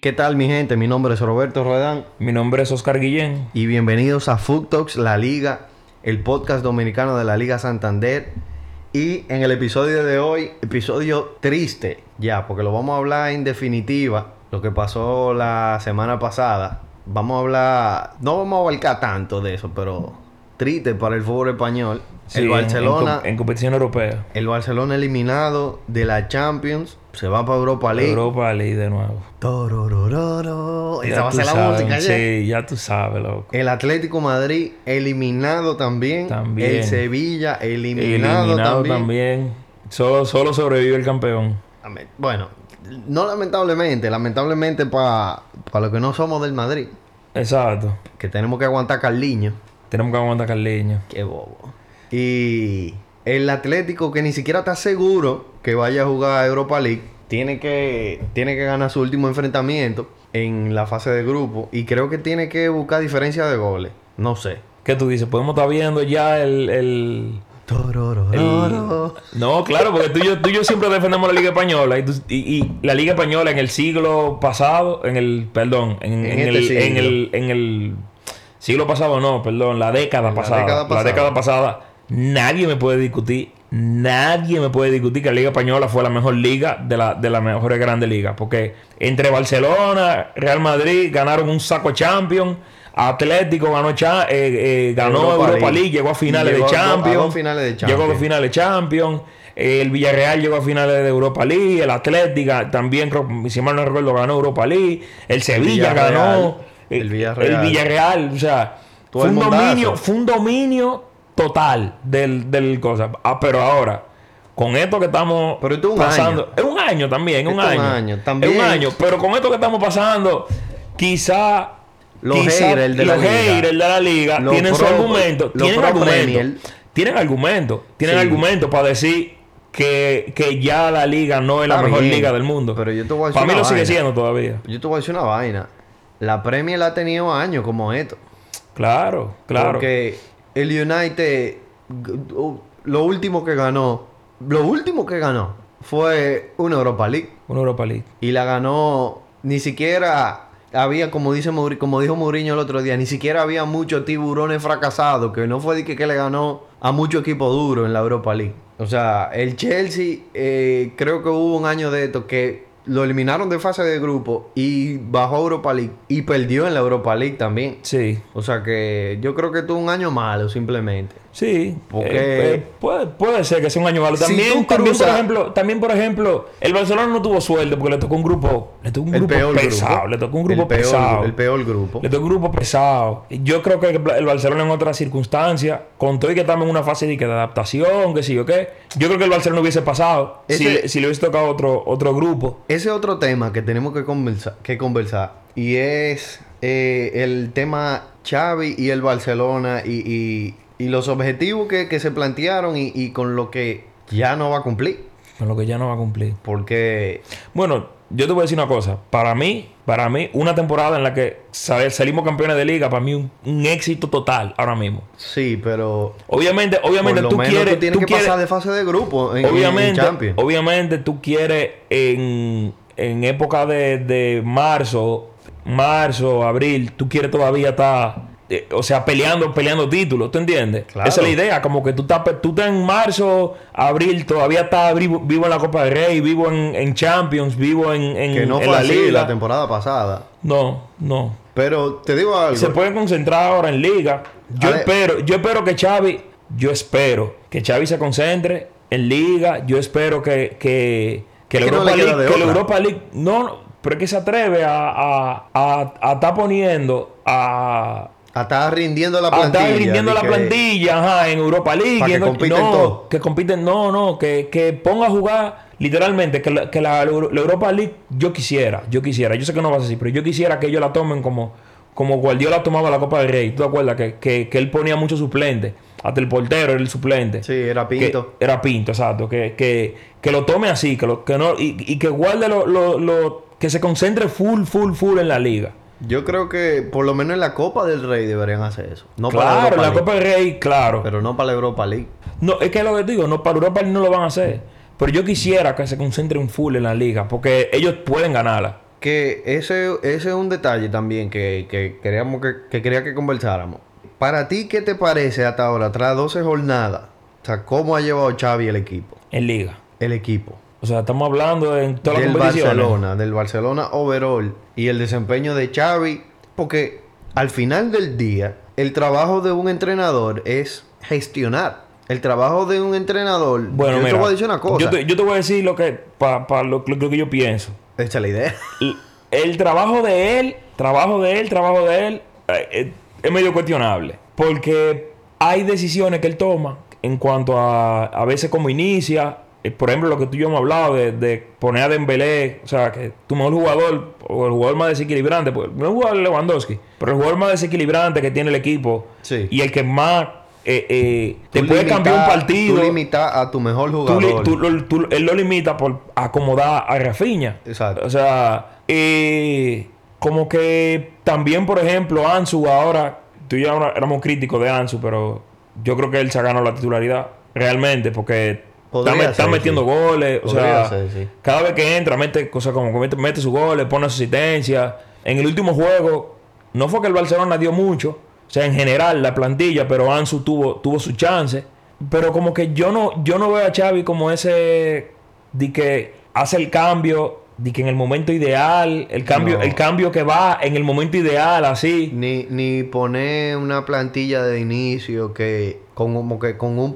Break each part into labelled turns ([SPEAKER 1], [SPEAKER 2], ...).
[SPEAKER 1] ¿Qué tal mi gente? Mi nombre es Roberto Ruedán
[SPEAKER 2] Mi nombre es Oscar Guillén.
[SPEAKER 1] y bienvenidos a Food Talks La Liga, el podcast dominicano de la Liga Santander. Y en el episodio de hoy, episodio triste ya, porque lo vamos a hablar en definitiva, lo que pasó la semana pasada. Vamos a hablar, no vamos a abarcar tanto de eso, pero triste para el fútbol español.
[SPEAKER 2] Sí,
[SPEAKER 1] el
[SPEAKER 2] en-
[SPEAKER 1] Barcelona,
[SPEAKER 2] En, com- en competición europea.
[SPEAKER 1] el Barcelona eliminado de la Champions, se va para Europa League.
[SPEAKER 2] Europa League de nuevo.
[SPEAKER 1] Tororororo. Esa
[SPEAKER 2] Ya
[SPEAKER 1] va a
[SPEAKER 2] tú
[SPEAKER 1] ser la
[SPEAKER 2] sabes,
[SPEAKER 1] música ya.
[SPEAKER 2] Sí, ya tú sabes, loco.
[SPEAKER 1] El Atlético Madrid eliminado también.
[SPEAKER 2] También.
[SPEAKER 1] El Sevilla eliminado,
[SPEAKER 2] Eliminado,
[SPEAKER 1] también.
[SPEAKER 2] también. Solo, solo sobrevive el campeón.
[SPEAKER 1] Lame- Bueno, no lamentablemente, lamentablemente para los que no somos del Madrid,
[SPEAKER 2] Exacto.
[SPEAKER 1] que tenemos que aguantar a Carliño.
[SPEAKER 2] Tenemos que aguantar a Carliño.
[SPEAKER 1] Qué bobo. Y el Atlético que ni siquiera está seguro que vaya a jugar a Europa League, tiene que, tiene que ganar su último enfrentamiento en la fase de grupo y creo que tiene que buscar diferencia de goles. No sé.
[SPEAKER 2] ¿Qué tú dices? ¿Podemos estar viendo ya el... el- el- No, claro, porque tú y, yo, tú y yo siempre defendemos la Liga Española. Y, tú- y- y la Liga Española en el siglo pasado, en el, perdón, en,
[SPEAKER 1] En
[SPEAKER 2] en
[SPEAKER 1] este
[SPEAKER 2] el,
[SPEAKER 1] siglo.
[SPEAKER 2] en, el, en el siglo pasado, no, perdón, la década
[SPEAKER 1] La
[SPEAKER 2] pasada.
[SPEAKER 1] década pasada.
[SPEAKER 2] La década pasada, nadie me puede discutir, nadie me puede discutir que la Liga Española fue la mejor liga de la de las mejores grandes ligas. Porque entre Barcelona, Real Madrid ganaron un saco de Champions. Atlético ganó, cha- eh, eh, ganó
[SPEAKER 1] Europa
[SPEAKER 2] Europa,
[SPEAKER 1] League.
[SPEAKER 2] League. llegó a finales
[SPEAKER 1] Llegó
[SPEAKER 2] de
[SPEAKER 1] a dos- a dos
[SPEAKER 2] Champions.
[SPEAKER 1] finales de
[SPEAKER 2] Llegó a
[SPEAKER 1] Champions.
[SPEAKER 2] los finales Champions. eh, El Villarreal llegó a finales de Europa League. El Atlética también, creo- si mal no recuerdo, ganó Europa League. El Sevilla
[SPEAKER 1] Villarreal.
[SPEAKER 2] ganó. eh,
[SPEAKER 1] El Villarreal.
[SPEAKER 2] el Villarreal, O sea,
[SPEAKER 1] Todo
[SPEAKER 2] fue
[SPEAKER 1] el
[SPEAKER 2] un,
[SPEAKER 1] mundazo.
[SPEAKER 2] dominio, fue un dominio total del, del cosa. Ah, pero ahora, con esto que estamos
[SPEAKER 1] Pero esto es un año.
[SPEAKER 2] Es un año también. Es un
[SPEAKER 1] Esto es
[SPEAKER 2] año.
[SPEAKER 1] un año, también.
[SPEAKER 2] Es un año. Pero con esto que estamos pasando, quizá.
[SPEAKER 1] Los
[SPEAKER 2] quizá
[SPEAKER 1] haters de la
[SPEAKER 2] los
[SPEAKER 1] liga.
[SPEAKER 2] haters de la liga
[SPEAKER 1] Los
[SPEAKER 2] tienen su
[SPEAKER 1] pro-
[SPEAKER 2] argumento.
[SPEAKER 1] los
[SPEAKER 2] Tienen
[SPEAKER 1] pro
[SPEAKER 2] argumento.
[SPEAKER 1] Premier.
[SPEAKER 2] Tienen argumento. Tienen
[SPEAKER 1] Sí.
[SPEAKER 2] argumento para decir que, que ya la liga no es la
[SPEAKER 1] Está
[SPEAKER 2] mejor
[SPEAKER 1] bien,
[SPEAKER 2] liga del mundo.
[SPEAKER 1] pero yo te voy a decir
[SPEAKER 2] para mí
[SPEAKER 1] una
[SPEAKER 2] lo sigue
[SPEAKER 1] vaina.
[SPEAKER 2] siendo todavía.
[SPEAKER 1] Yo te voy a decir una vaina. La Premier la ha tenido años como esto.
[SPEAKER 2] Claro, claro.
[SPEAKER 1] Porque el United, g- u- lo último que ganó, lo último que ganó fue una Europa League.
[SPEAKER 2] Una Europa League.
[SPEAKER 1] Y la ganó, ni siquiera había, como, dice Mouri- como dijo Mourinho el otro día, ni siquiera había muchos tiburones fracasados, que no fue de que, que le ganó a mucho equipo duro en la Europa League. O sea, el Chelsea, eh, creo que hubo un año de esto que lo eliminaron de fase de grupo y bajó a Europa League y perdió en la Europa League también.
[SPEAKER 2] Sí.
[SPEAKER 1] O sea que yo creo que tuvo un año malo simplemente.
[SPEAKER 2] Sí,
[SPEAKER 1] Porque-
[SPEAKER 2] eh, eh, puede, puede ser que sea un año malo.
[SPEAKER 1] Si
[SPEAKER 2] También,
[SPEAKER 1] tú
[SPEAKER 2] también, por
[SPEAKER 1] cruzas-
[SPEAKER 2] ejemplo, también, por ejemplo, el Barcelona no tuvo sueldo porque le tocó un grupo, le tocó un grupo pesado, le tocó un grupo
[SPEAKER 1] el peor,
[SPEAKER 2] pesado,
[SPEAKER 1] El peor grupo.
[SPEAKER 2] le tocó un grupo pesado. Yo creo que el Barcelona en otras circunstancias, con todo y que estamos en una fase de, que de adaptación, que sí o qué, yo creo que el Barcelona hubiese pasado
[SPEAKER 1] Ese-
[SPEAKER 2] si, si le hubiese tocado otro, otro grupo.
[SPEAKER 1] Ese es otro tema que tenemos que conversar, que conversar y es eh, el tema Xavi y el Barcelona y, y- y los objetivos que, que se plantearon y, y con lo que ya no va a cumplir.
[SPEAKER 2] Con lo que ya no va a cumplir.
[SPEAKER 1] Porque
[SPEAKER 2] Bueno, yo te voy a decir una cosa. Para mí, para mí, una temporada en la que sal- salimos campeones de liga, para mí un, un éxito total ahora mismo.
[SPEAKER 1] sí, pero
[SPEAKER 2] Obviamente,
[SPEAKER 1] por
[SPEAKER 2] obviamente
[SPEAKER 1] lo
[SPEAKER 2] tú
[SPEAKER 1] menos
[SPEAKER 2] quieres,
[SPEAKER 1] tú tienes
[SPEAKER 2] tú
[SPEAKER 1] que
[SPEAKER 2] quieres-
[SPEAKER 1] pasar de fase de grupo en, en- en
[SPEAKER 2] obviamente,
[SPEAKER 1] Champions.
[SPEAKER 2] obviamente tú quieres en, en época de, de marzo, marzo, abril, tú quieres todavía estar, eh, o sea, peleando, peleando títulos, ¿tú entiendes?
[SPEAKER 1] Claro.
[SPEAKER 2] Esa es la idea, como que tú estás, pe- tú estás en marzo, abril, todavía estás vivo, vivo en la Copa del Rey, vivo en, en Champions, vivo en, en-
[SPEAKER 1] que no
[SPEAKER 2] en
[SPEAKER 1] fue
[SPEAKER 2] la
[SPEAKER 1] así
[SPEAKER 2] liga.
[SPEAKER 1] la temporada pasada.
[SPEAKER 2] No, no.
[SPEAKER 1] Pero te digo algo.
[SPEAKER 2] Se pueden concentrar ahora en liga. Yo
[SPEAKER 1] Ale-
[SPEAKER 2] espero, yo espero que Xavi, yo espero que Xavi se concentre en liga. Yo espero que, que, que la
[SPEAKER 1] Es que no
[SPEAKER 2] Europa
[SPEAKER 1] le queda
[SPEAKER 2] League,
[SPEAKER 1] de
[SPEAKER 2] que la
[SPEAKER 1] otra.
[SPEAKER 2] Europa League, no, no, pero es que se atreve a, a, a, a estar poniendo a
[SPEAKER 1] Hasta rindiendo la
[SPEAKER 2] a
[SPEAKER 1] plantilla.
[SPEAKER 2] estar Ah, rindiendo
[SPEAKER 1] de
[SPEAKER 2] la
[SPEAKER 1] que-
[SPEAKER 2] plantilla ajá, en Europa League.
[SPEAKER 1] Pa' que
[SPEAKER 2] y no-
[SPEAKER 1] compiten
[SPEAKER 2] no,
[SPEAKER 1] todo.
[SPEAKER 2] que compiten, no, no, que, que ponga a jugar literalmente, que, la, que la- la Europa League yo quisiera, yo quisiera, yo sé que no va a ser así, pero yo quisiera que ellos la tomen como, como Guardiola tomaba la Copa del Rey, ¿tú te acuerdas? Que, que, que él ponía muchos suplentes, hasta el portero era el suplente.
[SPEAKER 1] Sí, era Pinto.
[SPEAKER 2] Que era Pinto, exacto. Que, que, que lo tome así, que lo, que no, y, y que guarde lo, lo- lo- que se concentre full, full, full en la liga.
[SPEAKER 1] Yo creo que por lo menos en la Copa del Rey deberían hacer eso. No para
[SPEAKER 2] claro,
[SPEAKER 1] Europa
[SPEAKER 2] la
[SPEAKER 1] League,
[SPEAKER 2] Copa del Rey, claro.
[SPEAKER 1] Pero no para la Europa League.
[SPEAKER 2] No, es que es lo que te digo, no, para Europa League no lo van a hacer. Pero yo quisiera que se concentren full en la liga, porque ellos pueden ganarla.
[SPEAKER 1] que ese, ese es un detalle también que, que queríamos que, que quería que conversáramos. Para ti, ¿qué te parece hasta ahora, tras 12 jornadas? O sea, ¿cómo ha llevado Xavi el equipo?
[SPEAKER 2] en liga.
[SPEAKER 1] El equipo.
[SPEAKER 2] O sea, estamos hablando de, en todas las
[SPEAKER 1] del
[SPEAKER 2] competiciones.
[SPEAKER 1] Barcelona, del Barcelona overall y el desempeño de Xavi, porque al final del día el trabajo de un entrenador es gestionar. El trabajo de un entrenador,
[SPEAKER 2] Bueno,
[SPEAKER 1] yo
[SPEAKER 2] mira,
[SPEAKER 1] te voy a decir una cosa.
[SPEAKER 2] Yo te, yo te voy a decir lo que, pa, pa- lo, lo- lo que yo pienso.
[SPEAKER 1] Esta es la idea.
[SPEAKER 2] L- El trabajo de él, trabajo de él, trabajo de él, eh, eh, es medio cuestionable. Porque hay decisiones que él toma en cuanto a a veces cómo inicia. Eh, Por ejemplo, lo que tú y yo hemos hablado de, de poner a Dembélé, o sea, que tu mejor jugador o el jugador más desequilibrante, pues no el jugador Lewandowski, pero el jugador más desequilibrante que tiene el equipo
[SPEAKER 1] Sí.
[SPEAKER 2] y el que más eh, eh, te
[SPEAKER 1] Tú
[SPEAKER 2] puede
[SPEAKER 1] limitas-
[SPEAKER 2] cambiar un partido.
[SPEAKER 1] Tú limitas a tu mejor
[SPEAKER 2] Tú li-
[SPEAKER 1] jugador.
[SPEAKER 2] tú lo- tú- él lo limita por acomodar a Rafinha.
[SPEAKER 1] Exacto.
[SPEAKER 2] O sea, eh, como que también, por ejemplo, Ansu ahora, tú y yo ahora éramos críticos de Ansu, pero yo creo que él se ha ganado la titularidad realmente porque está,
[SPEAKER 1] Podría
[SPEAKER 2] met- está
[SPEAKER 1] ser,
[SPEAKER 2] metiendo
[SPEAKER 1] sí.
[SPEAKER 2] goles. O
[SPEAKER 1] Podría
[SPEAKER 2] sea,
[SPEAKER 1] ser, sí.
[SPEAKER 2] cada vez que entra, mete cosas como que mete, mete sus goles, pone su asistencia. En el último juego, no fue que el Barcelona dio mucho, o sea, en general la plantilla, pero Ansu tuvo, tuvo su chance. Pero como que yo no, yo no veo a Xavi como ese de que hace el cambio, de que en el momento ideal, el cambio,
[SPEAKER 1] No.
[SPEAKER 2] el cambio que va en el momento ideal, así.
[SPEAKER 1] Ni, ni poner una plantilla de inicio que con, como que con un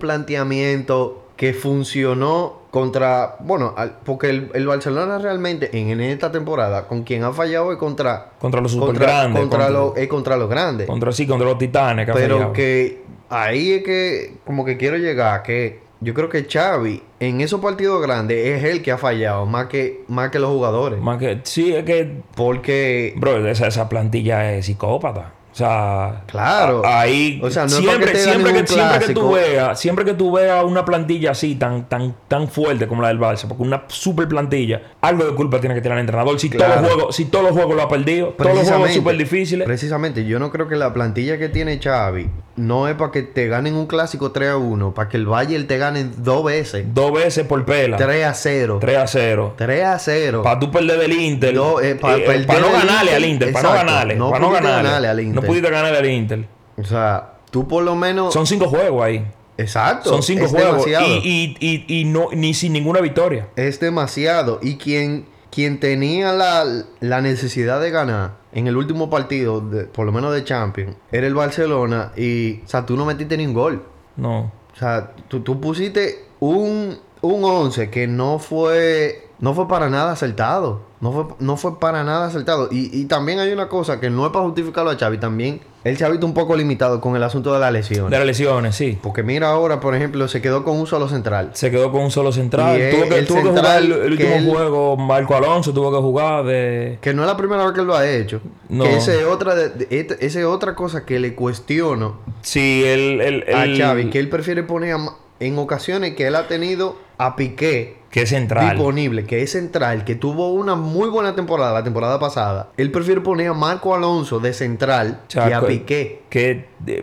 [SPEAKER 1] planteamiento que funcionó contra, bueno, al- porque el, el Barcelona realmente en, en esta temporada con quien ha fallado es contra
[SPEAKER 2] Contra los super
[SPEAKER 1] contra,
[SPEAKER 2] grandes.
[SPEAKER 1] contra, lo- es contra los grandes,
[SPEAKER 2] contra sí, contra los titanes. que ha
[SPEAKER 1] pero
[SPEAKER 2] fallado.
[SPEAKER 1] que ahí es que como que quiero llegar que yo creo que Xavi en esos partidos grandes es el que ha fallado más que más que los jugadores,
[SPEAKER 2] Más que, sí, es que
[SPEAKER 1] porque
[SPEAKER 2] Bro, esa, esa plantilla es psicópata. O sea,
[SPEAKER 1] Claro.
[SPEAKER 2] a- ahí
[SPEAKER 1] O sea, no es
[SPEAKER 2] siempre,
[SPEAKER 1] porque te gane
[SPEAKER 2] siempre, que,
[SPEAKER 1] un
[SPEAKER 2] siempre que tú
[SPEAKER 1] clásico.
[SPEAKER 2] veas, siempre que tú veas una plantilla así tan, tan, tan fuerte como la del Barça, porque una super plantilla, algo de culpa tiene que tener el entrenador. Si todos
[SPEAKER 1] Claro.
[SPEAKER 2] los juegos, si todos los juegos lo ha perdido, todos los juegos
[SPEAKER 1] Precisamente.
[SPEAKER 2] súper difíciles.
[SPEAKER 1] Precisamente, yo no creo que la plantilla que tiene Xavi no es para que te ganen un clásico 3 a 1, para que el Bayern te gane dos veces,
[SPEAKER 2] Dos veces por pela.
[SPEAKER 1] 3 a 0,
[SPEAKER 2] 3 a 0.
[SPEAKER 1] 3 a 0.
[SPEAKER 2] Para tú perder del Inter.
[SPEAKER 1] No, eh, pa-
[SPEAKER 2] eh,
[SPEAKER 1] perder
[SPEAKER 2] pa' no
[SPEAKER 1] del
[SPEAKER 2] ganarle
[SPEAKER 1] Inter,
[SPEAKER 2] al Inter. Para no
[SPEAKER 1] exacto.
[SPEAKER 2] ganarle.
[SPEAKER 1] No
[SPEAKER 2] pa' no
[SPEAKER 1] pudiste
[SPEAKER 2] ganarle.
[SPEAKER 1] ganarle al
[SPEAKER 2] No
[SPEAKER 1] Inter.
[SPEAKER 2] pudiste ganarle al Inter.
[SPEAKER 1] O sea, tú por lo menos
[SPEAKER 2] Son cinco juegos ahí.
[SPEAKER 1] Exacto.
[SPEAKER 2] Son cinco
[SPEAKER 1] es
[SPEAKER 2] juegos. Y,
[SPEAKER 1] Demasiado.
[SPEAKER 2] y, y, y no, ni sin ninguna victoria.
[SPEAKER 1] Es demasiado y quien quien tenía la, la necesidad de ganar en el último partido, de- por lo menos de Champions, era el Barcelona y o sea, tú no metiste ni un gol.
[SPEAKER 2] No.
[SPEAKER 1] O sea, tú, tú pusiste un, un 11 que no fue, no fue para nada acertado. No fue, no fue para nada acertado. Y, y también hay una cosa que no es para justificarlo a Xavi. También el Xavi está un poco limitado con el asunto de la lesión.
[SPEAKER 2] De las lesiones, sí.
[SPEAKER 1] Porque mira ahora, por ejemplo, se quedó con un solo central.
[SPEAKER 2] Se quedó con un solo central.
[SPEAKER 1] Y
[SPEAKER 2] Tuvo
[SPEAKER 1] el-
[SPEAKER 2] que,
[SPEAKER 1] el
[SPEAKER 2] tuvo que
[SPEAKER 1] central
[SPEAKER 2] jugar el, el
[SPEAKER 1] que
[SPEAKER 2] último
[SPEAKER 1] él-
[SPEAKER 2] juego. Marco Alonso tuvo que jugar de.
[SPEAKER 1] Que no es la primera vez que lo ha hecho.
[SPEAKER 2] No.
[SPEAKER 1] Que esa es otra, de- de- et- esa es otra cosa que le cuestiono
[SPEAKER 2] Sí, el. el,
[SPEAKER 1] a
[SPEAKER 2] el-
[SPEAKER 1] Ah, Xavi. Que él prefiere poner a ma- en ocasiones que él ha tenido a Piqué
[SPEAKER 2] que es central.
[SPEAKER 1] disponible, que es central, que tuvo una muy buena temporada la temporada pasada. Él prefiere poner a Marco Alonso de central
[SPEAKER 2] O sea,
[SPEAKER 1] y a
[SPEAKER 2] que-
[SPEAKER 1] Piqué.
[SPEAKER 2] Que eh,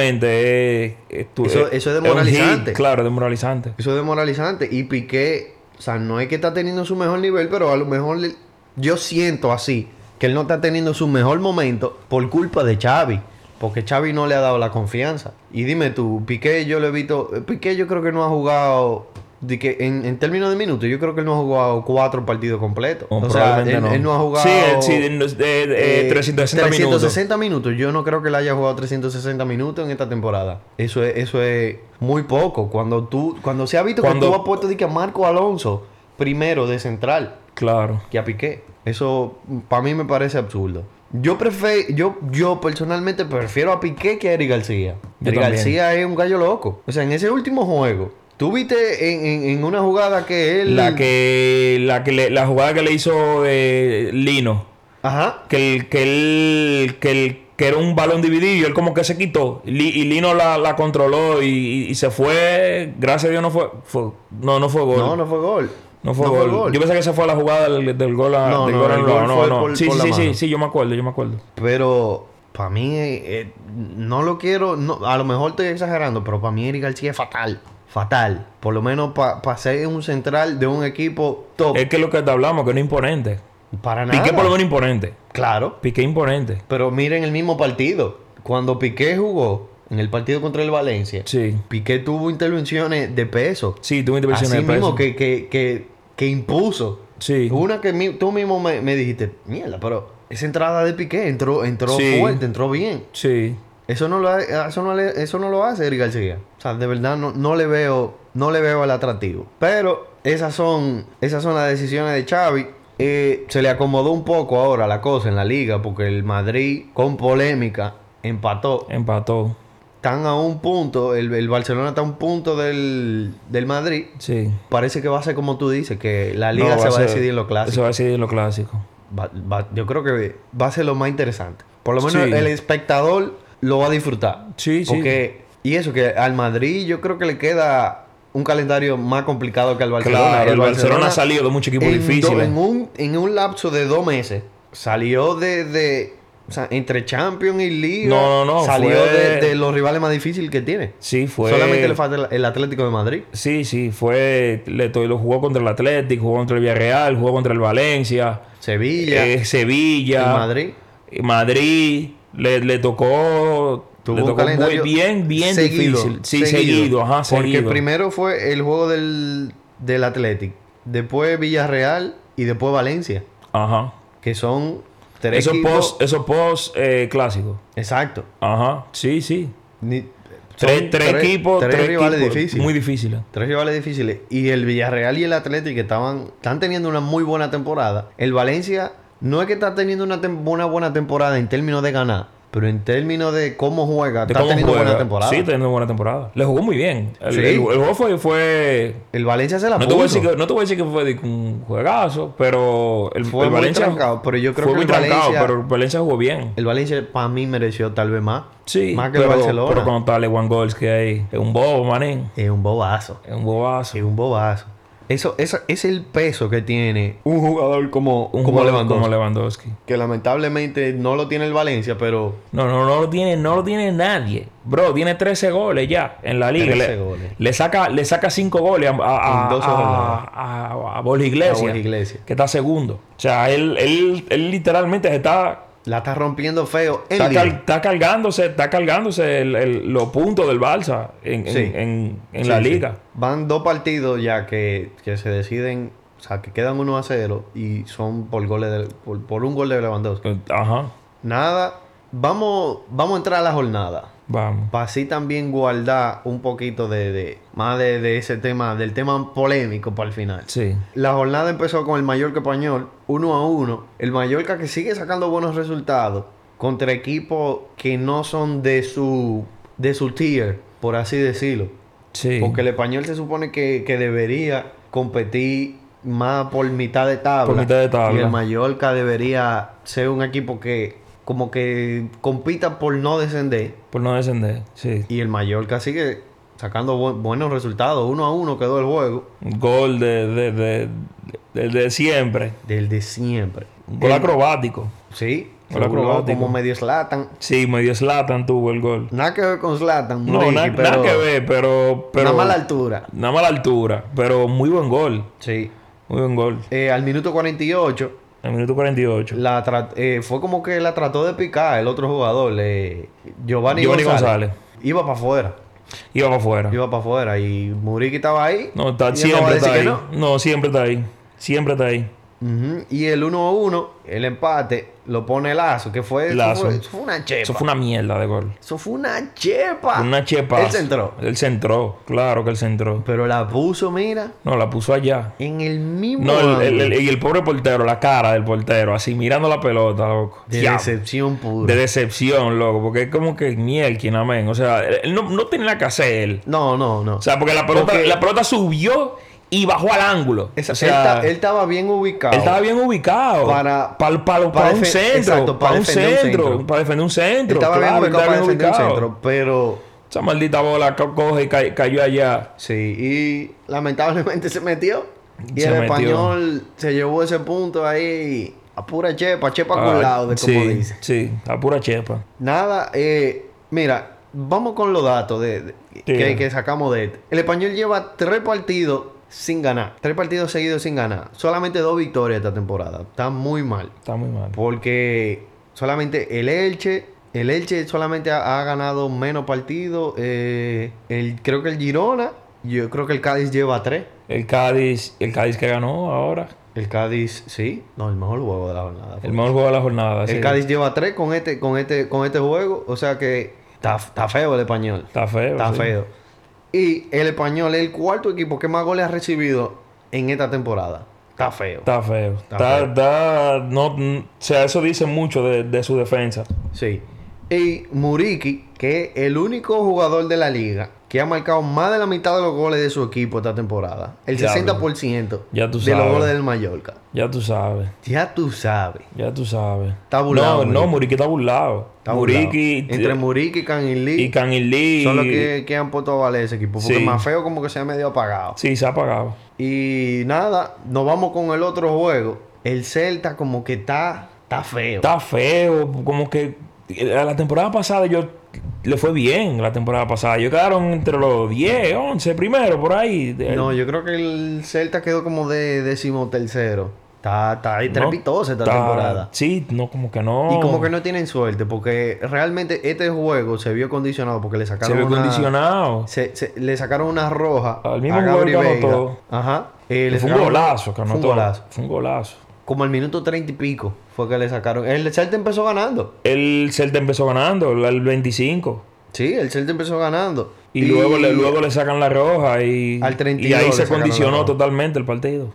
[SPEAKER 2] mentalmente es. es tu-
[SPEAKER 1] Eso- eso es
[SPEAKER 2] un
[SPEAKER 1] demoralizante.
[SPEAKER 2] hit, claro, es demoralizante.
[SPEAKER 1] Eso es demoralizante. Y Piqué, o sea, no es que está teniendo su mejor nivel, pero a lo mejor le- yo siento así, que él no está teniendo su mejor momento por culpa de Xavi. Porque Xavi no le ha dado la confianza. Y dime tú, Piqué yo lo he visto... eh, Piqué yo creo que no ha jugado... de que en, en términos de minutos, yo creo que él no ha jugado cuatro partidos completos.
[SPEAKER 2] O
[SPEAKER 1] o sea,
[SPEAKER 2] Oh, probablemente
[SPEAKER 1] él él no. ha jugado...
[SPEAKER 2] Sí, él- sí, de- de- de-
[SPEAKER 1] Eh,
[SPEAKER 2] 360 minutos.
[SPEAKER 1] 360 minutos. Yo no creo que le haya jugado 360 minutos en esta temporada. Eso es, eso es muy poco. Cuando tú, cuando se ha visto
[SPEAKER 2] Cuando-
[SPEAKER 1] que tú has puesto de que a Marco Alonso primero de central
[SPEAKER 2] Claro.
[SPEAKER 1] que a Piqué. Eso para mí me parece absurdo. Yo prefe- yo, yo personalmente prefiero a Piqué que a Eric García.
[SPEAKER 2] Yo
[SPEAKER 1] Eric
[SPEAKER 2] también.
[SPEAKER 1] García es un gallo loco. O sea, en ese último juego, tú viste en, en- en una jugada que él.
[SPEAKER 2] La que. La que le- la jugada que le hizo eh, Lino.
[SPEAKER 1] Ajá.
[SPEAKER 2] que el, que el, que el- que era un balón dividido y él como que se quitó Li- y Lino la, la controló y, y- y se fue gracias a Dios no fue, fue- no no fue gol
[SPEAKER 1] No,
[SPEAKER 2] no,
[SPEAKER 1] no fue gol.
[SPEAKER 2] fue, gol. yo pensé que esa fue la jugada del, del gol a-
[SPEAKER 1] No,
[SPEAKER 2] del
[SPEAKER 1] no,
[SPEAKER 2] gol
[SPEAKER 1] el
[SPEAKER 2] anulado.
[SPEAKER 1] gol
[SPEAKER 2] no,
[SPEAKER 1] fue
[SPEAKER 2] no.
[SPEAKER 1] por-
[SPEAKER 2] sí
[SPEAKER 1] por
[SPEAKER 2] sí
[SPEAKER 1] la
[SPEAKER 2] sí, sí
[SPEAKER 1] mano.
[SPEAKER 2] sí yo me acuerdo yo me acuerdo
[SPEAKER 1] Pero para mí, eh, eh, no lo quiero, no, a lo mejor estoy exagerando, pero para mí Eric García es fatal. Fatal. Por lo menos para ser un central de un equipo top.
[SPEAKER 2] es que lo que te hablamos que no es imponente
[SPEAKER 1] Para nada.
[SPEAKER 2] Eh, Piqué por lo menos imponente.
[SPEAKER 1] Claro.
[SPEAKER 2] Piqué imponente.
[SPEAKER 1] Pero miren el mismo partido. Cuando Piqué jugó en el partido contra el Valencia,
[SPEAKER 2] Sí.
[SPEAKER 1] Piqué tuvo intervenciones de peso.
[SPEAKER 2] Sí, tuvo intervenciones
[SPEAKER 1] Así
[SPEAKER 2] de peso.
[SPEAKER 1] mismo que, que, que, que impuso.
[SPEAKER 2] Sí.
[SPEAKER 1] Una que mi- tú mismo me, me dijiste, mierda, pero esa entrada de Piqué entró, entró
[SPEAKER 2] Sí.
[SPEAKER 1] fuerte, entró bien.
[SPEAKER 2] Sí.
[SPEAKER 1] Eso no lo, ha- ah, eso no le- eso no lo hace Eric García. O sea, de verdad no, no le veo no le veo el atractivo. Pero esas son esas son las decisiones de Xavi. Eh, se le acomodó un poco ahora la cosa en la liga porque el Madrid con polémica empató.
[SPEAKER 2] Empató.
[SPEAKER 1] Están a un punto, el, el Barcelona está a un punto del, del Madrid.
[SPEAKER 2] Sí.
[SPEAKER 1] Parece que va a ser como tú dices, que la liga
[SPEAKER 2] No,
[SPEAKER 1] se va a
[SPEAKER 2] ser-
[SPEAKER 1] decidir en lo clásico.
[SPEAKER 2] Se va a decidir en lo clásico.
[SPEAKER 1] Va- va- yo creo que va a ser lo más interesante. Por lo menos
[SPEAKER 2] Sí.
[SPEAKER 1] el espectador lo va a disfrutar.
[SPEAKER 2] Sí, sí.
[SPEAKER 1] Porque, y eso, que al Madrid yo creo que le queda un calendario más complicado que al Barcelona.
[SPEAKER 2] Claro, el Barcelona ha salido de muchos equipos
[SPEAKER 1] en do-
[SPEAKER 2] difíciles.
[SPEAKER 1] en, un, en un lapso de dos meses salió de. de- o sea, entre Champions y Liga.
[SPEAKER 2] No, no, no,
[SPEAKER 1] Salió
[SPEAKER 2] fue-
[SPEAKER 1] de, de los rivales más difíciles que tiene.
[SPEAKER 2] Sí, fue.
[SPEAKER 1] Solamente le falta el, el Atlético de Madrid.
[SPEAKER 2] Sí, sí, fue. Le, to- lo jugó contra el Atlético, jugó contra el Villarreal, jugó contra el Valencia,
[SPEAKER 1] Sevilla,
[SPEAKER 2] eh, Sevilla,
[SPEAKER 1] el Madrid.
[SPEAKER 2] eh, Madrid, Le, le tocó.
[SPEAKER 1] Tuvo
[SPEAKER 2] le
[SPEAKER 1] un
[SPEAKER 2] tocó muy
[SPEAKER 1] calendario
[SPEAKER 2] bien, bien
[SPEAKER 1] seguido,
[SPEAKER 2] difícil. Sí, seguido, ajá,
[SPEAKER 1] Porque
[SPEAKER 2] seguido.
[SPEAKER 1] primero fue el juego del, del Athletic, después Villarreal y después Valencia,
[SPEAKER 2] Ajá.
[SPEAKER 1] que son tres
[SPEAKER 2] Esos
[SPEAKER 1] equipos.
[SPEAKER 2] post, esos post eh, clásicos.
[SPEAKER 1] Exacto.
[SPEAKER 2] Ajá, sí, sí.
[SPEAKER 1] Ni- son
[SPEAKER 2] Tres, tres equipos,
[SPEAKER 1] tres,
[SPEAKER 2] tres,
[SPEAKER 1] rivales
[SPEAKER 2] equipos
[SPEAKER 1] difíciles.
[SPEAKER 2] Muy difíciles.
[SPEAKER 1] Tres rivales difíciles. Y el Villarreal y el Athletic que estaban, están teniendo una muy buena temporada. El Valencia no es que está teniendo una, tem- una buena temporada en términos de ganar, pero en términos de cómo juega,
[SPEAKER 2] De
[SPEAKER 1] está
[SPEAKER 2] cómo
[SPEAKER 1] teniendo
[SPEAKER 2] juega.
[SPEAKER 1] buena temporada.
[SPEAKER 2] Sí, teniendo buena temporada. Le jugó muy bien. El,
[SPEAKER 1] Sí.
[SPEAKER 2] el- el juego fue. fue-
[SPEAKER 1] El Valencia se la
[SPEAKER 2] no, te voy a
[SPEAKER 1] puso.
[SPEAKER 2] decir que, no te voy a decir que fue de- un juegazo, pero el,
[SPEAKER 1] Fue
[SPEAKER 2] el
[SPEAKER 1] muy
[SPEAKER 2] Valencia.
[SPEAKER 1] trancado, pero yo creo
[SPEAKER 2] fue
[SPEAKER 1] que
[SPEAKER 2] muy
[SPEAKER 1] el
[SPEAKER 2] trancado,
[SPEAKER 1] Valencia-
[SPEAKER 2] pero el Valencia jugó bien.
[SPEAKER 1] El Valencia para mí mereció tal vez más.
[SPEAKER 2] Sí,
[SPEAKER 1] Más que el
[SPEAKER 2] pero,
[SPEAKER 1] Barcelona.
[SPEAKER 2] pero cuando está Lewan Gols que hay, es un bobo, manín.
[SPEAKER 1] Es un bobazo.
[SPEAKER 2] Es un bobazo.
[SPEAKER 1] Es un bobazo. Eso, eso es el peso que tiene un jugador como,
[SPEAKER 2] Un
[SPEAKER 1] como
[SPEAKER 2] jugador
[SPEAKER 1] Lewandowski.
[SPEAKER 2] como Lewandowski.
[SPEAKER 1] Que lamentablemente no lo tiene el Valencia, pero
[SPEAKER 2] No, no, no lo tiene, no lo tiene nadie. Bro, tiene 13 goles ya en la liga.
[SPEAKER 1] 13
[SPEAKER 2] Le,
[SPEAKER 1] goles.
[SPEAKER 2] le saca, le saca 5 goles a, a,
[SPEAKER 1] En
[SPEAKER 2] a,
[SPEAKER 1] 12 jornadas.
[SPEAKER 2] a- a- a Borja Iglesias,
[SPEAKER 1] A Borja Iglesias.
[SPEAKER 2] Que está segundo. O sea, él, él, él literalmente se está,
[SPEAKER 1] la está rompiendo feo. en
[SPEAKER 2] está,
[SPEAKER 1] liga.
[SPEAKER 2] cal- está cargándose, está cargándose el- el- los puntos del Balsa en, en-
[SPEAKER 1] Sí.
[SPEAKER 2] en- en
[SPEAKER 1] Sí,
[SPEAKER 2] la
[SPEAKER 1] sí.
[SPEAKER 2] liga.
[SPEAKER 1] Van dos partidos ya que, que se deciden, o sea, que quedan 1 a 0 y son por, goles de- por, por un gol de Lewandowski.
[SPEAKER 2] Ajá.
[SPEAKER 1] Nada, vamos, vamos a entrar a la jornada.
[SPEAKER 2] Vamos.
[SPEAKER 1] Para así también guardar un poquito de, de- más de, de ese tema, del tema polémico para el final.
[SPEAKER 2] Sí.
[SPEAKER 1] La jornada empezó con el Mallorca español, 1 a 1. El Mallorca que sigue sacando buenos resultados contra equipos que no son de su, de su tier, por así decirlo.
[SPEAKER 2] Sí.
[SPEAKER 1] Porque el español se supone que, que debería competir más por mitad de tabla.
[SPEAKER 2] Por mitad de tabla.
[SPEAKER 1] Y el Mallorca debería ser un equipo que como que compita por no descender.
[SPEAKER 2] Por no descender. Sí.
[SPEAKER 1] Y el Mallorca sigue sacando bu- buenos resultados. Uno a uno quedó el juego.
[SPEAKER 2] Gol de, de, de, de- de siempre.
[SPEAKER 1] Del de siempre.
[SPEAKER 2] Un Gol
[SPEAKER 1] El-
[SPEAKER 2] acrobático.
[SPEAKER 1] Sí.
[SPEAKER 2] Gol
[SPEAKER 1] se burló
[SPEAKER 2] acrobático.
[SPEAKER 1] como medio Slatan.
[SPEAKER 2] Sí, medio Slatan tuvo el gol.
[SPEAKER 1] Nada que ver con Slatan.
[SPEAKER 2] No, na- nada que ver, pero. pero
[SPEAKER 1] Una mala altura.
[SPEAKER 2] Nada más la altura, pero muy buen gol.
[SPEAKER 1] Sí.
[SPEAKER 2] Muy buen gol.
[SPEAKER 1] Eh, al minuto 48
[SPEAKER 2] En el minuto 48.
[SPEAKER 1] la tra- eh, fue como que la trató de picar el otro jugador. eh, Giovanni,
[SPEAKER 2] Giovanni
[SPEAKER 1] González.
[SPEAKER 2] González.
[SPEAKER 1] Iba para afuera.
[SPEAKER 2] Iba para afuera.
[SPEAKER 1] Iba para afuera. Y Muriqui estaba ahí.
[SPEAKER 2] No, está,
[SPEAKER 1] Y él no va a
[SPEAKER 2] siempre está
[SPEAKER 1] decir
[SPEAKER 2] ahí.
[SPEAKER 1] que
[SPEAKER 2] No. siempre está ahí. Siempre está ahí.
[SPEAKER 1] Ujú. Y el 1 1, el empate, lo pone Lazo, que fue. eso
[SPEAKER 2] Lazo.
[SPEAKER 1] fue- Eso fue una chepa.
[SPEAKER 2] Eso fue una mierda de gol.
[SPEAKER 1] Eso fue una chepa.
[SPEAKER 2] Una chepa.
[SPEAKER 1] Ah, Él se entró.
[SPEAKER 2] Él centró. Claro que él centró.
[SPEAKER 1] Pero la puso, mira,
[SPEAKER 2] No, la puso allá.
[SPEAKER 1] en el mismo.
[SPEAKER 2] No, el- el,
[SPEAKER 1] ángulo.
[SPEAKER 2] el- y el pobre portero, la cara del portero, así mirando la pelota, loco.
[SPEAKER 1] De
[SPEAKER 2] Diablo.
[SPEAKER 1] decepción pura.
[SPEAKER 2] De decepción, loco, porque es como que miel, quien amén. O sea, él no, no tiene nada que hacer él.
[SPEAKER 1] No, no, no.
[SPEAKER 2] O sea, porque la pelota,
[SPEAKER 1] Porque-
[SPEAKER 2] la pelota subió y bajó al ángulo.
[SPEAKER 1] Esa-
[SPEAKER 2] o sea,
[SPEAKER 1] él, ta- él estaba bien ubicado.
[SPEAKER 2] él estaba bien ubicado.
[SPEAKER 1] Para-
[SPEAKER 2] para, para,
[SPEAKER 1] para
[SPEAKER 2] un
[SPEAKER 1] defen-
[SPEAKER 2] centro.
[SPEAKER 1] exacto, para
[SPEAKER 2] para un
[SPEAKER 1] defender un
[SPEAKER 2] centro,
[SPEAKER 1] centro.
[SPEAKER 2] Para defender un
[SPEAKER 1] Él
[SPEAKER 2] centro.
[SPEAKER 1] estaba
[SPEAKER 2] claro,
[SPEAKER 1] bien
[SPEAKER 2] él
[SPEAKER 1] ubicado
[SPEAKER 2] estaba
[SPEAKER 1] para
[SPEAKER 2] bien
[SPEAKER 1] defender un
[SPEAKER 2] ubicado.
[SPEAKER 1] centro. Pero.
[SPEAKER 2] Esa maldita bola co- coge y ca- cayó allá.
[SPEAKER 1] Sí, y lamentablemente se metió. Y
[SPEAKER 2] Se
[SPEAKER 1] el
[SPEAKER 2] metió.
[SPEAKER 1] español se llevó ese punto ahí a pura chepa, chepa con laude,
[SPEAKER 2] Ah, sí,
[SPEAKER 1] como dice.
[SPEAKER 2] sí, a pura chepa.
[SPEAKER 1] Nada, eh, mira, vamos con los datos de, de-
[SPEAKER 2] Sí.
[SPEAKER 1] que, que sacamos de este. El español lleva tres partidos sin ganar. Tres partidos seguidos sin ganar. Solamente dos victorias esta temporada. Está muy mal.
[SPEAKER 2] Está muy mal.
[SPEAKER 1] Porque solamente el Elche. El Elche solamente ha, ha ganado menos partidos. eh, el, creo que el Girona. Yo creo que el Cádiz lleva tres.
[SPEAKER 2] El Cádiz, el Cádiz que ganó ahora.
[SPEAKER 1] El Cádiz, sí. No, el mejor juego de la jornada.
[SPEAKER 2] El mejor juego de la jornada.
[SPEAKER 1] El
[SPEAKER 2] sí.
[SPEAKER 1] Cádiz lleva tres con este, con este, con este juego. O sea que está, está feo el español.
[SPEAKER 2] Está feo.
[SPEAKER 1] Está
[SPEAKER 2] sí.
[SPEAKER 1] feo. Y el español es el cuarto equipo que más goles ha recibido en esta temporada. Está feo.
[SPEAKER 2] Está feo. Está,
[SPEAKER 1] feo.
[SPEAKER 2] está- no, mm, o sea, eso dice mucho de, de su defensa.
[SPEAKER 1] Sí. Y Muriki, que es el único jugador de la liga que ha marcado más de la mitad de los goles de su equipo esta temporada. El
[SPEAKER 2] Diablo.
[SPEAKER 1] 60%
[SPEAKER 2] Ya tú
[SPEAKER 1] de los
[SPEAKER 2] sabes.
[SPEAKER 1] goles del Mallorca.
[SPEAKER 2] Ya tú sabes.
[SPEAKER 1] Ya tú sabes.
[SPEAKER 2] Ya tú sabes.
[SPEAKER 1] Está burlado,
[SPEAKER 2] No, no, Muriqui está burlado.
[SPEAKER 1] Está
[SPEAKER 2] Muriqui
[SPEAKER 1] burlado. Entre Muriqui y Canilí.
[SPEAKER 2] y Canilí.
[SPEAKER 1] Son los que, que han puesto a valer ese equipo. Porque
[SPEAKER 2] Sí.
[SPEAKER 1] más feo como que se ha medio apagado.
[SPEAKER 2] Sí, se ha apagado.
[SPEAKER 1] Y nada, nos vamos con el otro juego. El Celta como que está, está feo.
[SPEAKER 2] Está feo. Como que a la temporada pasada yo le fue bien. La temporada pasada. Yo quedaron entre los 10, 11 primero, por ahí.
[SPEAKER 1] No, yo creo que el Celta quedó como de decimotercero. Está, está ahí
[SPEAKER 2] No,
[SPEAKER 1] trepitosa esta
[SPEAKER 2] está-
[SPEAKER 1] temporada.
[SPEAKER 2] Sí, no, como que no.
[SPEAKER 1] Y como que no tienen suerte porque realmente este juego se vio condicionado porque le
[SPEAKER 2] Se
[SPEAKER 1] sacaron
[SPEAKER 2] ve
[SPEAKER 1] una...
[SPEAKER 2] condicionado.
[SPEAKER 1] se- se- le sacaron una roja
[SPEAKER 2] Al mismo
[SPEAKER 1] a
[SPEAKER 2] jugador
[SPEAKER 1] Gabri
[SPEAKER 2] que
[SPEAKER 1] Veiga.
[SPEAKER 2] anotó.
[SPEAKER 1] Ajá. Eh, le
[SPEAKER 2] fue un
[SPEAKER 1] sacaron-
[SPEAKER 2] golazo que
[SPEAKER 1] fue un
[SPEAKER 2] anotó.
[SPEAKER 1] golazo.
[SPEAKER 2] Fue un golazo.
[SPEAKER 1] Como al minuto treinta y pico fue que le sacaron. El Celta empezó ganando.
[SPEAKER 2] El Celta empezó ganando, el 25.
[SPEAKER 1] Sí, el Celta empezó ganando.
[SPEAKER 2] Y, luego, le, luego le sacan la roja y,
[SPEAKER 1] Al 32
[SPEAKER 2] y
[SPEAKER 1] le
[SPEAKER 2] ahí se
[SPEAKER 1] sacaron la
[SPEAKER 2] condicionó
[SPEAKER 1] roja.
[SPEAKER 2] totalmente el partido.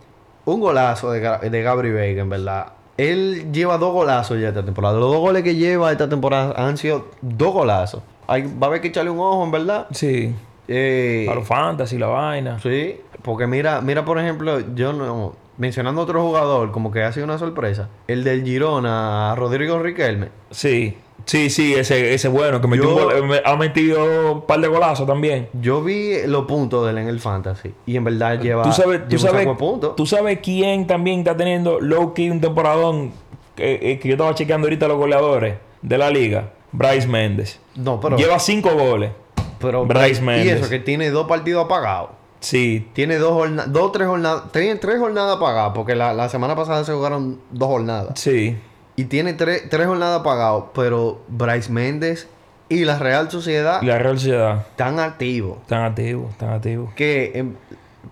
[SPEAKER 1] Un golazo de, Ga- de Gabri Veiga, en verdad. Él lleva dos golazos ya esta temporada. Los dos goles que lleva esta temporada han sido dos golazos. Hay- va a haber que echarle un ojo, en verdad.
[SPEAKER 2] Sí.
[SPEAKER 1] Eh,
[SPEAKER 2] A los fantasy, la vaina.
[SPEAKER 1] sí, porque mira, mira por ejemplo, yo no... Mencionando otro jugador, como que ha sido una sorpresa. El del Girona, Rodrigo Riquelme.
[SPEAKER 2] Sí. Sí, sí, ese, ese bueno, que metió
[SPEAKER 1] Yo-
[SPEAKER 2] un gol- eh, me- ha metido un par de golazos también.
[SPEAKER 1] Yo vi los puntos de él en el Fantasy. Y en verdad lleva...
[SPEAKER 2] Tú sabes, tú
[SPEAKER 1] lleva un
[SPEAKER 2] sabes,
[SPEAKER 1] saco de puntos.
[SPEAKER 2] tú sabes quién también está teniendo low key un temporadón eh, eh, que yo estaba chequeando ahorita los goleadores de la liga. Bryce Méndez.
[SPEAKER 1] No, pero...
[SPEAKER 2] Lleva cinco goles.
[SPEAKER 1] pero
[SPEAKER 2] Bryce
[SPEAKER 1] Y
[SPEAKER 2] Méndez.
[SPEAKER 1] eso, que tiene dos partidos apagados.
[SPEAKER 2] Sí,
[SPEAKER 1] Tiene dos jornadas, dos, tres jornadas, tres, tres jornadas pagadas, porque la, la semana pasada se jugaron dos jornadas.
[SPEAKER 2] sí.
[SPEAKER 1] Y tiene tres, tres jornadas pagadas, pero Bryce Méndez y la Real Sociedad
[SPEAKER 2] Y la Real Sociedad.
[SPEAKER 1] están activos.
[SPEAKER 2] Están activos, están activos.
[SPEAKER 1] Que em,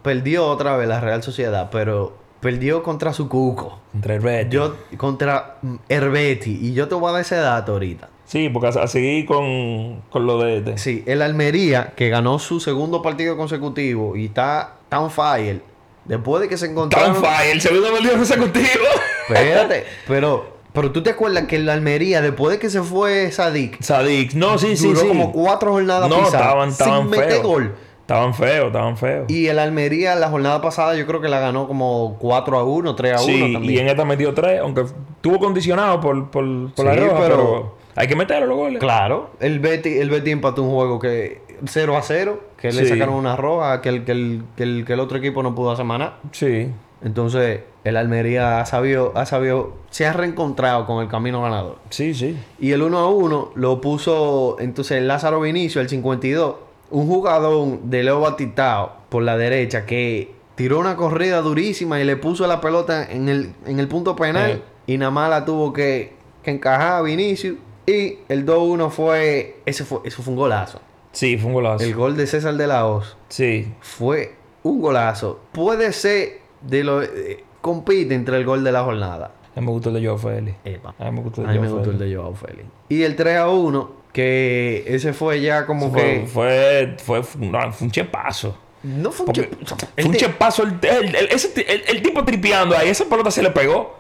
[SPEAKER 1] perdió otra vez la Real Sociedad, pero perdió contra su cuco.
[SPEAKER 2] Entre el Betis.
[SPEAKER 1] Yo contra mm, Herbeti, y yo te voy a dar ese dato ahorita.
[SPEAKER 2] Sí, porque a, a seguir con, con lo de este.
[SPEAKER 1] Sí, el Almería, que ganó su segundo partido consecutivo y está tan fire, después de que se encontraron...
[SPEAKER 2] Tan fire, el segundo partido consecutivo.
[SPEAKER 1] Espérate, pero, pero tú te acuerdas que el Almería, después de que se fue Sadik,
[SPEAKER 2] Sadik. No, sí, sí,
[SPEAKER 1] duró
[SPEAKER 2] sí.
[SPEAKER 1] como cuatro jornadas
[SPEAKER 2] no,
[SPEAKER 1] pisadas
[SPEAKER 2] estaban, estaban
[SPEAKER 1] sin meter
[SPEAKER 2] feos.
[SPEAKER 1] gol.
[SPEAKER 2] Estaban feos, estaban feos.
[SPEAKER 1] Y el Almería la jornada pasada yo creo que la ganó como 4 a 1, 3 a 1
[SPEAKER 2] sí,
[SPEAKER 1] también.
[SPEAKER 2] y en esta metió tres, aunque estuvo condicionado por, por, por la
[SPEAKER 1] Sí,
[SPEAKER 2] roja,
[SPEAKER 1] pero-
[SPEAKER 2] pero... hay que meterlo los goles.
[SPEAKER 1] Claro, el Betty, el Betty empató un juego que 0 a 0, que le
[SPEAKER 2] Sí.
[SPEAKER 1] sacaron una roja, que el, que, el, que, el, que el otro equipo no pudo hacer más nada.
[SPEAKER 2] Sí.
[SPEAKER 1] Entonces, el Almería ha sabido, ha sabido, se ha reencontrado con el camino ganador.
[SPEAKER 2] Sí, sí.
[SPEAKER 1] Y el 1 a 1 lo puso entonces Lázaro Vinicio, el 52. Un jugadón de Leo Batistao por la derecha que tiró una corrida durísima y le puso la pelota en el, en el punto penal. Y nada más la tuvo que, que encajar a Vinicio. Y el 2-1 fue ese, fue. eso fue un golazo.
[SPEAKER 2] Sí, fue un golazo.
[SPEAKER 1] El gol de César de la Hoz
[SPEAKER 2] Sí.
[SPEAKER 1] fue un golazo. Puede ser de lo. eh, compite entre el gol de la jornada.
[SPEAKER 2] A mí me gustó el de Joao Félix.
[SPEAKER 1] Epa.
[SPEAKER 2] A mí me gustó el
[SPEAKER 1] A
[SPEAKER 2] de
[SPEAKER 1] mí me
[SPEAKER 2] Joao
[SPEAKER 1] gustó el
[SPEAKER 2] Félix.
[SPEAKER 1] de Joao Félix. Y el 3 a 1, que ese fue ya como
[SPEAKER 2] Fue,
[SPEAKER 1] que.
[SPEAKER 2] fue, fue, fue- no, fue un chepazo.
[SPEAKER 1] No fue un
[SPEAKER 2] Porque
[SPEAKER 1] chip.
[SPEAKER 2] fue un chepazo. El, el- el- ese ti- el- el tipo tripeando ahí, esa pelota se le pegó.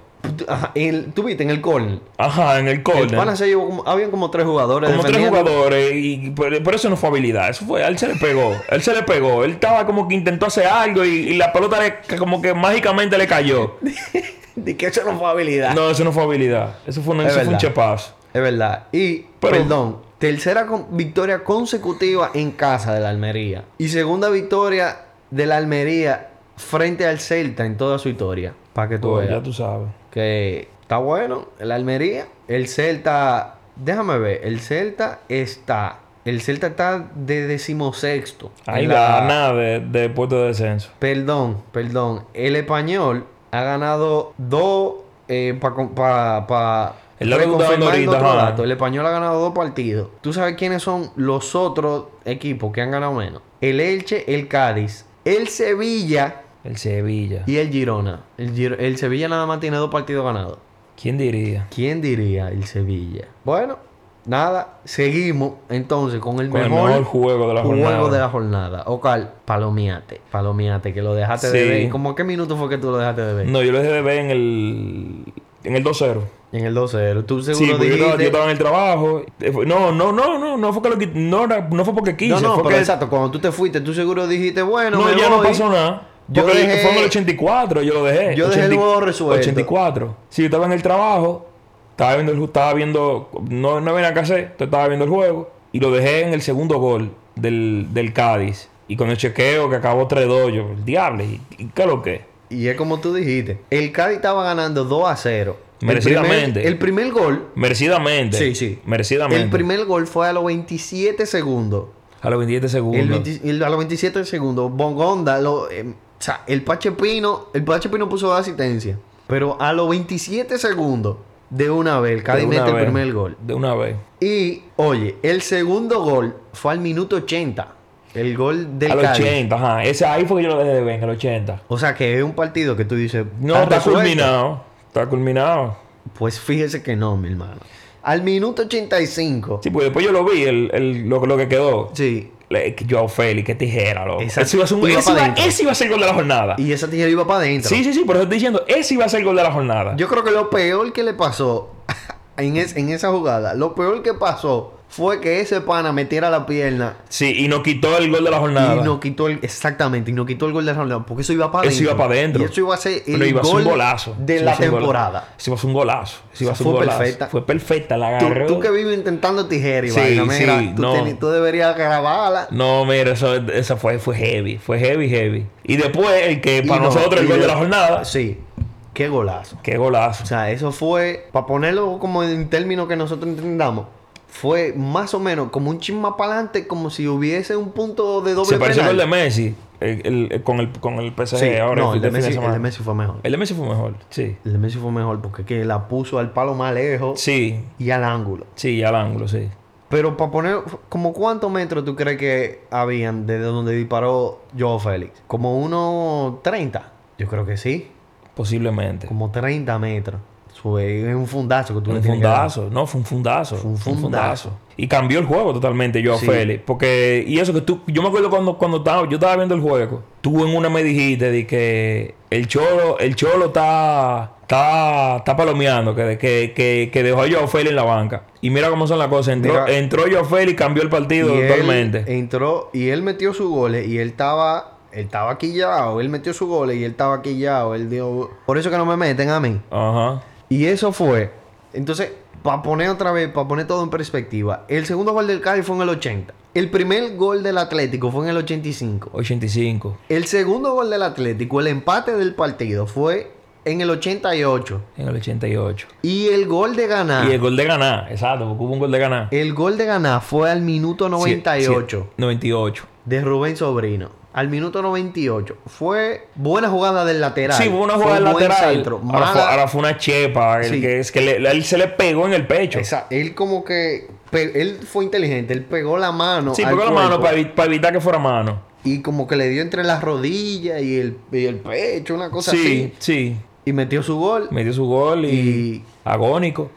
[SPEAKER 1] Tú viste en el corner.
[SPEAKER 2] Ajá, en el
[SPEAKER 1] El pana
[SPEAKER 2] corner.
[SPEAKER 1] se llevó como. Habían como tres jugadores.
[SPEAKER 2] Como tres
[SPEAKER 1] defendiendo.
[SPEAKER 2] jugadores y por, por eso no fue habilidad. Eso fue, a él se le pegó. Él se le pegó. Él estaba como que intentó hacer algo y, y la pelota le- como que mágicamente le cayó.
[SPEAKER 1] De que eso no fue habilidad.
[SPEAKER 2] No, eso no fue habilidad. Eso fue, un-
[SPEAKER 1] Es
[SPEAKER 2] eso fue un
[SPEAKER 1] verdad.
[SPEAKER 2] chepazo.
[SPEAKER 1] Es verdad. Y,
[SPEAKER 2] Pero-
[SPEAKER 1] perdón, tercera con- victoria consecutiva en casa de la Almería. Y segunda victoria de la Almería frente al Celta en toda su historia. Para que tú
[SPEAKER 2] Pues,
[SPEAKER 1] veas.
[SPEAKER 2] ya tú sabes.
[SPEAKER 1] que está bueno. El Almería, el Celta, déjame ver, el Celta está El Celta está de decimosexto.
[SPEAKER 2] Ahí
[SPEAKER 1] En
[SPEAKER 2] la nada de, de puesto de descenso.
[SPEAKER 1] Perdón, perdón. El español ha ganado dos para pa, pa-
[SPEAKER 2] Es lo que tú estabas
[SPEAKER 1] reconfirmando
[SPEAKER 2] dando ahorita,
[SPEAKER 1] otro
[SPEAKER 2] ajá.
[SPEAKER 1] dato. El español ha ganado dos partidos. ¿Tú sabes quiénes son los otros equipos que han ganado menos? El Elche, el Cádiz, el Sevilla
[SPEAKER 2] El Sevilla.
[SPEAKER 1] y el Girona. El, Gir- el Sevilla nada más tiene dos partidos ganados.
[SPEAKER 2] ¿Quién diría?
[SPEAKER 1] ¿Quién diría el Sevilla? Bueno, nada, seguimos entonces con el,
[SPEAKER 2] Con el
[SPEAKER 1] mejor,
[SPEAKER 2] mejor juego de la jornada.
[SPEAKER 1] juego de la jornada. Ocal, palomiate, palomiate, que lo dejaste de
[SPEAKER 2] Sí.
[SPEAKER 1] ver. ¿Cómo qué minuto fue que tú lo dejaste de ver?
[SPEAKER 2] No, yo lo dejé de ver en el, en el 2-0.
[SPEAKER 1] En el 2-0. Tú seguro
[SPEAKER 2] Sí, porque yo estaba, yo
[SPEAKER 1] dijiste...
[SPEAKER 2] estaba en el trabajo. Eh, fue- No, no, no, no, no fue, que lo quit- no, era- no fue porque quise.
[SPEAKER 1] no, no,
[SPEAKER 2] fue
[SPEAKER 1] pero
[SPEAKER 2] que-
[SPEAKER 1] exacto, cuando tú te fuiste, tú seguro dijiste, bueno,
[SPEAKER 2] no,
[SPEAKER 1] me
[SPEAKER 2] ya no
[SPEAKER 1] voy.
[SPEAKER 2] pasó nada.
[SPEAKER 1] Yo
[SPEAKER 2] Porque
[SPEAKER 1] dejé-
[SPEAKER 2] fue en el 84, yo lo dejé.
[SPEAKER 1] Yo dejé el juego resuelto.
[SPEAKER 2] 84. Sí, yo estaba en el trabajo, estaba viendo, el ju- estaba viendo no, no había nada que hacer, entonces estaba viendo el juego y lo dejé en el segundo gol del, del Cádiz. Y con el chequeo que acabó 3-2, yo, el diable, ¿y, y qué lo que?
[SPEAKER 1] Y es como tú dijiste. El Cádiz estaba ganando 2 a 0. El
[SPEAKER 2] Merecidamente.
[SPEAKER 1] primer- El primer, gol,
[SPEAKER 2] Merecidamente.
[SPEAKER 1] Sí, sí.
[SPEAKER 2] Merecidamente.
[SPEAKER 1] el primer gol fue a los 27 segundos.
[SPEAKER 2] A los 27 segundos.
[SPEAKER 1] El 20 el- a los 27 segundos, Bongonda, lo, eh, o sea, el Pache Pino, el Pache Pino puso dos asistencias, pero a los 27 segundos de una vez, el
[SPEAKER 2] De
[SPEAKER 1] Cádiz
[SPEAKER 2] una
[SPEAKER 1] mete el
[SPEAKER 2] vez.
[SPEAKER 1] primer gol.
[SPEAKER 2] De una vez.
[SPEAKER 1] Y, oye, el segundo gol fue al minuto 80, el gol del
[SPEAKER 2] a los
[SPEAKER 1] Cádiz.
[SPEAKER 2] 80, ajá. Ese ahí fue que yo lo dejé de ver, en el 80.
[SPEAKER 1] O sea, que es un partido que tú dices,
[SPEAKER 2] No, está,
[SPEAKER 1] resuelto.
[SPEAKER 2] culminado. Está culminado.
[SPEAKER 1] Pues fíjese que no, mi hermano. Al minuto 85,
[SPEAKER 2] Sí, pues después yo lo vi, el, el- lo, lo que quedó.
[SPEAKER 1] sí,
[SPEAKER 2] Le- Joao Félix, qué tijera, loco.
[SPEAKER 1] Exacto.
[SPEAKER 2] Ese iba, a ser un-
[SPEAKER 1] Iba
[SPEAKER 2] ese
[SPEAKER 1] pa'
[SPEAKER 2] iba-
[SPEAKER 1] dentro.
[SPEAKER 2] ese iba a ser el gol de la jornada.
[SPEAKER 1] y esa tijera iba para adentro.
[SPEAKER 2] Sí, sí, sí, por eso estoy diciendo, ese iba a ser el gol de la jornada.
[SPEAKER 1] Yo creo que lo peor que le pasó en, es- en esa jugada, lo peor que pasó fue que ese pana metiera la pierna
[SPEAKER 2] Sí, y nos quitó el gol de la jornada.
[SPEAKER 1] y no quitó el. Exactamente, y no quitó el gol de Ronaldo. Porque eso iba para
[SPEAKER 2] Eso
[SPEAKER 1] adentro.
[SPEAKER 2] iba pa' dentro.
[SPEAKER 1] Y eso iba a ser el
[SPEAKER 2] Pero iba a ser
[SPEAKER 1] gol
[SPEAKER 2] un golazo.
[SPEAKER 1] de
[SPEAKER 2] Eso iba
[SPEAKER 1] la
[SPEAKER 2] a ser un
[SPEAKER 1] temporada.
[SPEAKER 2] golazo. Eso iba a ser un golazo. Eso iba a
[SPEAKER 1] Esa
[SPEAKER 2] ser un
[SPEAKER 1] fue
[SPEAKER 2] golazo.
[SPEAKER 1] perfecta.
[SPEAKER 2] Fue perfecta, la
[SPEAKER 1] Tú,
[SPEAKER 2] agarró.
[SPEAKER 1] tú que vives intentando tijera y
[SPEAKER 2] Sí,
[SPEAKER 1] vaina, mira,
[SPEAKER 2] sí,
[SPEAKER 1] tú,
[SPEAKER 2] no.
[SPEAKER 1] teni- tú deberías grabarla.
[SPEAKER 2] No, mira, eso, esa fue, fue heavy. Fue heavy, heavy. Y después, el que
[SPEAKER 1] Y
[SPEAKER 2] para
[SPEAKER 1] no,
[SPEAKER 2] nosotros el
[SPEAKER 1] y
[SPEAKER 2] gol
[SPEAKER 1] de-
[SPEAKER 2] de la jornada.
[SPEAKER 1] Sí, qué golazo.
[SPEAKER 2] Qué golazo.
[SPEAKER 1] O sea, eso fue, para ponerlo como en términos que nosotros entendamos, fue más o menos como un chisma para adelante, como si hubiese un punto de doble
[SPEAKER 2] Se pareció
[SPEAKER 1] penal.
[SPEAKER 2] al de Messi el- el- el- con, el, con el PSG.
[SPEAKER 1] Sí,
[SPEAKER 2] ahora
[SPEAKER 1] no, el de,
[SPEAKER 2] fin de
[SPEAKER 1] Messi,
[SPEAKER 2] semana.
[SPEAKER 1] el de Messi fue mejor.
[SPEAKER 2] El de Messi fue mejor, sí.
[SPEAKER 1] El de Messi fue mejor porque que la puso al palo más lejos
[SPEAKER 2] Sí,
[SPEAKER 1] y al ángulo.
[SPEAKER 2] sí, al ángulo, sí.
[SPEAKER 1] Pero para poner, ¿como cuántos metros tú crees que habían desde donde disparó Joe Félix? Como unos 30. Yo creo que sí.
[SPEAKER 2] Posiblemente.
[SPEAKER 1] Como 30 metros. Fue un fundazo que tú le
[SPEAKER 2] Un
[SPEAKER 1] tienes que dar.
[SPEAKER 2] fundazo, no, fue un fundazo.
[SPEAKER 1] Fue un
[SPEAKER 2] fue
[SPEAKER 1] fundazo.
[SPEAKER 2] Y cambió el juego totalmente, yo
[SPEAKER 1] Sí.
[SPEAKER 2] Félix. Porque, y eso que tú, yo me acuerdo cuando, cuando estaba, yo estaba viendo el juego, tú en una me dijiste de que el Cholo, el Cholo está, está, está palomeando, que, que, que, que dejó a Joao Félix en la banca. Y mira cómo son las cosas, entró,
[SPEAKER 1] Mira.
[SPEAKER 2] entró Joao Félix, cambió el partido
[SPEAKER 1] Y él
[SPEAKER 2] totalmente.
[SPEAKER 1] entró y él metió sus goles y él estaba, él estaba quillado, él metió sus goles y él estaba quillado, él dio, por eso que no me meten a mí.
[SPEAKER 2] Ajá.
[SPEAKER 1] Y eso fue. Entonces, para poner otra vez, para poner todo en perspectiva, el segundo gol del Cádiz fue en el 80. El primer gol del Atlético fue en el 85.
[SPEAKER 2] 85.
[SPEAKER 1] El segundo gol del Atlético, el empate del partido fue en el 88.
[SPEAKER 2] En el 88.
[SPEAKER 1] Y el gol de ganar,
[SPEAKER 2] Y el
[SPEAKER 1] el...
[SPEAKER 2] gol de ganar, exacto, porque hubo un gol de ganar.
[SPEAKER 1] gol de ganar fue al minuto 98.
[SPEAKER 2] Sí, sí, 98.
[SPEAKER 1] de Rubén Sobrino. Al minuto 98. Fue buena jugada del lateral.
[SPEAKER 2] Sí, hubo una
[SPEAKER 1] Fue
[SPEAKER 2] jugada
[SPEAKER 1] un buen
[SPEAKER 2] lateral.
[SPEAKER 1] centro.
[SPEAKER 2] ahora, fue,
[SPEAKER 1] Mala-
[SPEAKER 2] ahora fue una chepa. el
[SPEAKER 1] Sí.
[SPEAKER 2] que, es que le- él se le pegó en el pecho.
[SPEAKER 1] Esa- él como que... pe- Él fue inteligente. Él pegó la mano
[SPEAKER 2] Sí,
[SPEAKER 1] al
[SPEAKER 2] pegó la mano
[SPEAKER 1] cuerpo
[SPEAKER 2] para, evi- para evitar que fuera mano.
[SPEAKER 1] Y como que le dio entre las rodillas y el, y el pecho, una cosa
[SPEAKER 2] sí,
[SPEAKER 1] así.
[SPEAKER 2] sí.
[SPEAKER 1] Y metió su gol.
[SPEAKER 2] Metió su gol y...
[SPEAKER 1] Y...
[SPEAKER 2] Agónico.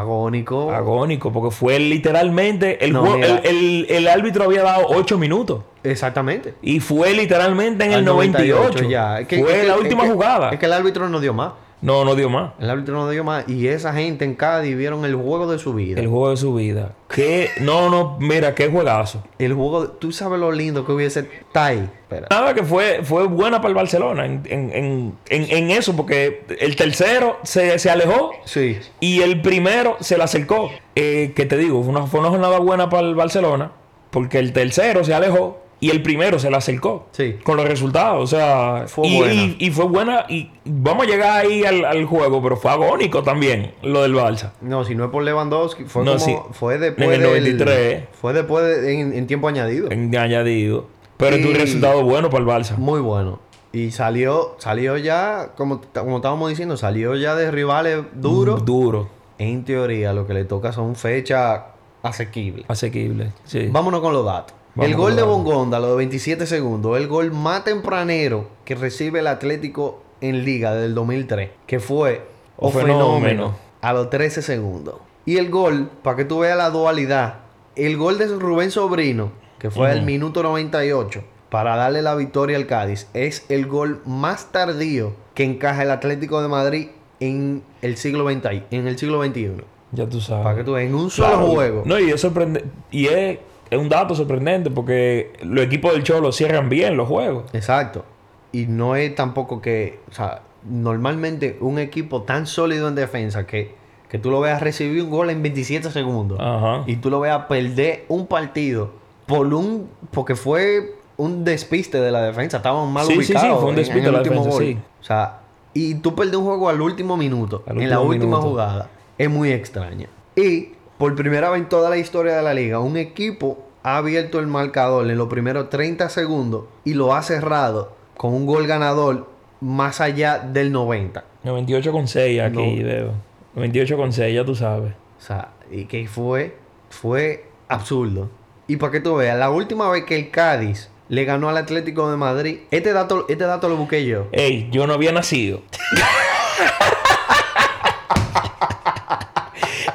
[SPEAKER 1] Agónico.
[SPEAKER 2] Agónico. Porque fue literalmente... El,
[SPEAKER 1] No,
[SPEAKER 2] jue-
[SPEAKER 1] mira.
[SPEAKER 2] el, el- el árbitro había dado 8 minutos.
[SPEAKER 1] Exactamente.
[SPEAKER 2] Y fue literalmente en
[SPEAKER 1] Al
[SPEAKER 2] el 98.
[SPEAKER 1] ya. Es que-
[SPEAKER 2] fue
[SPEAKER 1] es que-
[SPEAKER 2] la
[SPEAKER 1] es
[SPEAKER 2] última
[SPEAKER 1] que-
[SPEAKER 2] jugada.
[SPEAKER 1] Es que el árbitro no dio más.
[SPEAKER 2] No, no dio más.
[SPEAKER 1] El árbitro no dio más. Y esa gente en Cádiz vieron el juego de su vida.
[SPEAKER 2] El juego de su vida. Que... No, no. Mira, qué juegazo.
[SPEAKER 1] El juego, tú sabes lo lindo que hubiese Tai. Espera.
[SPEAKER 2] Nada, que fue, fue buena para el Barcelona en, en- en- en- en eso, porque el tercero se, se alejó
[SPEAKER 1] Sí.
[SPEAKER 2] y el primero se le acercó. Eh, que te digo, fue una, fue una jornada buena para el Barcelona, porque el tercero se alejó Y el primero se la acercó.
[SPEAKER 1] Sí.
[SPEAKER 2] Con los resultados. O sea.
[SPEAKER 1] Fue
[SPEAKER 2] y,
[SPEAKER 1] buena.
[SPEAKER 2] Y, y fue buena. Y vamos a llegar ahí al, al juego, pero fue agónico también lo del Barça.
[SPEAKER 1] No, si no es por Lewandowski, fue
[SPEAKER 2] No,
[SPEAKER 1] como-
[SPEAKER 2] sí.
[SPEAKER 1] fue después
[SPEAKER 2] En el 93.
[SPEAKER 1] del fue después de- en, en tiempo añadido.
[SPEAKER 2] Añadido. Pero es un
[SPEAKER 1] Y-
[SPEAKER 2] resultado bueno para el Barça.
[SPEAKER 1] Muy bueno. Y salió salió ya como como estábamos diciendo, salió ya de rivales
[SPEAKER 2] Mm,
[SPEAKER 1] duros.
[SPEAKER 2] Duro.
[SPEAKER 1] En teoría lo que le toca son fechas asequibles.
[SPEAKER 2] Asequible. Sí.
[SPEAKER 1] Vámonos con los datos.
[SPEAKER 2] Vamos
[SPEAKER 1] el
[SPEAKER 2] con
[SPEAKER 1] gol
[SPEAKER 2] los
[SPEAKER 1] de
[SPEAKER 2] datos.
[SPEAKER 1] Bongonda, lo de 27 segundos, el gol más tempranero que recibe el Atlético en Liga del 2003, que fue
[SPEAKER 2] O
[SPEAKER 1] o
[SPEAKER 2] fenómeno.
[SPEAKER 1] fenómeno, a los 13 segundos. Y el gol, para que tú veas la dualidad, el gol de Rubén Sobrino, que fue al minuto 98, para darle la victoria al Cádiz, es el gol más tardío que encaja el Atlético de Madrid en el siglo, 20 y- en el siglo XXI.
[SPEAKER 2] Ya tú sabes.
[SPEAKER 1] Para que tú veas, en un solo
[SPEAKER 2] Claro.
[SPEAKER 1] juego.
[SPEAKER 2] No, y es sorprendente. Y es, es un dato sorprendente porque los equipos del Cholo cierran bien los juegos.
[SPEAKER 1] Exacto. Y no es tampoco que, o sea, normalmente un equipo tan sólido en defensa que, que tú lo veas recibir un gol en 27 segundos
[SPEAKER 2] Ajá.
[SPEAKER 1] y tú lo veas perder un partido por un porque fue un despiste de la defensa, estaban mal
[SPEAKER 2] Sí, sí, sí,
[SPEAKER 1] ubicados.
[SPEAKER 2] fue un
[SPEAKER 1] en-
[SPEAKER 2] despiste
[SPEAKER 1] en el
[SPEAKER 2] de la
[SPEAKER 1] último
[SPEAKER 2] defensa,
[SPEAKER 1] gol.
[SPEAKER 2] sí.
[SPEAKER 1] O sea, y tú perdés un juego al último minuto,
[SPEAKER 2] Al
[SPEAKER 1] en la
[SPEAKER 2] último
[SPEAKER 1] última
[SPEAKER 2] minuto.
[SPEAKER 1] jugada, es muy extraña. Y por primera vez en toda la historia de la liga, un equipo ha abierto el marcador en los primeros 30 segundos y lo ha cerrado con un gol ganador más allá del 90.
[SPEAKER 2] 98,6 aquí
[SPEAKER 1] No.
[SPEAKER 2] veo. 98,6, ya tú sabes.
[SPEAKER 1] O sea, y que fue, fue absurdo. Y para que tú veas, la última vez que el Cádiz le ganó al Atlético de Madrid, este dato, este dato lo busqué yo.
[SPEAKER 2] Ey, yo no había nacido.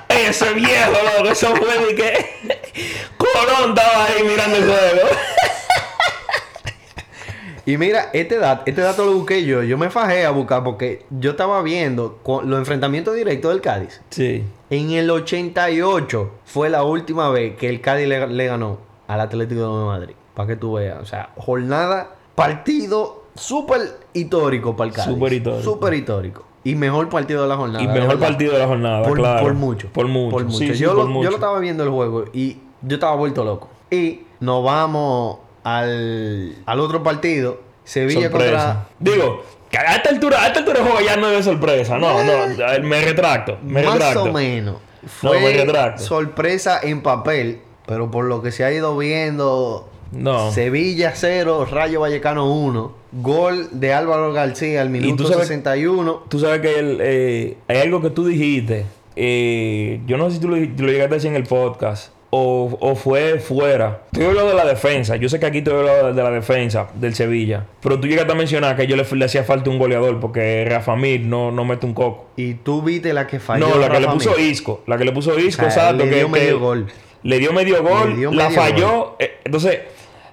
[SPEAKER 2] Ey, ese viejo, loco, eso fue de que. Colón estaba ahí mirando el juego.
[SPEAKER 1] Y mira, este dato, este dato lo busqué yo. Yo me fajé a buscar porque yo estaba viendo cu- los enfrentamientos directos del Cádiz.
[SPEAKER 2] Sí.
[SPEAKER 1] En el 88 fue la última vez que el Cádiz le, le ganó al Atlético de Madrid. Para que tú veas. O sea, jornada, partido súper histórico para el Cádiz.
[SPEAKER 2] Súper histórico.
[SPEAKER 1] Súper histórico. Y mejor partido de la jornada.
[SPEAKER 2] y
[SPEAKER 1] Ah, de
[SPEAKER 2] mejor
[SPEAKER 1] verdad.
[SPEAKER 2] partido de la jornada,
[SPEAKER 1] por,
[SPEAKER 2] Ah, claro.
[SPEAKER 1] por mucho.
[SPEAKER 2] Por mucho.
[SPEAKER 1] Por
[SPEAKER 2] Sí, sí,
[SPEAKER 1] yo,
[SPEAKER 2] por
[SPEAKER 1] lo,
[SPEAKER 2] mucho.
[SPEAKER 1] yo lo estaba viendo el juego y yo estaba vuelto loco. Y nos vamos al, al otro partido. Sevilla
[SPEAKER 2] sorpresa.
[SPEAKER 1] contra...
[SPEAKER 2] Digo, que a esta altura, a esta altura del juego ya no es sorpresa. No, no, a ver, me retracto. Me
[SPEAKER 1] Eh. más
[SPEAKER 2] retracto.
[SPEAKER 1] o menos. Fue
[SPEAKER 2] me retracto.
[SPEAKER 1] sorpresa en papel, pero por lo que se ha ido viendo...
[SPEAKER 2] No.
[SPEAKER 1] Sevilla 0, Rayo Vallecano 1. Gol de Álvaro García al minuto
[SPEAKER 2] sabes-
[SPEAKER 1] 61.
[SPEAKER 2] Tú sabes que el, eh, hay algo que tú dijiste. eh, yo no sé si tú lo, lo llegaste a decir en el podcast. O, o fue fuera. Tú hablando de la defensa. Yo sé que aquí tú hablando de la defensa del Sevilla. Pero tú llegaste a mencionar que yo le, le hacía falta un goleador porque Rafa Mir no, no mete un coco.
[SPEAKER 1] Y tú viste la que falló.
[SPEAKER 2] no, la que le
[SPEAKER 1] Rafa
[SPEAKER 2] puso
[SPEAKER 1] Mir.
[SPEAKER 2] Isco. La que le puso Isco,
[SPEAKER 1] O sea,
[SPEAKER 2] exacto.
[SPEAKER 1] le
[SPEAKER 2] que,
[SPEAKER 1] dio
[SPEAKER 2] que
[SPEAKER 1] medio gol.
[SPEAKER 2] Le dio medio gol.
[SPEAKER 1] Le dio
[SPEAKER 2] la
[SPEAKER 1] medio
[SPEAKER 2] falló. eh, entonces,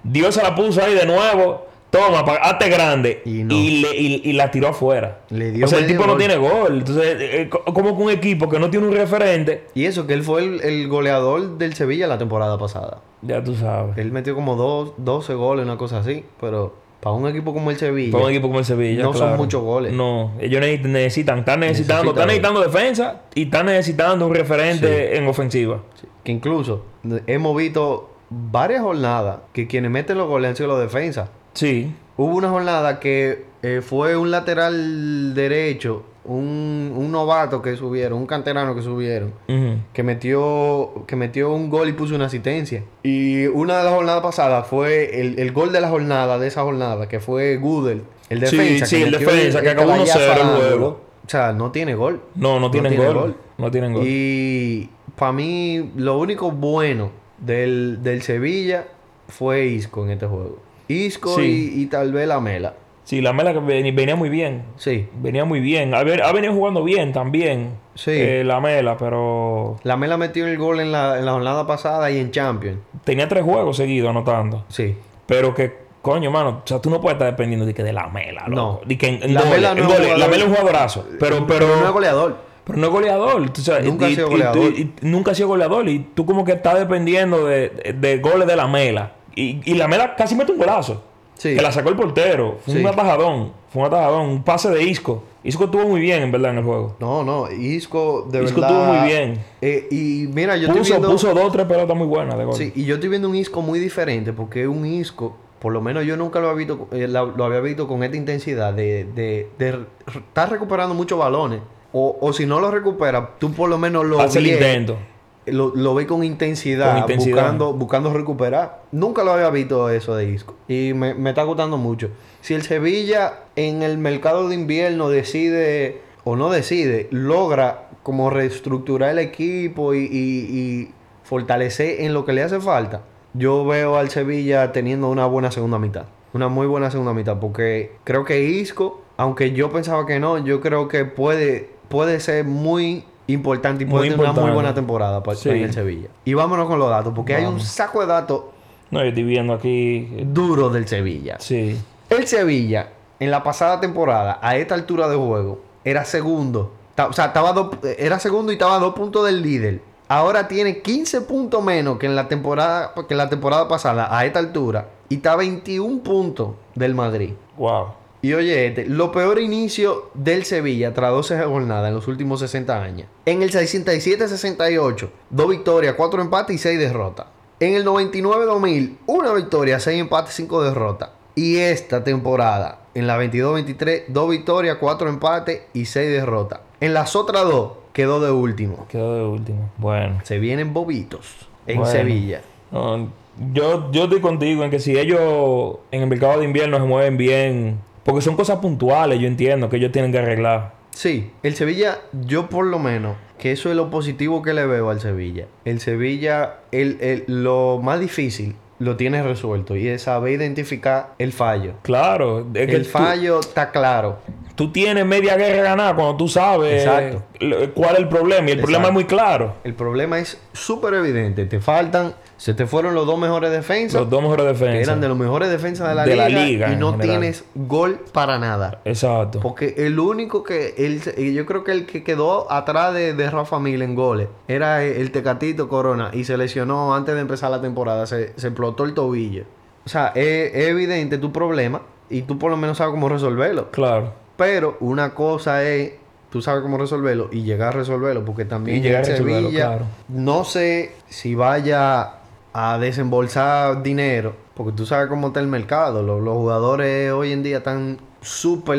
[SPEAKER 2] Dios se la puso ahí de nuevo. Toma, pa- hazte grande.
[SPEAKER 1] Y no.
[SPEAKER 2] le- y- y la tiró afuera.
[SPEAKER 1] Le dio
[SPEAKER 2] o sea, el
[SPEAKER 1] medio
[SPEAKER 2] tipo no
[SPEAKER 1] gol.
[SPEAKER 2] tiene gol. Entonces, eh, eh, co- como que un equipo que no tiene un referente,
[SPEAKER 1] Y eso, que él fue el, el goleador del Sevilla la temporada pasada.
[SPEAKER 2] ya tú sabes.
[SPEAKER 1] Él metió como dos, 12 goles, una cosa así. Pero para un equipo como el Sevilla,
[SPEAKER 2] Para un equipo como el Sevilla.
[SPEAKER 1] No son
[SPEAKER 2] claro.
[SPEAKER 1] muchos goles.
[SPEAKER 2] No, ellos neces- necesitan, están necesitando,
[SPEAKER 1] Necesita
[SPEAKER 2] están necesitando defensa y están necesitando un referente en ofensiva.
[SPEAKER 1] que incluso hemos visto varias jornadas que quienes meten los goles han sido los defensas.
[SPEAKER 2] Sí.
[SPEAKER 1] Hubo una jornada que eh, fue un lateral derecho, un, un novato que subieron, un canterano que subieron.
[SPEAKER 2] Ujú.
[SPEAKER 1] que metió, que metió un gol y puso una asistencia. Y una de las jornadas pasadas fue el, el gol de la jornada, de esa jornada, que fue Goodell, el
[SPEAKER 2] Sí,
[SPEAKER 1] defensa.
[SPEAKER 2] sí, el
[SPEAKER 1] metió
[SPEAKER 2] defensa, que acabó
[SPEAKER 1] caballazo
[SPEAKER 2] 1-0 el
[SPEAKER 1] al ángulo.
[SPEAKER 2] juego.
[SPEAKER 1] O sea, no tiene gol.
[SPEAKER 2] No, no tienen
[SPEAKER 1] tiene
[SPEAKER 2] gol.
[SPEAKER 1] gol.
[SPEAKER 2] No tienen gol.
[SPEAKER 1] Y para mí, lo único bueno del, del Sevilla fue Isco en este juego. Isco
[SPEAKER 2] Sí.
[SPEAKER 1] y, y tal vez la Mela.
[SPEAKER 2] Sí, la Mela que ven- venía muy bien.
[SPEAKER 1] Sí.
[SPEAKER 2] Venía muy bien. A ver, ha venido jugando bien también.
[SPEAKER 1] Sí.
[SPEAKER 2] eh, la Mela, pero
[SPEAKER 1] La Mela metió el gol en la, en la jornada pasada y en Champions.
[SPEAKER 2] tenía tres juegos seguidos anotando.
[SPEAKER 1] Sí.
[SPEAKER 2] Pero que, coño, mano, o sea, tú no puedes estar dependiendo de que de la Mela, loco.
[SPEAKER 1] No.
[SPEAKER 2] De que en- en
[SPEAKER 1] La
[SPEAKER 2] goles,
[SPEAKER 1] Mela
[SPEAKER 2] en
[SPEAKER 1] no es
[SPEAKER 2] goles.
[SPEAKER 1] jugador.
[SPEAKER 2] La Mela es un jugadorazo. Pero, pero,
[SPEAKER 1] no es goleador.
[SPEAKER 2] pero no es goleador. tú sabes,
[SPEAKER 1] Nunca ha sido
[SPEAKER 2] tú-
[SPEAKER 1] goleador.
[SPEAKER 2] y- nunca ha sido goleador. Y tú como que estás dependiendo de, de goles de la Mela. Y, y la Mela casi mete un golazo.
[SPEAKER 1] Sí.
[SPEAKER 2] que la sacó el portero. Fue
[SPEAKER 1] Sí.
[SPEAKER 2] un atajadón, fue un atajadón, un pase de Isco. Isco estuvo muy bien, en verdad, en el juego.
[SPEAKER 1] No, no, Isco de
[SPEAKER 2] Isco
[SPEAKER 1] verdad.
[SPEAKER 2] estuvo muy bien.
[SPEAKER 1] Eh, y mira, yo estoy
[SPEAKER 2] Puso,
[SPEAKER 1] viendo.
[SPEAKER 2] puso dos o tres pelotas muy buenas de gol.
[SPEAKER 1] Sí, y yo estoy viendo un Isco muy diferente, porque es un Isco, por lo menos yo nunca lo había visto, eh, la- lo había visto con esta intensidad de, de, de r- estar recuperando muchos balones. O, o si no lo recupera, tú por lo menos lo
[SPEAKER 2] Hace el
[SPEAKER 1] ves-
[SPEAKER 2] intento.
[SPEAKER 1] Lo, lo ves con intensidad,
[SPEAKER 2] Con intensidad.
[SPEAKER 1] Buscando, buscando recuperar. Nunca lo había visto eso de Isco. Y me, me está gustando mucho. Si el Sevilla en el mercado de invierno decide, o no decide, logra como reestructurar el equipo y, y- y fortalecer en lo que le hace falta, yo veo al Sevilla teniendo una buena segunda mitad. Una muy buena segunda mitad. Porque creo que Isco, aunque yo pensaba que no, yo creo que puede, puede ser muy importante y
[SPEAKER 2] Muy
[SPEAKER 1] puede tener una muy
[SPEAKER 2] importante.
[SPEAKER 1] buena temporada para
[SPEAKER 2] Sí.
[SPEAKER 1] en el Sevilla. Y vámonos con los datos, porque hay un
[SPEAKER 2] Vamos.
[SPEAKER 1] saco de datos
[SPEAKER 2] No, yo estoy viendo aquí. eh,
[SPEAKER 1] duros del Sevilla.
[SPEAKER 2] Sí.
[SPEAKER 1] El Sevilla, en la pasada temporada, a esta altura de juego, era segundo. Ta- O sea, estaba dos- era segundo y estaba a dos puntos del líder. Ahora tiene 15 puntos menos que en la temporada, que en la temporada pasada, a esta altura. Y está a 21 puntos del Madrid.
[SPEAKER 2] Wow.
[SPEAKER 1] Y oye, este, lo peor inicio del Sevilla tras 12 jornadas en los últimos 60 años. En el 67-68, dos victorias, cuatro empates y seis derrotas. En el 99-2000, una victoria, seis empates, cinco derrotas. Y esta temporada, en la 22-23, dos victorias, cuatro empates y seis derrotas. En las otras dos, quedó de último.
[SPEAKER 2] Quedó de último. Bueno.
[SPEAKER 1] Se vienen bobitos en
[SPEAKER 2] Bueno.
[SPEAKER 1] Sevilla.
[SPEAKER 2] No, yo, yo estoy contigo en que si ellos en el mercado de invierno se mueven bien, porque son cosas puntuales, yo entiendo, que ellos tienen que arreglar.
[SPEAKER 1] Sí, el Sevilla, yo por lo menos, que eso es lo positivo que le veo al Sevilla. El Sevilla, el, el- lo más difícil lo tiene resuelto y es saber identificar el fallo.
[SPEAKER 2] Claro, es que
[SPEAKER 1] el
[SPEAKER 2] tú-
[SPEAKER 1] fallo está claro.
[SPEAKER 2] tú, tienes media guerra ganada cuando tú sabes
[SPEAKER 1] Exacto.
[SPEAKER 2] lo- cuál es el problema, y el problema es muy claro.
[SPEAKER 1] El problema es súper evidente. Te faltan, se te fueron los dos mejores defensas,
[SPEAKER 2] Los dos mejores
[SPEAKER 1] que
[SPEAKER 2] defensas.
[SPEAKER 1] eran de los mejores defensas de la,
[SPEAKER 2] De
[SPEAKER 1] liga,
[SPEAKER 2] la liga
[SPEAKER 1] y
[SPEAKER 2] en
[SPEAKER 1] no
[SPEAKER 2] general.
[SPEAKER 1] tienes gol para nada.
[SPEAKER 2] Exacto.
[SPEAKER 1] Porque el único que. El, yo creo que el que quedó atrás de, de Rafa Mil en goles era el, el Tecatito Corona y se lesionó antes de empezar la temporada. Se, se explotó el tobillo. O sea, es, es evidente tu problema y tú por lo menos sabes cómo resolverlo.
[SPEAKER 2] Claro.
[SPEAKER 1] Pero una cosa es. Tú sabes cómo resolverlo y llegar a resolverlo, porque también
[SPEAKER 2] Y llegar
[SPEAKER 1] en
[SPEAKER 2] a resolverlo,
[SPEAKER 1] Sevilla,
[SPEAKER 2] claro.
[SPEAKER 1] No sé si vaya a desembolsar dinero, porque tú sabes cómo está el mercado. Los, los jugadores hoy en día están súper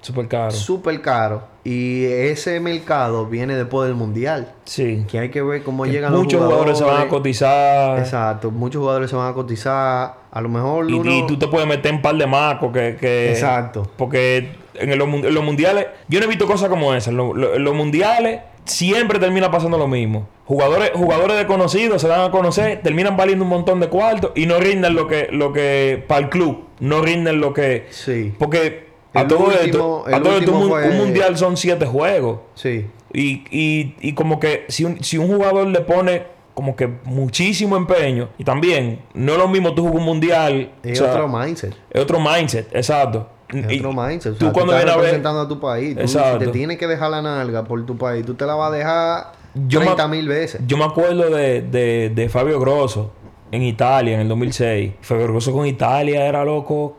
[SPEAKER 2] Súper caro.
[SPEAKER 1] súper caro. Y ese mercado viene después del mundial.
[SPEAKER 2] Sí.
[SPEAKER 1] Que hay que ver cómo llegan
[SPEAKER 2] Muchos
[SPEAKER 1] los
[SPEAKER 2] jugadores se van a cotizar.
[SPEAKER 1] Exacto, muchos jugadores se van a cotizar. A lo mejor
[SPEAKER 2] Y,
[SPEAKER 1] uno.
[SPEAKER 2] y tú te puedes meter en par de macos que, que-
[SPEAKER 1] Exacto.
[SPEAKER 2] Porque en los, mun- en los mundiales, yo no he visto cosas como esas. En los, lo- en los mundiales siempre termina pasando lo mismo. Jugadores, jugadores desconocidos se dan a conocer, terminan valiendo un montón de cuartos y no rinden lo que, lo que para el club, no rinden lo que.
[SPEAKER 1] Sí,
[SPEAKER 2] Porque a
[SPEAKER 1] El
[SPEAKER 2] todo
[SPEAKER 1] último-
[SPEAKER 2] esto, a
[SPEAKER 1] el
[SPEAKER 2] todo esto
[SPEAKER 1] último
[SPEAKER 2] un, mun- un
[SPEAKER 1] fue-
[SPEAKER 2] mundial son siete juegos.
[SPEAKER 1] sí.
[SPEAKER 2] Y, y, y como que si un, si un jugador le pone como que muchísimo empeño, y también no es lo mismo tú jugar un mundial,
[SPEAKER 1] Es
[SPEAKER 2] o sea,
[SPEAKER 1] otro mindset.
[SPEAKER 2] es otro mindset, exacto.
[SPEAKER 1] Es
[SPEAKER 2] Y-
[SPEAKER 1] otro mindset. O sea,
[SPEAKER 2] tú
[SPEAKER 1] tú
[SPEAKER 2] cuando
[SPEAKER 1] estás
[SPEAKER 2] vienes a ver-
[SPEAKER 1] representando a tu país. Tú, si te
[SPEAKER 2] Exacto.
[SPEAKER 1] tienes que dejar la nalga por tu país, tú te la vas a dejar
[SPEAKER 2] Yo me-
[SPEAKER 1] 30 mil veces.
[SPEAKER 2] Yo me acuerdo de, de, de Fabio Grosso en Italia en el 2006. Fabio Grosso con Italia era loco.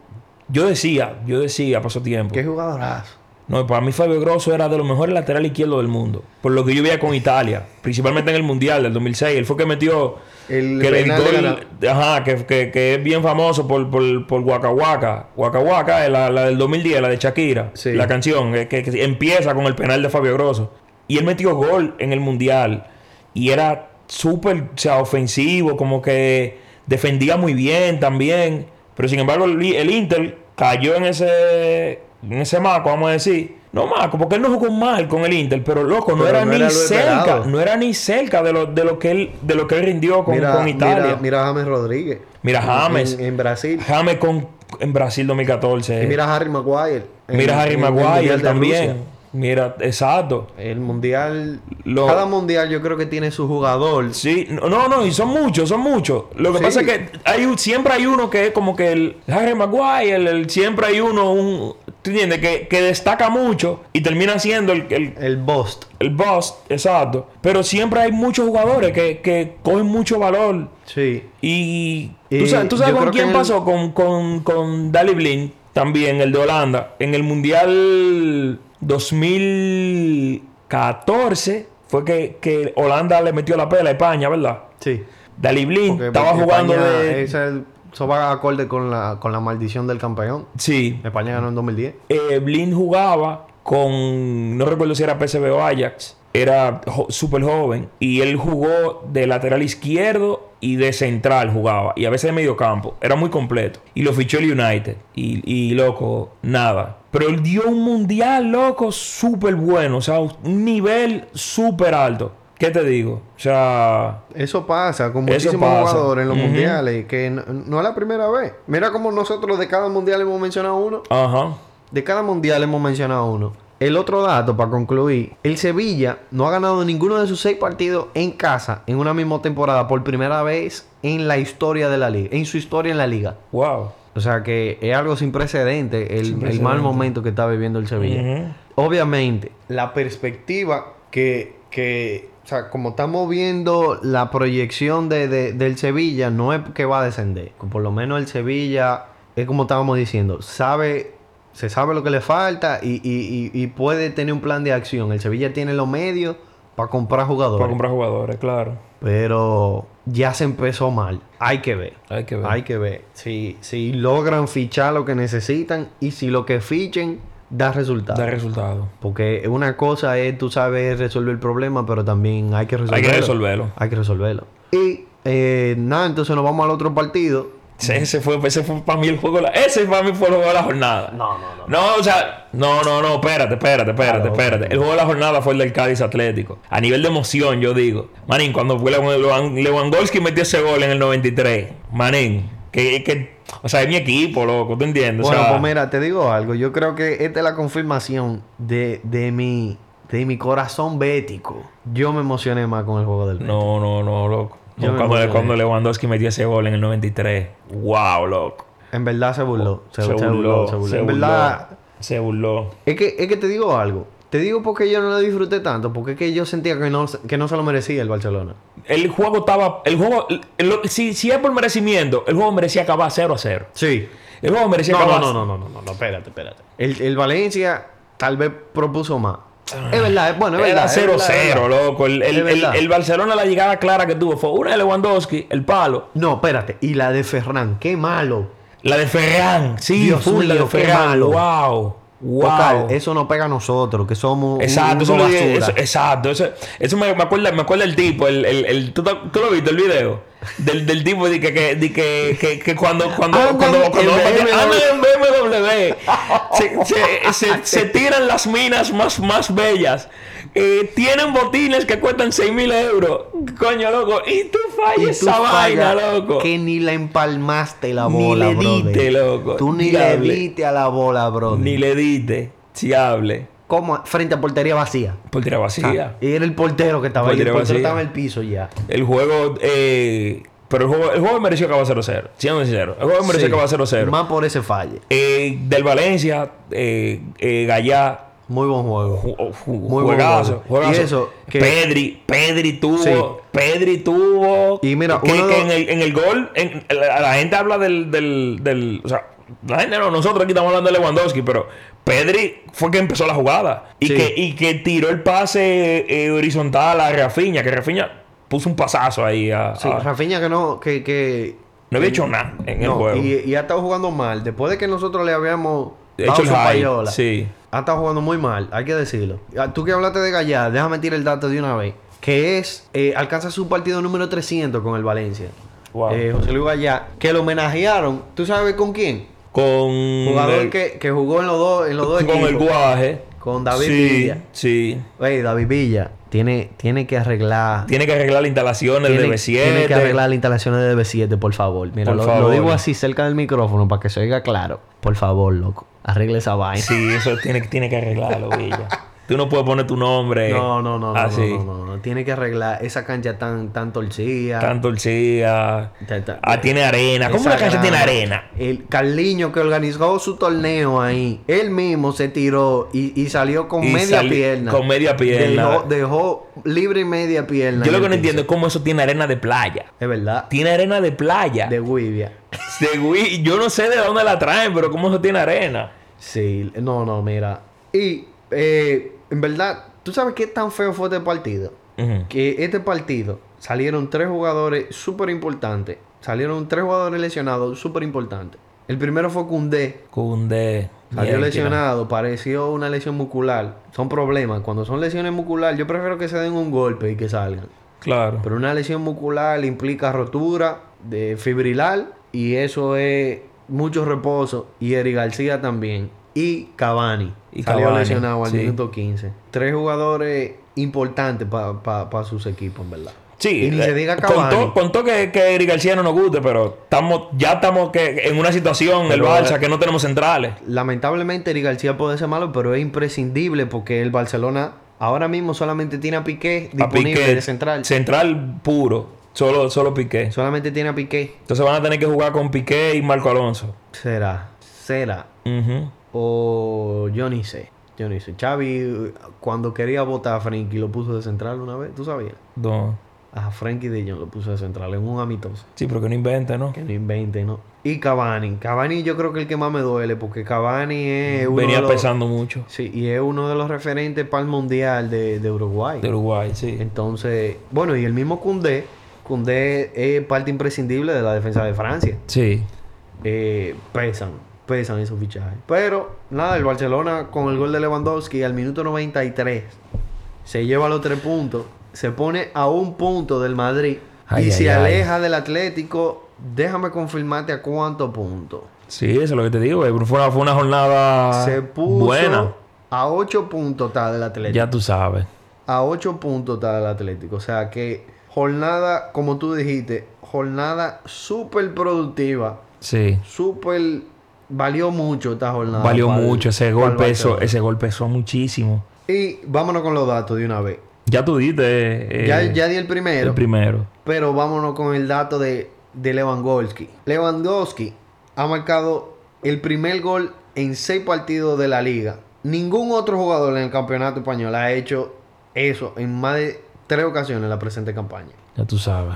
[SPEAKER 2] Yo decía, yo decía, pasó tiempo.
[SPEAKER 1] Qué jugadorazo.
[SPEAKER 2] No, para mí Fabio Grosso era de los mejores lateral izquierdo del mundo. Por lo que yo veía con Italia, principalmente en el Mundial del 2006. Él fue que metió
[SPEAKER 1] El
[SPEAKER 2] que le
[SPEAKER 1] penal
[SPEAKER 2] gritó
[SPEAKER 1] de
[SPEAKER 2] el-
[SPEAKER 1] ganar.
[SPEAKER 2] ajá, que, que- que es bien famoso por, por, por Waka Waka. Waka Waka es la, la del 2010, la de Shakira.
[SPEAKER 1] Sí.
[SPEAKER 2] La canción eh, que, que empieza con el penal de Fabio Grosso. Y él metió gol en el Mundial. Y era súper o sea, ofensivo, como que defendía muy bien también. Pero sin embargo, el, el Inter cayó en ese, en ese maco, vamos a decir. No, maco, porque él no jugó mal con el Inter, pero loco, no
[SPEAKER 1] Pero
[SPEAKER 2] era
[SPEAKER 1] no
[SPEAKER 2] ni
[SPEAKER 1] era lo
[SPEAKER 2] cerca,
[SPEAKER 1] esperado.
[SPEAKER 2] no era ni cerca de lo, de lo que él, de lo que él rindió con,
[SPEAKER 1] Mira,
[SPEAKER 2] con Italia.
[SPEAKER 1] mira, mira a James Rodríguez.
[SPEAKER 2] Mira James.
[SPEAKER 1] En, en Brasil.
[SPEAKER 2] James con, en Brasil 2014.
[SPEAKER 1] Y
[SPEAKER 2] mira,
[SPEAKER 1] mira a Harry Maguire. en- en
[SPEAKER 2] Harry
[SPEAKER 1] el Mundial
[SPEAKER 2] Maguire
[SPEAKER 1] de
[SPEAKER 2] también.
[SPEAKER 1] Rusia.
[SPEAKER 2] Mira, exacto.
[SPEAKER 1] El mundial.
[SPEAKER 2] Lo-
[SPEAKER 1] Cada mundial yo creo que tiene su jugador.
[SPEAKER 2] Sí, no, no, no, y son muchos, son muchos. Lo que
[SPEAKER 1] Sí.
[SPEAKER 2] pasa es que hay, un- siempre hay uno que es como que el Harry Maguire, el, el- siempre hay uno, un, ¿tú entiendes? Que, que destaca mucho y termina siendo el, el,
[SPEAKER 1] El Bost.
[SPEAKER 2] el boss, exacto. Pero siempre hay muchos jugadores que, que cogen mucho valor.
[SPEAKER 1] Sí.
[SPEAKER 2] Y
[SPEAKER 1] Eh,
[SPEAKER 2] tú sabes, tú sabes
[SPEAKER 1] yo
[SPEAKER 2] con
[SPEAKER 1] creo que
[SPEAKER 2] quién
[SPEAKER 1] en el-
[SPEAKER 2] pasó, con, con, con Dali Blind también, el de Holanda, en el Mundial 2014 fue que, que Holanda le metió la pela a España, ¿verdad?
[SPEAKER 1] Sí.
[SPEAKER 2] Dali Blind
[SPEAKER 1] Porque
[SPEAKER 2] estaba
[SPEAKER 1] España-
[SPEAKER 2] jugando
[SPEAKER 1] ese
[SPEAKER 2] de...
[SPEAKER 1] es el- eso va acorde con la, con la maldición del campeón.
[SPEAKER 2] Sí,
[SPEAKER 1] España ganó en 2010.
[SPEAKER 2] eh, Blind jugaba con, no recuerdo si era PSV o Ajax, era jo- súper joven y él jugó de lateral izquierdo y de central jugaba y a veces de medio campo, era muy completo y lo fichó el United y, y, loco, nada. Pero él dio un mundial, loco, súper bueno, o sea, un nivel súper alto. ¿Qué te digo? O sea,
[SPEAKER 1] Eso pasa con
[SPEAKER 2] Eso
[SPEAKER 1] muchísimos
[SPEAKER 2] pasa.
[SPEAKER 1] jugadores en los
[SPEAKER 2] Ujú.
[SPEAKER 1] mundiales, que no, no es la primera vez. Mira como nosotros de cada mundial hemos mencionado uno.
[SPEAKER 2] ajá,
[SPEAKER 1] De cada mundial hemos mencionado uno. El otro dato para concluir, el Sevilla no ha ganado ninguno de sus seis partidos en casa en una misma temporada por primera vez en la historia de la liga, en su historia en la liga.
[SPEAKER 2] wow.
[SPEAKER 1] O sea que es algo sin precedente el,
[SPEAKER 2] Sin
[SPEAKER 1] el
[SPEAKER 2] precedente.
[SPEAKER 1] mal momento que está viviendo el Sevilla.
[SPEAKER 2] Ujú.
[SPEAKER 1] Obviamente, la perspectiva que, que, o sea, como estamos viendo la proyección de, de- del Sevilla, no es que va a descender. Por lo menos el Sevilla, es como estábamos diciendo, sabe, se sabe lo que le falta y, y- y- y puede tener un plan de acción. El Sevilla tiene los medios para comprar jugadores.
[SPEAKER 2] Para comprar jugadores, claro.
[SPEAKER 1] Pero ya se empezó mal. Hay que ver.
[SPEAKER 2] Hay que ver.
[SPEAKER 1] Hay que ver si, si logran fichar lo que necesitan y si lo que fichen da resultado.
[SPEAKER 2] Da resultado.
[SPEAKER 1] Porque una cosa es, tú sabes, resolver el problema, pero también hay que resolverlo.
[SPEAKER 2] Hay que resolverlo.
[SPEAKER 1] Hay que resolverlo. Y eh, nada, entonces nos vamos al otro partido.
[SPEAKER 2] Ese, ese fue, ese fue para mí el juego. de la- ese para mí fue el juego de la jornada.
[SPEAKER 1] No, no, no.
[SPEAKER 2] No, o sea, no, no, no, espérate, espérate, espérate, espérate. El juego de la jornada fue el del Cádiz Atlético. A nivel de emoción, yo digo. Manín, cuando fue Lewan- Lewan- Lewandowski metió ese gol en el 93. Manín, que, que, o sea, es mi equipo, loco, ¿tú entiendes? O
[SPEAKER 1] Bueno,
[SPEAKER 2] sea,
[SPEAKER 1] pues mira, te digo algo. Yo creo que esta es la confirmación de, de, mi, de mi corazón bético. Yo me emocioné más con el juego del Betis.
[SPEAKER 2] No, no, no, loco.
[SPEAKER 1] Yo me
[SPEAKER 2] cuando,
[SPEAKER 1] emocioné.
[SPEAKER 2] cuando Lewandowski metió ese gol en el 93. Wow, loco.
[SPEAKER 1] En verdad se burló. Se, se burló, se burló.
[SPEAKER 2] se
[SPEAKER 1] En
[SPEAKER 2] burló,
[SPEAKER 1] verdad,
[SPEAKER 2] se burló.
[SPEAKER 1] Es que, es que te digo algo. Te digo porque yo no lo disfruté tanto. Porque es que yo sentía que no, que no se lo merecía el Barcelona.
[SPEAKER 2] El juego estaba. El juego. el- lo- si, si es por merecimiento, el juego merecía acabar 0 a 0.
[SPEAKER 1] Sí.
[SPEAKER 2] El juego merecía
[SPEAKER 1] No, no,
[SPEAKER 2] acabar.
[SPEAKER 1] no, no, no, no, no, no, espérate, espérate. El, el Valencia tal vez propuso más. Es verdad, es bueno, es
[SPEAKER 2] Ah. Era
[SPEAKER 1] verdad. es verdad,
[SPEAKER 2] 0
[SPEAKER 1] es
[SPEAKER 2] 0,
[SPEAKER 1] verdad.
[SPEAKER 2] loco. El, el-
[SPEAKER 1] Es verdad.
[SPEAKER 2] el- el Barcelona, la llegada clara que tuvo fue una de Lewandowski, el palo.
[SPEAKER 1] No, espérate. Y la de Ferran, qué malo.
[SPEAKER 2] La de Ferran. Sí,
[SPEAKER 1] Dios
[SPEAKER 2] full la
[SPEAKER 1] mío,
[SPEAKER 2] de
[SPEAKER 1] qué
[SPEAKER 2] Ferran.
[SPEAKER 1] malo.
[SPEAKER 2] Wow. Wow.
[SPEAKER 1] Total, eso no pega a nosotros, que somos un-
[SPEAKER 2] Exacto, eso,
[SPEAKER 1] una
[SPEAKER 2] lo dije-
[SPEAKER 1] basura.
[SPEAKER 2] eso- exacto, eso, eso me, me acuerda, me acuerda el tipo, el, el, el- ¿tú, te- tú lo viste el video del, del tipo de que, que, de que, que, que cuando cuando
[SPEAKER 1] Andan
[SPEAKER 2] cuando
[SPEAKER 1] Ah, en
[SPEAKER 2] cuando va a ah, patear-
[SPEAKER 1] BMW.
[SPEAKER 2] andan en BMW se, se-
[SPEAKER 1] Ah,
[SPEAKER 2] se- se tiran las minas más más bellas, eh, tienen botines que cuestan 6 mil euros, coño loco, y tú
[SPEAKER 1] Y
[SPEAKER 2] fallas
[SPEAKER 1] tú
[SPEAKER 2] esa vaina,
[SPEAKER 1] fallas
[SPEAKER 2] loco.
[SPEAKER 1] Que ni la empalmaste la
[SPEAKER 2] Ni
[SPEAKER 1] bola,
[SPEAKER 2] le
[SPEAKER 1] brother.
[SPEAKER 2] diste, loco.
[SPEAKER 1] Tú ni
[SPEAKER 2] Diable.
[SPEAKER 1] le diste a la bola, brother.
[SPEAKER 2] Ni le diste, si hable,
[SPEAKER 1] ¿Cómo? Frente a portería vacía.
[SPEAKER 2] por tirar vacía.
[SPEAKER 1] Ah, Y era el portero que estaba ahí. El
[SPEAKER 2] Portero
[SPEAKER 1] portero
[SPEAKER 2] vacía.
[SPEAKER 1] estaba en el piso ya.
[SPEAKER 2] El juego. Eh, pero el juego, el juego mereció acabar 0-0. Siendo sincero. El juego mereció
[SPEAKER 1] Sí.
[SPEAKER 2] acabar 0-0.
[SPEAKER 1] Más por ese falle.
[SPEAKER 2] Eh, del Valencia, eh, eh, Gallá.
[SPEAKER 1] Muy buen juego.
[SPEAKER 2] ju- oh, ju-
[SPEAKER 1] Muy buen
[SPEAKER 2] juegazo,
[SPEAKER 1] juego.
[SPEAKER 2] juegazo.
[SPEAKER 1] Y eso, que-
[SPEAKER 2] Pedri, Pedri tuvo,
[SPEAKER 1] Sí.
[SPEAKER 2] Pedri tuvo.
[SPEAKER 1] Y mira,
[SPEAKER 2] que,
[SPEAKER 1] uno de
[SPEAKER 2] que
[SPEAKER 1] los-
[SPEAKER 2] en, el, en el gol, en- la, la gente habla del, del, del- o sea, la gente no, nosotros aquí estamos hablando de Lewandowski, pero Pedri fue que empezó la jugada y,
[SPEAKER 1] Sí.
[SPEAKER 2] que, y que tiró el pase eh, horizontal a Rafinha, que Rafinha puso un pasazo ahí a,
[SPEAKER 1] Sí,
[SPEAKER 2] a-
[SPEAKER 1] Rafinha que no, que, que
[SPEAKER 2] Ah. No había hecho nada en el
[SPEAKER 1] Eh, no,
[SPEAKER 2] juego.
[SPEAKER 1] Y, y ha estado jugando mal. Después de que nosotros le habíamos
[SPEAKER 2] He
[SPEAKER 1] dado
[SPEAKER 2] hecho el
[SPEAKER 1] su
[SPEAKER 2] high,
[SPEAKER 1] payola,
[SPEAKER 2] sí.
[SPEAKER 1] ha estado jugando muy mal, hay que decirlo. Ah, Tú que hablaste de Gallar, déjame tirar el dato de una vez. Que es, eh, alcanza su partido número 300 con el Valencia.
[SPEAKER 2] Wow.
[SPEAKER 1] Eh, José Luis Gallar, que lo homenajearon, ¿tú sabes con quién?
[SPEAKER 2] Con
[SPEAKER 1] Jugador
[SPEAKER 2] Mm, el,
[SPEAKER 1] que, que jugó en los dos, en los dos
[SPEAKER 2] con
[SPEAKER 1] equipos.
[SPEAKER 2] el guaje.
[SPEAKER 1] Con David
[SPEAKER 2] sí,
[SPEAKER 1] Villa.
[SPEAKER 2] Sí.
[SPEAKER 1] Ey, David Villa tiene, tiene que arreglar.
[SPEAKER 2] Tiene que arreglar las instalaciones
[SPEAKER 1] Tiene,
[SPEAKER 2] del B7.
[SPEAKER 1] tiene que arreglar las instalaciones de B7, por favor. Mira,
[SPEAKER 2] Por
[SPEAKER 1] lo, lo
[SPEAKER 2] favor.
[SPEAKER 1] digo así cerca del micrófono para que se oiga claro. Por favor, loco. Arregle esa vaina.
[SPEAKER 2] Sí, eso tiene, tiene que arreglarlo, Villa. Tú no puedes poner tu nombre.
[SPEAKER 1] No, no, no, no,
[SPEAKER 2] Así.
[SPEAKER 1] no, no, no, no. Tiene que arreglar esa cancha tan, tan torcida.
[SPEAKER 2] Tan torcida.
[SPEAKER 1] Ta- ta-
[SPEAKER 2] Ah, tiene arena. ¿Cómo
[SPEAKER 1] esa
[SPEAKER 2] una cancha tiene
[SPEAKER 1] grama.
[SPEAKER 2] arena?
[SPEAKER 1] El Carliño que organizó su torneo ahí, él mismo se tiró y, y salió con
[SPEAKER 2] Y
[SPEAKER 1] media
[SPEAKER 2] sali-
[SPEAKER 1] pierna.
[SPEAKER 2] con media pierna.
[SPEAKER 1] Dejó, dejó libre y media pierna.
[SPEAKER 2] Yo lo
[SPEAKER 1] en
[SPEAKER 2] que
[SPEAKER 1] el
[SPEAKER 2] no
[SPEAKER 1] piso.
[SPEAKER 2] entiendo es cómo eso tiene arena de playa.
[SPEAKER 1] Es verdad.
[SPEAKER 2] Tiene arena de playa.
[SPEAKER 1] De Wibia.
[SPEAKER 2] De Wii, yo no sé de dónde la traen, pero cómo eso tiene arena.
[SPEAKER 1] Sí, no, no, mira. Y eh, en verdad, ¿tú sabes qué tan feo fue este partido?
[SPEAKER 2] Ujú.
[SPEAKER 1] Que este partido salieron tres jugadores súper importantes. Salieron tres jugadores lesionados súper importantes. El primero fue Koundé,
[SPEAKER 2] Cunde.
[SPEAKER 1] Salió
[SPEAKER 2] Mierda.
[SPEAKER 1] lesionado, pareció una lesión muscular. Son problemas. Cuando son lesiones musculares, yo prefiero que se den un golpe y que salgan.
[SPEAKER 2] Claro.
[SPEAKER 1] Pero una lesión muscular implica rotura de fibrilar y eso es mucho reposo. Y Eri García también. Y Cavani.
[SPEAKER 2] Y
[SPEAKER 1] salió
[SPEAKER 2] Cavani,
[SPEAKER 1] lesionado al
[SPEAKER 2] sí.
[SPEAKER 1] minuto 15. Tres jugadores importantes para sus equipos, en verdad.
[SPEAKER 2] Sí,
[SPEAKER 1] Y ni
[SPEAKER 2] eh,
[SPEAKER 1] se diga
[SPEAKER 2] contó-
[SPEAKER 1] Cavani.
[SPEAKER 2] Contó que, que Eric García no nos guste, pero estamos, ya estamos que, en una situación, el
[SPEAKER 1] Pero, eh,
[SPEAKER 2] Barça, que no tenemos centrales.
[SPEAKER 1] Lamentablemente Eric García puede ser malo, pero es imprescindible porque el Barcelona ahora mismo solamente tiene a Piqué
[SPEAKER 2] A
[SPEAKER 1] disponible
[SPEAKER 2] Piqué,
[SPEAKER 1] de central.
[SPEAKER 2] Central puro. Solo, solo Piqué.
[SPEAKER 1] Solamente tiene a Piqué.
[SPEAKER 2] Entonces van a tener que jugar con Piqué y Marco Alonso.
[SPEAKER 1] Será, será.
[SPEAKER 2] Ujú.
[SPEAKER 1] O yo ni sé. Yo ni sé. Xavi, eh, cuando quería votar a Frenkie, lo puso de central una vez. ¿Tú sabías?
[SPEAKER 2] No.
[SPEAKER 1] A Frenkie de Jong lo puso de central en un amistoso.
[SPEAKER 2] Sí, pero que no inventa, ¿no?
[SPEAKER 1] Que no invente, ¿no? Y Cavani. Cavani yo creo que el que más me duele porque Cavani es uno
[SPEAKER 2] Venía
[SPEAKER 1] de los-
[SPEAKER 2] pesando mucho.
[SPEAKER 1] Sí, y es uno de los referentes para el Mundial de, de Uruguay.
[SPEAKER 2] De Uruguay, sí.
[SPEAKER 1] Entonces, bueno, y el mismo Cundé, Cundé es parte imprescindible de la defensa de Francia.
[SPEAKER 2] Sí.
[SPEAKER 1] Eh, pesan, pesan esos fichajes. Pero nada, el Barcelona con el gol de Lewandowski al minuto 93 se lleva los tres puntos, se pone a un punto del Madrid
[SPEAKER 2] Ay,
[SPEAKER 1] y
[SPEAKER 2] ay,
[SPEAKER 1] se
[SPEAKER 2] ay.
[SPEAKER 1] aleja del Atlético. Déjame confirmarte a cuánto punto.
[SPEAKER 2] Sí, eso es lo que te digo. eh. Fue una, fue una jornada
[SPEAKER 1] se puso
[SPEAKER 2] Ah, buena.
[SPEAKER 1] a 8 puntos está del Atlético.
[SPEAKER 2] Ya tú sabes.
[SPEAKER 1] A 8 puntos está el Atlético. O sea que jornada, como tú dijiste, jornada súper productiva.
[SPEAKER 2] Sí.
[SPEAKER 1] Súper... Valió mucho esta jornada.
[SPEAKER 2] Valió
[SPEAKER 1] pa'l-
[SPEAKER 2] mucho ese
[SPEAKER 1] pa'l
[SPEAKER 2] golpe, eso,
[SPEAKER 1] Barcelona.
[SPEAKER 2] ese golpe pesó muchísimo.
[SPEAKER 1] Y vámonos con los datos de una vez.
[SPEAKER 2] Ya tú diste eh,
[SPEAKER 1] ya,
[SPEAKER 2] eh,
[SPEAKER 1] ya di el primero,
[SPEAKER 2] el primero.
[SPEAKER 1] pero vámonos con el dato de, de Lewandowski. Lewandowski ha marcado el primer gol en seis partidos de la liga. Ningún otro jugador en el campeonato español ha hecho eso en más de tres ocasiones en la presente campaña.
[SPEAKER 2] Ya tú sabes.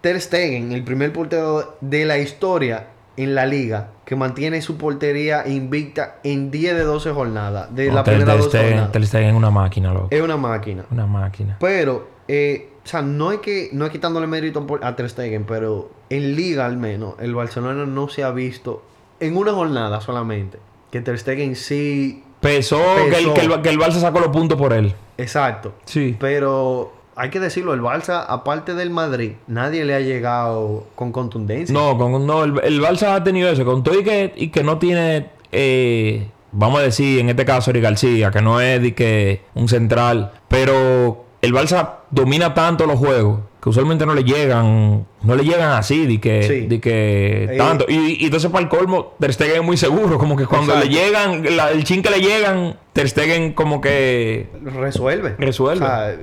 [SPEAKER 1] Ter Stegen, el primer portero de la historia en la liga, que mantiene su portería invicta en 10 de 12 jornadas, de
[SPEAKER 2] No,
[SPEAKER 1] la
[SPEAKER 2] Ter-
[SPEAKER 1] primera
[SPEAKER 2] Ter
[SPEAKER 1] 12
[SPEAKER 2] Stegen-
[SPEAKER 1] jornadas.
[SPEAKER 2] Ter Stegen es una máquina, loco.
[SPEAKER 1] Es una máquina.
[SPEAKER 2] Una máquina.
[SPEAKER 1] Pero, eh, o sea, no es que no es quitándole mérito por- a Ter Stegen, pero en liga al menos, el Barcelona no se ha visto en una jornada solamente. Que Ter Stegen sí,
[SPEAKER 2] Pesó, Que, el,
[SPEAKER 1] Pesó.
[SPEAKER 2] que, el, que el Barça sacó los puntos por él.
[SPEAKER 1] exacto.
[SPEAKER 2] Sí.
[SPEAKER 1] Pero hay que decirlo, el Barça, aparte del Madrid, nadie le ha llegado con contundencia.
[SPEAKER 2] No, con, no el, el Barça ha tenido eso. Con todo y que, y que no tiene, eh, vamos a decir, en este caso, Eric García, que no es de que un central. Pero el Barça domina tanto los juegos que usualmente no le llegan, no le llegan así, de que,
[SPEAKER 1] Sí.
[SPEAKER 2] de que
[SPEAKER 1] Eh.
[SPEAKER 2] tanto. Y, y entonces, para el colmo, Ter Stegen es muy seguro. Como que cuando
[SPEAKER 1] Exacto.
[SPEAKER 2] le llegan, la- el chin que le llegan, Ter Stegen como que...
[SPEAKER 1] Resuelve.
[SPEAKER 2] Resuelve.
[SPEAKER 1] O sea,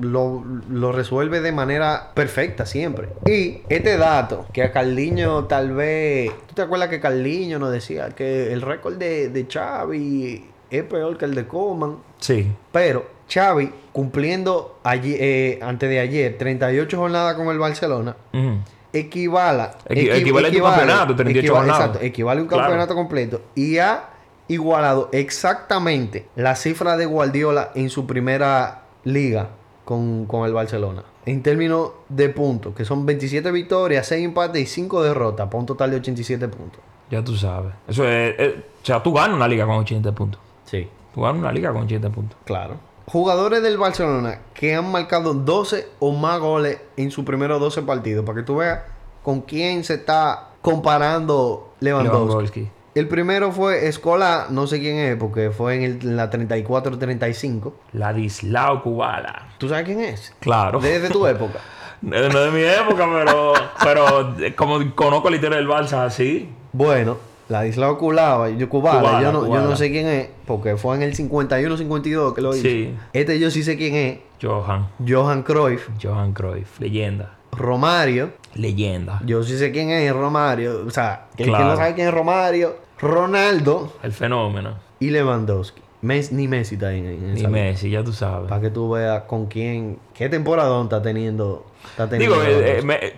[SPEAKER 1] lo, lo resuelve de manera perfecta siempre. Y este dato, que a Carliño tal vez... ¿Tú te acuerdas que Carliño nos decía que el récord de, de Xavi es peor que el de Coman?
[SPEAKER 2] Sí.
[SPEAKER 1] Pero Xavi, cumpliendo allí, eh, antes de ayer 38 jornadas con el Barcelona,
[SPEAKER 2] Ujú.
[SPEAKER 1] equivala...
[SPEAKER 2] Equi- equivale a tu campeonato, 38
[SPEAKER 1] equivale-
[SPEAKER 2] jornadas.
[SPEAKER 1] Exacto, equivale a un
[SPEAKER 2] Claro.
[SPEAKER 1] campeonato completo. Y ha igualado exactamente la cifra de Guardiola en su primera liga con, con el Barcelona. En términos de puntos, que son 27 victorias, 6 empates y 5 derrotas, para un total de 87 puntos.
[SPEAKER 2] Ya tú sabes. Eso es, es- O sea, tú ganas una liga con 80 puntos.
[SPEAKER 1] Sí.
[SPEAKER 2] Tú ganas una liga con 80 puntos.
[SPEAKER 1] Claro. Jugadores del Barcelona que han marcado 12 o más goles en sus primeros 12 partidos, para que tú veas con quién se está comparando Lewandowski.
[SPEAKER 2] Lewandowski.
[SPEAKER 1] El primero fue Escola, no sé quién es, porque fue en, el- en la 34-35.
[SPEAKER 2] Ladislao Kubala.
[SPEAKER 1] ¿Tú sabes quién es?
[SPEAKER 2] Claro.
[SPEAKER 1] Desde tu época.
[SPEAKER 2] No no es de mi época, pero, pero eh, como conozco la historia del Barça así.
[SPEAKER 1] Bueno, Ladislao Culava, yo, Kubala,
[SPEAKER 2] Kubala,
[SPEAKER 1] yo, no, yo
[SPEAKER 2] Kubala.
[SPEAKER 1] no sé quién es, porque fue en el 51-52 que lo hizo.
[SPEAKER 2] Sí.
[SPEAKER 1] Este yo sí sé quién es.
[SPEAKER 2] Johan.
[SPEAKER 1] Johan Cruyff,
[SPEAKER 2] Johan Cruyff. Leyenda.
[SPEAKER 1] Romario,
[SPEAKER 2] Leyenda.
[SPEAKER 1] yo sí sé quién es Romario, o sea, que el que
[SPEAKER 2] Claro.
[SPEAKER 1] no sabe quién es Romario, Ronaldo
[SPEAKER 2] El fenómeno.
[SPEAKER 1] y Lewandowski. Mes- ni Messi está en, en
[SPEAKER 2] Y
[SPEAKER 1] esa
[SPEAKER 2] Messi, ya tú sabes.
[SPEAKER 1] Para que tú veas con quién, qué temporada está teniendo. Está teniendo
[SPEAKER 2] Digo, eh, eh,
[SPEAKER 1] Lewandowski.
[SPEAKER 2] me- eh,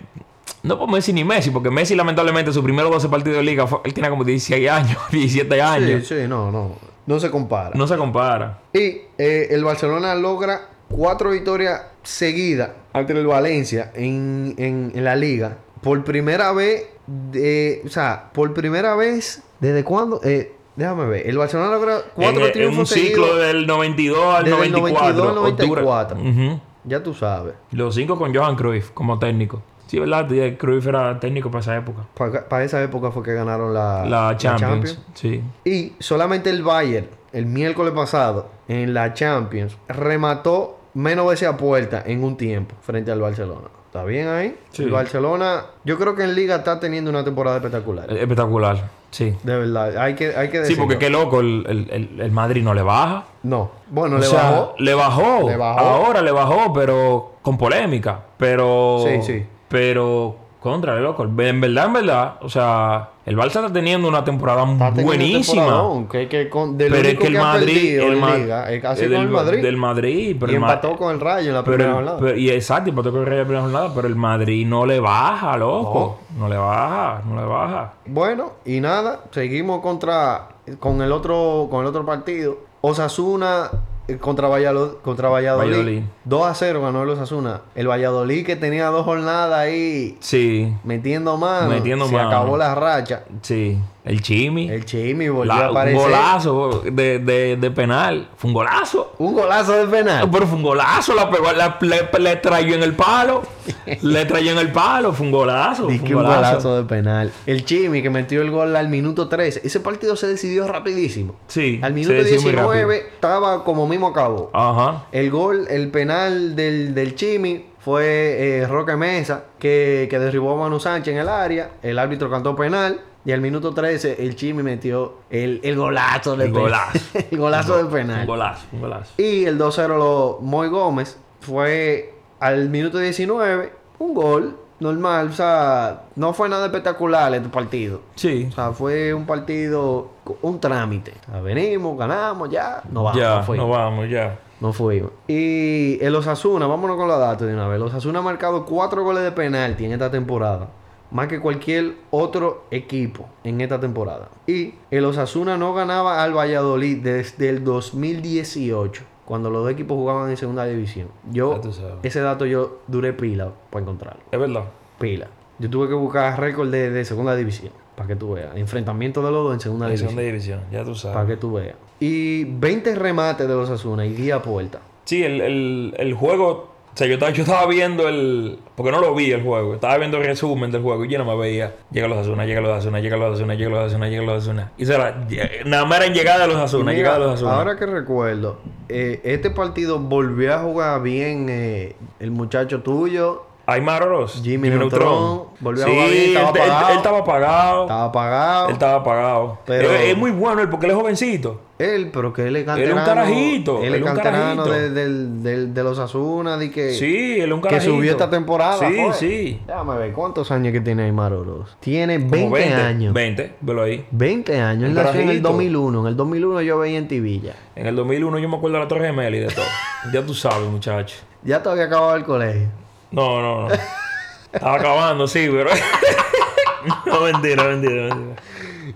[SPEAKER 2] no por Messi ni Messi, porque Messi lamentablemente sus primeros 12 partidos de liga, fue- él tiene como 16 años, 17 años.
[SPEAKER 1] sí, sí, no, no. No se compara.
[SPEAKER 2] No se compara.
[SPEAKER 1] Y eh, el Barcelona logra cuatro victorias seguidas ante el Valencia en, en- en la liga. Por primera vez, de- o sea, por primera vez, ¿desde cuándo? Eh, déjame ver. El Barcelona logra cuatro
[SPEAKER 2] en, eh, en un
[SPEAKER 1] triunfos seguidos.
[SPEAKER 2] ciclo del 92 al
[SPEAKER 1] Desde el
[SPEAKER 2] 94.
[SPEAKER 1] 92 al
[SPEAKER 2] octubre.
[SPEAKER 1] 94.
[SPEAKER 2] Ujú.
[SPEAKER 1] Ya tú sabes.
[SPEAKER 2] Los cinco con Johan Cruyff como técnico. Sí, ¿verdad? Y Cruyff era técnico para esa época.
[SPEAKER 1] Para esa época fue que ganaron Ah, la,
[SPEAKER 2] La Champions. Sí.
[SPEAKER 1] Y solamente el Bayern, el miércoles pasado, en la Champions, remató menos veces a puerta en un tiempo frente al Barcelona. ¿Está bien ahí?
[SPEAKER 2] Sí.
[SPEAKER 1] El Barcelona, yo creo que en Liga está teniendo una temporada espectacular.
[SPEAKER 2] Espectacular. Sí.
[SPEAKER 1] De verdad, hay que, hay que
[SPEAKER 2] Sí,
[SPEAKER 1] decirlo.
[SPEAKER 2] porque qué loco, el, el- el- el Madrid no le baja.
[SPEAKER 1] No. Bueno,
[SPEAKER 2] O
[SPEAKER 1] le
[SPEAKER 2] sea,
[SPEAKER 1] bajó.
[SPEAKER 2] le bajó.
[SPEAKER 1] Le bajó.
[SPEAKER 2] Ahora le bajó, pero con polémica. Pero.
[SPEAKER 1] Sí, sí.
[SPEAKER 2] Pero. Contra, loco. En verdad, en verdad. O sea, el Barça está teniendo una temporada
[SPEAKER 1] Está teniendo un
[SPEAKER 2] buenísima.
[SPEAKER 1] temporadón, Que, que con, del
[SPEAKER 2] Pero es
[SPEAKER 1] único
[SPEAKER 2] que el
[SPEAKER 1] ha
[SPEAKER 2] Madrid.
[SPEAKER 1] perdido
[SPEAKER 2] El
[SPEAKER 1] en
[SPEAKER 2] Ma-
[SPEAKER 1] Liga, eh, así
[SPEAKER 2] eh,
[SPEAKER 1] con
[SPEAKER 2] del,
[SPEAKER 1] el Madrid.
[SPEAKER 2] Del Madrid. Pero
[SPEAKER 1] y
[SPEAKER 2] el Ma-
[SPEAKER 1] empató con el Rayo en la
[SPEAKER 2] pero
[SPEAKER 1] primera
[SPEAKER 2] el-
[SPEAKER 1] jornada.
[SPEAKER 2] pero- y exacto, empató con el Real en la primera jornada. Pero el Madrid no le baja, loco. No le baja, no le baja.
[SPEAKER 1] Bueno, y nada, seguimos contra con el otro con el otro partido. Osasuna eh, contra Valladolid, contra Valladolid.
[SPEAKER 2] Valladolid.
[SPEAKER 1] 2 a 0 ganó el Osasuna. El Valladolid que tenía dos jornadas ahí
[SPEAKER 2] Sí,
[SPEAKER 1] metiendo mano,
[SPEAKER 2] Metiendo
[SPEAKER 1] se
[SPEAKER 2] mano.
[SPEAKER 1] acabó la racha.
[SPEAKER 2] sí. El Chimi.
[SPEAKER 1] El Chimi volvió
[SPEAKER 2] La-
[SPEAKER 1] a
[SPEAKER 2] un
[SPEAKER 1] aparecer.
[SPEAKER 2] golazo de, de- de penal. Fue un golazo.
[SPEAKER 1] Un golazo de penal.
[SPEAKER 2] Pero fue un golazo. La pegó- la- le, le trayó en el palo. le trayó en el palo. Fue un golazo.
[SPEAKER 1] Y
[SPEAKER 2] fue
[SPEAKER 1] que un golazo de penal. El Chimi que metió el gol al minuto 13. Ese partido se decidió rapidísimo.
[SPEAKER 2] Sí.
[SPEAKER 1] Al
[SPEAKER 2] se
[SPEAKER 1] minuto
[SPEAKER 2] decidió muy rápido.
[SPEAKER 1] 19 estaba como mismo acabó.
[SPEAKER 2] Ajá.
[SPEAKER 1] El gol, el penal del, del Chimi fue eh, Roque Mesa, que, que derribó a Manu Sánchez en el área. El árbitro cantó penal. Y al minuto 13, el Chimi metió el, el golazo de
[SPEAKER 2] El
[SPEAKER 1] penal.
[SPEAKER 2] golazo.
[SPEAKER 1] el golazo del
[SPEAKER 2] Un
[SPEAKER 1] penal.
[SPEAKER 2] golazo. Un golazo.
[SPEAKER 1] Y el 2-0 lo Moy Gómez fue al minuto 19, un gol normal. O sea, no fue nada espectacular este partido.
[SPEAKER 2] Sí.
[SPEAKER 1] O sea, fue un partido, un trámite. O sea, venimos, ganamos, ya, no vamos.
[SPEAKER 2] ya,
[SPEAKER 1] fuimos.
[SPEAKER 2] nos vamos, ya.
[SPEAKER 1] No fuimos. Y el Osasuna, vámonos con los datos de una vez. El Osasuna ha marcado cuatro goles de penalti en esta temporada. Más que cualquier otro equipo en esta temporada. Y el Osasuna no ganaba al Valladolid desde el 2018. Cuando los dos equipos jugaban en segunda división. Yo,
[SPEAKER 2] Ya tú sabes.
[SPEAKER 1] ese dato yo duré pila para encontrarlo.
[SPEAKER 2] Es verdad.
[SPEAKER 1] Pila. Yo tuve que buscar récord de, de segunda división. Para que tú veas. Enfrentamiento de los dos en segunda
[SPEAKER 2] En
[SPEAKER 1] división.
[SPEAKER 2] segunda división, ya tú sabes.
[SPEAKER 1] Para que tú veas. Y 20 remates de los Osasuna y 10 a puerta.
[SPEAKER 2] Sí, el, el- el juego. O sea, yo estaba, yo estaba viendo el. Porque no lo vi el juego. Estaba viendo el resumen del juego y yo no me veía. Llega los Asuna, llega los Asuna, llega los Asuna, llega los Asuna, llega los Asuna. Y se la. Nada más era en llegada de los Asuna,
[SPEAKER 1] Mira,
[SPEAKER 2] llegada de los Asuna.
[SPEAKER 1] Ahora que recuerdo, eh, este partido volvió a jugar bien eh, el muchacho tuyo.
[SPEAKER 2] Aymar Oroz.
[SPEAKER 1] Jimmy Neutron, volvió a
[SPEAKER 2] sí,
[SPEAKER 1] jugar bien, estaba
[SPEAKER 2] él, él-
[SPEAKER 1] apagado.
[SPEAKER 2] él estaba apagado.
[SPEAKER 1] Estaba apagado.
[SPEAKER 2] Él estaba apagado.
[SPEAKER 1] Pero-
[SPEAKER 2] Es, es muy bueno él porque él es jovencito.
[SPEAKER 1] Él, pero que él es
[SPEAKER 2] Él es
[SPEAKER 1] canterano.
[SPEAKER 2] un carajito,
[SPEAKER 1] Él
[SPEAKER 2] él
[SPEAKER 1] es
[SPEAKER 2] es un
[SPEAKER 1] canterano
[SPEAKER 2] carajito.
[SPEAKER 1] de, del- del- de los Asuna. De que,
[SPEAKER 2] Sí, él es un
[SPEAKER 1] que
[SPEAKER 2] carajito.
[SPEAKER 1] subió esta temporada.
[SPEAKER 2] Sí,
[SPEAKER 1] fue.
[SPEAKER 2] sí.
[SPEAKER 1] Déjame ver, ¿cuántos años que tiene Aymar Oroz? Tiene 20,
[SPEAKER 2] Como 20
[SPEAKER 1] años.
[SPEAKER 2] 20, velo ahí.
[SPEAKER 1] 20 años. Él
[SPEAKER 2] Un
[SPEAKER 1] nació en el
[SPEAKER 2] carajito.
[SPEAKER 1] 2001. En el 2001 yo veía en Tibilla.
[SPEAKER 2] En el 2001 yo me acuerdo de la Torre Gemela y de todo. ya tú sabes, muchacho.
[SPEAKER 1] Ya te había acabado el colegio.
[SPEAKER 2] No, no, no. Estaba acabando, sí, pero. no, mentira, mentira, mentira.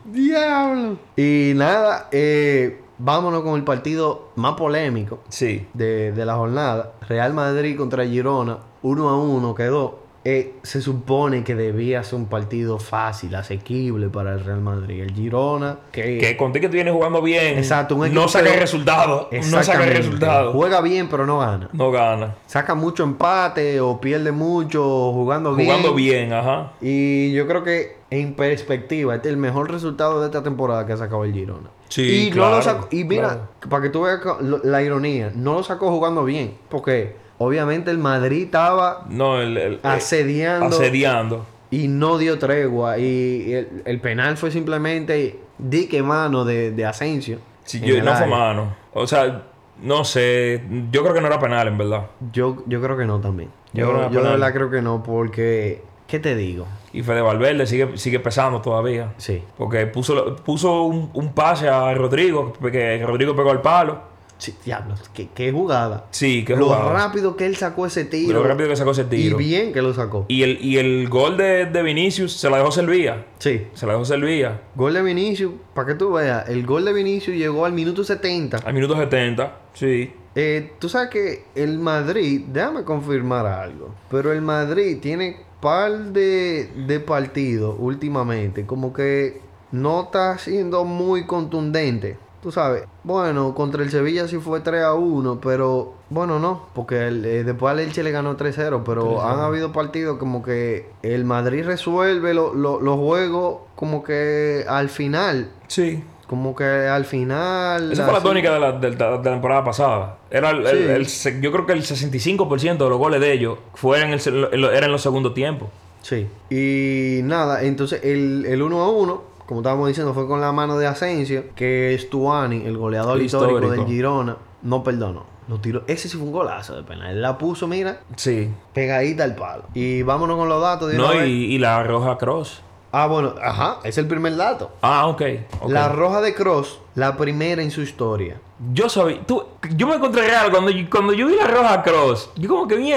[SPEAKER 1] ¡Diablo! Y nada, eh, vámonos con el partido más polémico
[SPEAKER 2] Sí.
[SPEAKER 1] de, de la jornada. Real Madrid contra Girona, uno a uno quedó. Eh, se supone que debía ser un partido fácil, asequible para el Real Madrid. El Girona, que...
[SPEAKER 2] Que conté que tú vienes jugando bien.
[SPEAKER 1] Exacto, un equipo
[SPEAKER 2] No saca
[SPEAKER 1] que-
[SPEAKER 2] el resultado. No saca el
[SPEAKER 1] Exactamente.
[SPEAKER 2] resultado.
[SPEAKER 1] Juega bien, pero no gana.
[SPEAKER 2] No gana.
[SPEAKER 1] Saca mucho empate o pierde mucho jugando bien.
[SPEAKER 2] Jugando bien, ajá.
[SPEAKER 1] Y yo creo que en perspectiva, este es el mejor resultado de esta temporada que ha sacado el Girona.
[SPEAKER 2] Sí,
[SPEAKER 1] y, no lo
[SPEAKER 2] claro,
[SPEAKER 1] sacó- y mira, para que tú veas co- lo- la ironía, no lo sacó jugando bien, porque obviamente el Madrid estaba
[SPEAKER 2] No, el. el-
[SPEAKER 1] asediando
[SPEAKER 2] asediando.
[SPEAKER 1] y no dio tregua. Y el, el penal fue simplemente dique mano de, de Asensio.
[SPEAKER 2] Sí,
[SPEAKER 1] en
[SPEAKER 2] yo-
[SPEAKER 1] el
[SPEAKER 2] no fue
[SPEAKER 1] área.
[SPEAKER 2] mano. O sea, no sé. Yo creo que no era penal, en verdad.
[SPEAKER 1] Yo, yo creo que no también.
[SPEAKER 2] Yo
[SPEAKER 1] Yo,
[SPEAKER 2] creo que
[SPEAKER 1] yo de
[SPEAKER 2] penal.
[SPEAKER 1] verdad creo que no, porque. ¿Qué te digo?
[SPEAKER 2] Y Fede Valverde sigue, sigue pesando todavía.
[SPEAKER 1] Sí.
[SPEAKER 2] Porque puso, puso un, un pase a Rodrigo, que Rodrigo pegó al palo.
[SPEAKER 1] Sí, diablo, qué, qué jugada.
[SPEAKER 2] Sí, que
[SPEAKER 1] lo
[SPEAKER 2] jugada.
[SPEAKER 1] rápido que él sacó ese tiro.
[SPEAKER 2] Lo rápido que sacó ese tiro.
[SPEAKER 1] Y bien que lo sacó.
[SPEAKER 2] Y el, y el gol de, de Vinicius se la dejó Servía.
[SPEAKER 1] Sí.
[SPEAKER 2] Se la dejó Servía.
[SPEAKER 1] Gol de Vinicius, para que tú veas, el gol de Vinicius llegó al minuto 70.
[SPEAKER 2] Al minuto 70. Sí.
[SPEAKER 1] Eh, tú sabes que el Madrid, déjame confirmar algo, pero el Madrid tiene par de, de partidos últimamente, como que no está siendo muy contundente. Tú sabes, bueno, contra el Sevilla sí fue 3 a 1, pero bueno, no, porque el, eh, después al Elche le ganó 3 a 0, pero han habido partidos como que el Madrid resuelve lo- lo- los juegos como que al final,
[SPEAKER 2] Sí.
[SPEAKER 1] como que al final.
[SPEAKER 2] Esa fue la
[SPEAKER 1] así.
[SPEAKER 2] tónica de la, de la- de la temporada pasada. Era el- el-
[SPEAKER 1] Sí.
[SPEAKER 2] el se- yo creo que el 65% de los goles de ellos fueron en, el se- en lo- eran en los segundos tiempos.
[SPEAKER 1] Sí. Y nada, entonces el, el 1 a 1, como estábamos diciendo, fue con la mano de Asensio, que Stuani, el goleador
[SPEAKER 2] El
[SPEAKER 1] histórico,
[SPEAKER 2] histórico.
[SPEAKER 1] del Girona, no perdonó. Lo tiró. Ese sí fue un golazo de penal. Él La puso, mira,
[SPEAKER 2] Sí.
[SPEAKER 1] pegadita al palo. Y vámonos con los datos. De
[SPEAKER 2] No,
[SPEAKER 1] una
[SPEAKER 2] y,
[SPEAKER 1] vez.
[SPEAKER 2] y la roja cross.
[SPEAKER 1] Ah, bueno, ajá, es el primer dato.
[SPEAKER 2] Ah, ok. ok.
[SPEAKER 1] La roja de Cross, la primera en su historia.
[SPEAKER 2] Yo sabía. Tú, yo me encontré real cuando, cuando yo vi la roja cross. Yo como que vi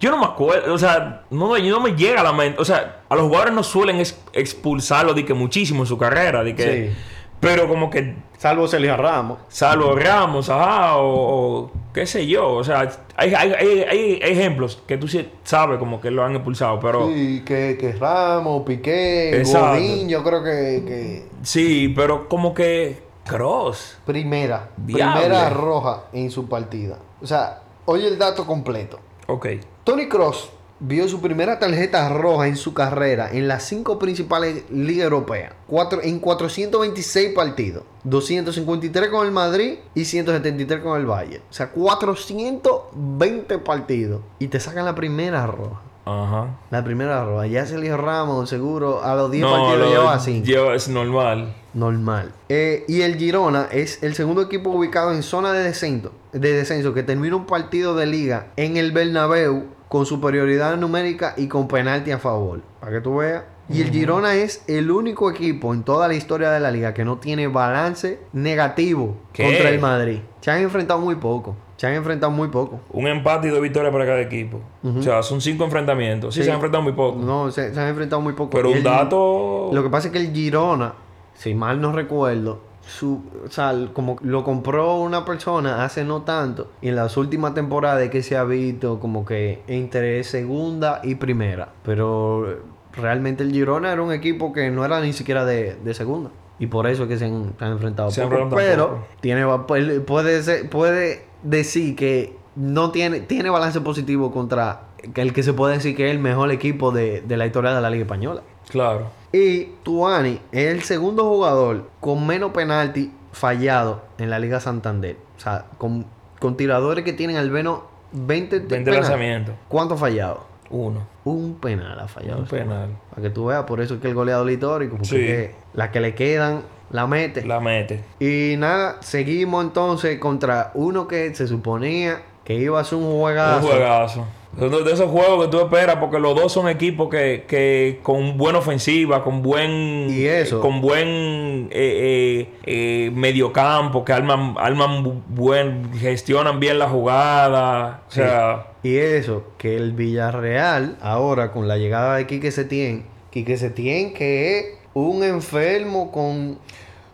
[SPEAKER 2] Yo no me acuerdo. O sea, no, me- no me llega a la mente. O sea, a los jugadores no suelen ex- expulsarlo de que muchísimo en su carrera. De que,
[SPEAKER 1] Sí.
[SPEAKER 2] Pero como que
[SPEAKER 1] Salvo Sergio Ramos.
[SPEAKER 2] Salvo Ramos, ajá, o, o qué sé yo. O sea, hay, hay- hay- hay ejemplos que tú sí sabes como que lo han expulsado, pero sí,
[SPEAKER 1] Sí, que, que Ramos, Piqué,
[SPEAKER 2] Exacto.
[SPEAKER 1] Godín, yo creo que- que
[SPEAKER 2] pero como que Cross.
[SPEAKER 1] Primera.
[SPEAKER 2] Diable.
[SPEAKER 1] Primera roja en su partida. O sea, oye el dato completo.
[SPEAKER 2] Ok.
[SPEAKER 1] Tony Cross vio su primera tarjeta roja en su carrera en las cinco principales ligas europeas. Cuatro- en 426 partidos. 253 con el Madrid y 173 con el Bayern. O sea, 420 partidos. Y te sacan la primera roja.
[SPEAKER 2] Ajá.
[SPEAKER 1] La primera roja. Ya se le Ramos, seguro, a los 10
[SPEAKER 2] No,
[SPEAKER 1] partidos
[SPEAKER 2] lo
[SPEAKER 1] lleva así.
[SPEAKER 2] lleva- es normal.
[SPEAKER 1] Normal. Eh, y el Girona es el segundo equipo ubicado en zona de descenso, de descenso que termina un partido de liga en el Bernabéu con superioridad numérica y con penalti a favor. Para que tú veas. Y el Girona es el único equipo en toda la historia de la liga que no tiene balance negativo
[SPEAKER 2] ¿Qué?
[SPEAKER 1] contra el Madrid. Se han enfrentado muy poco. Se han enfrentado muy poco.
[SPEAKER 2] Un empate y dos victorias para cada equipo. O sea, son cinco enfrentamientos. Sí,
[SPEAKER 1] Sí.
[SPEAKER 2] se han enfrentado muy poco.
[SPEAKER 1] No, se, se han enfrentado muy poco.
[SPEAKER 2] Pero
[SPEAKER 1] Y
[SPEAKER 2] un
[SPEAKER 1] el-
[SPEAKER 2] dato.
[SPEAKER 1] Lo que pasa es que el Girona, si mal no recuerdo, su, o sea, l- como lo compró una persona hace no tanto, y en las últimas temporadas es que se ha visto como que entre segunda y primera. Pero eh, realmente el Girona era un equipo que no era ni siquiera de, de segunda. Y por eso es que se han, se han enfrentado.
[SPEAKER 2] Se han
[SPEAKER 1] poco.
[SPEAKER 2] enfrentado
[SPEAKER 1] pero
[SPEAKER 2] poco.
[SPEAKER 1] tiene, va- puede- puede, ser- puede decir que no tiene, tiene balance positivo contra el que se puede decir que es el mejor equipo de, de la historia de la Liga Española.
[SPEAKER 2] Claro.
[SPEAKER 1] Y Tuani es el segundo jugador con menos penalti fallado en la Liga Santander. O sea, con, con tiradores que tienen al menos 20, de-
[SPEAKER 2] 20
[SPEAKER 1] penal.
[SPEAKER 2] lanzamientos.
[SPEAKER 1] ¿Cuánto ha fallado?
[SPEAKER 2] Uno.
[SPEAKER 1] Un penal ha fallado.
[SPEAKER 2] Un penal.
[SPEAKER 1] Para que tú veas, por eso es que el goleador histórico, porque
[SPEAKER 2] Sí.
[SPEAKER 1] que las que le quedan, la mete.
[SPEAKER 2] La mete.
[SPEAKER 1] Y nada, seguimos entonces contra uno que se suponía que iba a ser un
[SPEAKER 2] Un
[SPEAKER 1] juegazo.
[SPEAKER 2] juegazo. Son De esos juegos que tú esperas, porque los dos son equipos que, que con buena ofensiva, con buen.
[SPEAKER 1] Y eso.
[SPEAKER 2] Con buen eh, eh, eh, mediocampo, que arman, arman bu- buen. gestionan bien la jugada. O sea.
[SPEAKER 1] Y eso, que el Villarreal, ahora con la llegada de Quique Setién, Quique Setién que es un enfermo con,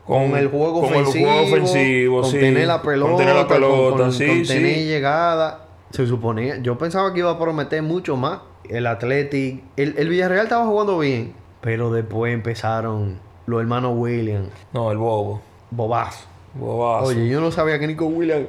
[SPEAKER 1] con, el juego
[SPEAKER 2] con el
[SPEAKER 1] ofensivo,
[SPEAKER 2] juego ofensivo,
[SPEAKER 1] con
[SPEAKER 2] sí.
[SPEAKER 1] tener la pelota,
[SPEAKER 2] Con tener la
[SPEAKER 1] con-
[SPEAKER 2] pelota,
[SPEAKER 1] con-
[SPEAKER 2] sí,
[SPEAKER 1] con
[SPEAKER 2] sí.
[SPEAKER 1] tener llegada. Se suponía, yo pensaba que iba a prometer mucho más. El Athletic, el, el Villarreal estaba jugando bien, pero después empezaron los hermanos Williams,
[SPEAKER 2] No, el bobo.
[SPEAKER 1] bobazo.
[SPEAKER 2] Bobazo.
[SPEAKER 1] Oye, yo no sabía que Nico Williams.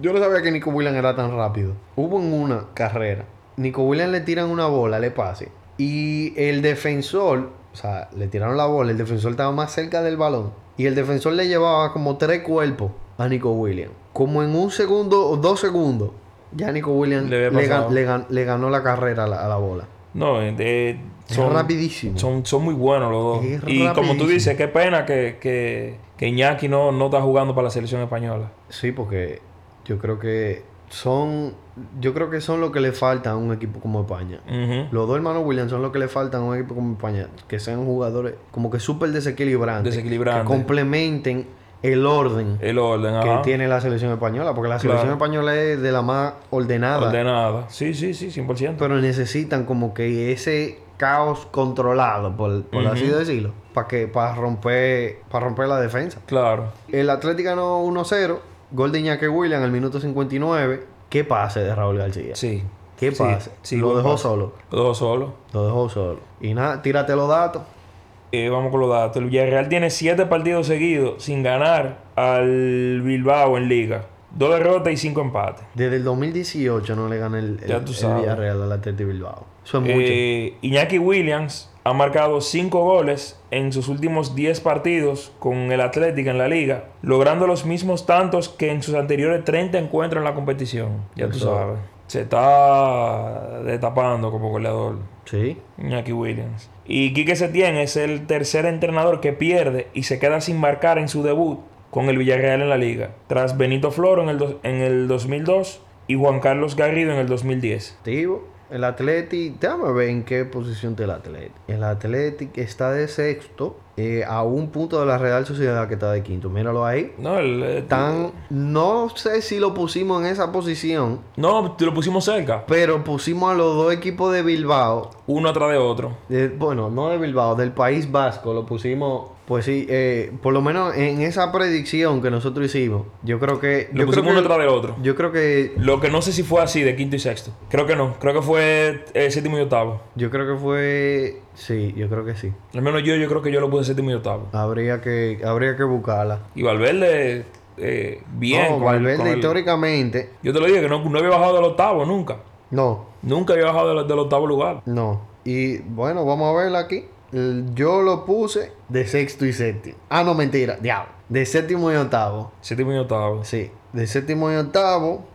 [SPEAKER 1] Yo no sabía que Nico Williams era tan rápido. Hubo en una carrera. Nico Williams le tiran una bola, le pase. Y el defensor, o sea, le tiraron la bola. El defensor estaba más cerca del balón. Y el defensor le llevaba como tres cuerpos a Nico Williams. Como en un segundo o dos segundos. Ya Nico Williams
[SPEAKER 2] Le había
[SPEAKER 1] le, gan-
[SPEAKER 2] pasado.
[SPEAKER 1] le gan- le ganó la carrera a la, a la bola.
[SPEAKER 2] No, eh,
[SPEAKER 1] Es
[SPEAKER 2] son,
[SPEAKER 1] rapidísimo.
[SPEAKER 2] son, son muy buenos los dos.
[SPEAKER 1] Es
[SPEAKER 2] y como tú
[SPEAKER 1] rapidísimo.
[SPEAKER 2] dices, qué pena que, que, que Iñaki no, no está jugando para la selección española.
[SPEAKER 1] Sí, porque yo creo que son. Yo creo que son lo que le falta a un equipo como España.
[SPEAKER 2] Ujú.
[SPEAKER 1] Los dos hermanos Williams son lo que le faltan a un equipo como España. Que sean jugadores como que súper desequilibrantes.
[SPEAKER 2] Desequilibrantes.
[SPEAKER 1] Que complementen el orden
[SPEAKER 2] El orden,
[SPEAKER 1] que
[SPEAKER 2] ajá.
[SPEAKER 1] tiene la selección española. Porque la
[SPEAKER 2] Claro.
[SPEAKER 1] selección española es de la más ordenada.
[SPEAKER 2] Ordenada. Sí, sí, sí, 100%.
[SPEAKER 1] Pero necesitan como que ese caos controlado, por, por así decirlo. Para que para romper, para romper la defensa.
[SPEAKER 2] Claro.
[SPEAKER 1] El Atlético ganó 1-0. Gol de Iñaki William al minuto 59. ¿Qué pase de Raúl García?
[SPEAKER 2] Sí.
[SPEAKER 1] ¿Qué
[SPEAKER 2] Sí,
[SPEAKER 1] pase?
[SPEAKER 2] sí,
[SPEAKER 1] lo
[SPEAKER 2] buen
[SPEAKER 1] dejó
[SPEAKER 2] pase.
[SPEAKER 1] solo.
[SPEAKER 2] Los dos solos.
[SPEAKER 1] Lo dejó solo. Y nada, tírate los datos.
[SPEAKER 2] Eh, vamos con los datos. El Villarreal tiene siete partidos seguidos sin ganar al Bilbao en Liga. Dos derrotas y cinco empates.
[SPEAKER 1] Desde el 2018 no le gana el, el,
[SPEAKER 2] Ya tú
[SPEAKER 1] el
[SPEAKER 2] sabes.
[SPEAKER 1] Villarreal al Atlético de Bilbao. Eso es mucho.
[SPEAKER 2] Eh, Iñaki Williams ha marcado cinco goles en sus últimos 10 partidos con el Atlético en la liga, logrando los mismos tantos que en sus anteriores 30 encuentros en la competición. Ya tú
[SPEAKER 1] Eso.
[SPEAKER 2] sabes. Se está destapando como goleador.
[SPEAKER 1] Sí.
[SPEAKER 2] Iñaki Williams. Y Quique Setién es el tercer entrenador que pierde y se queda sin marcar en su debut con el Villarreal en la liga, tras Benito Floro en el, dos- en el 2002 y Juan Carlos Garrido en el 2010.
[SPEAKER 1] Activo. El Atlético, déjame ver en qué posición está el Atlético. El Atlético está de sexto eh, a un punto de la Real Sociedad que está de quinto. Míralo ahí.
[SPEAKER 2] No, el, eh,
[SPEAKER 1] Tan, no sé si lo pusimos en esa posición,
[SPEAKER 2] no, te lo pusimos cerca,
[SPEAKER 1] pero pusimos a los dos equipos de Bilbao
[SPEAKER 2] uno atrás de otro.
[SPEAKER 1] de- bueno, no de Bilbao, del País Vasco, lo pusimos, pues sí, eh, por lo menos en esa predicción que nosotros hicimos, yo creo que...
[SPEAKER 2] Lo
[SPEAKER 1] yo creo
[SPEAKER 2] pusimos
[SPEAKER 1] que,
[SPEAKER 2] uno atrás de otro.
[SPEAKER 1] Yo creo que...
[SPEAKER 2] Lo que no sé si fue así, de quinto y sexto. Creo que no, creo que fue eh, séptimo y octavo.
[SPEAKER 1] Yo creo que fue... Sí, yo creo que sí.
[SPEAKER 2] Al menos yo, yo creo que yo lo puse séptimo y octavo.
[SPEAKER 1] Habría que, habría que buscarla.
[SPEAKER 2] Y Valverde, eh, bien.
[SPEAKER 1] No,
[SPEAKER 2] con el- con
[SPEAKER 1] Valverde
[SPEAKER 2] el-
[SPEAKER 1] históricamente...
[SPEAKER 2] Yo te lo dije, que no, no había bajado del octavo nunca.
[SPEAKER 1] No,
[SPEAKER 2] Nunca había bajado del, del octavo lugar.
[SPEAKER 1] no. Y bueno, vamos a verla aquí. El- Yo lo puse de sexto y séptimo. Ah, no, mentira, diablo. De séptimo y octavo.
[SPEAKER 2] Séptimo y octavo.
[SPEAKER 1] Sí, de séptimo y octavo.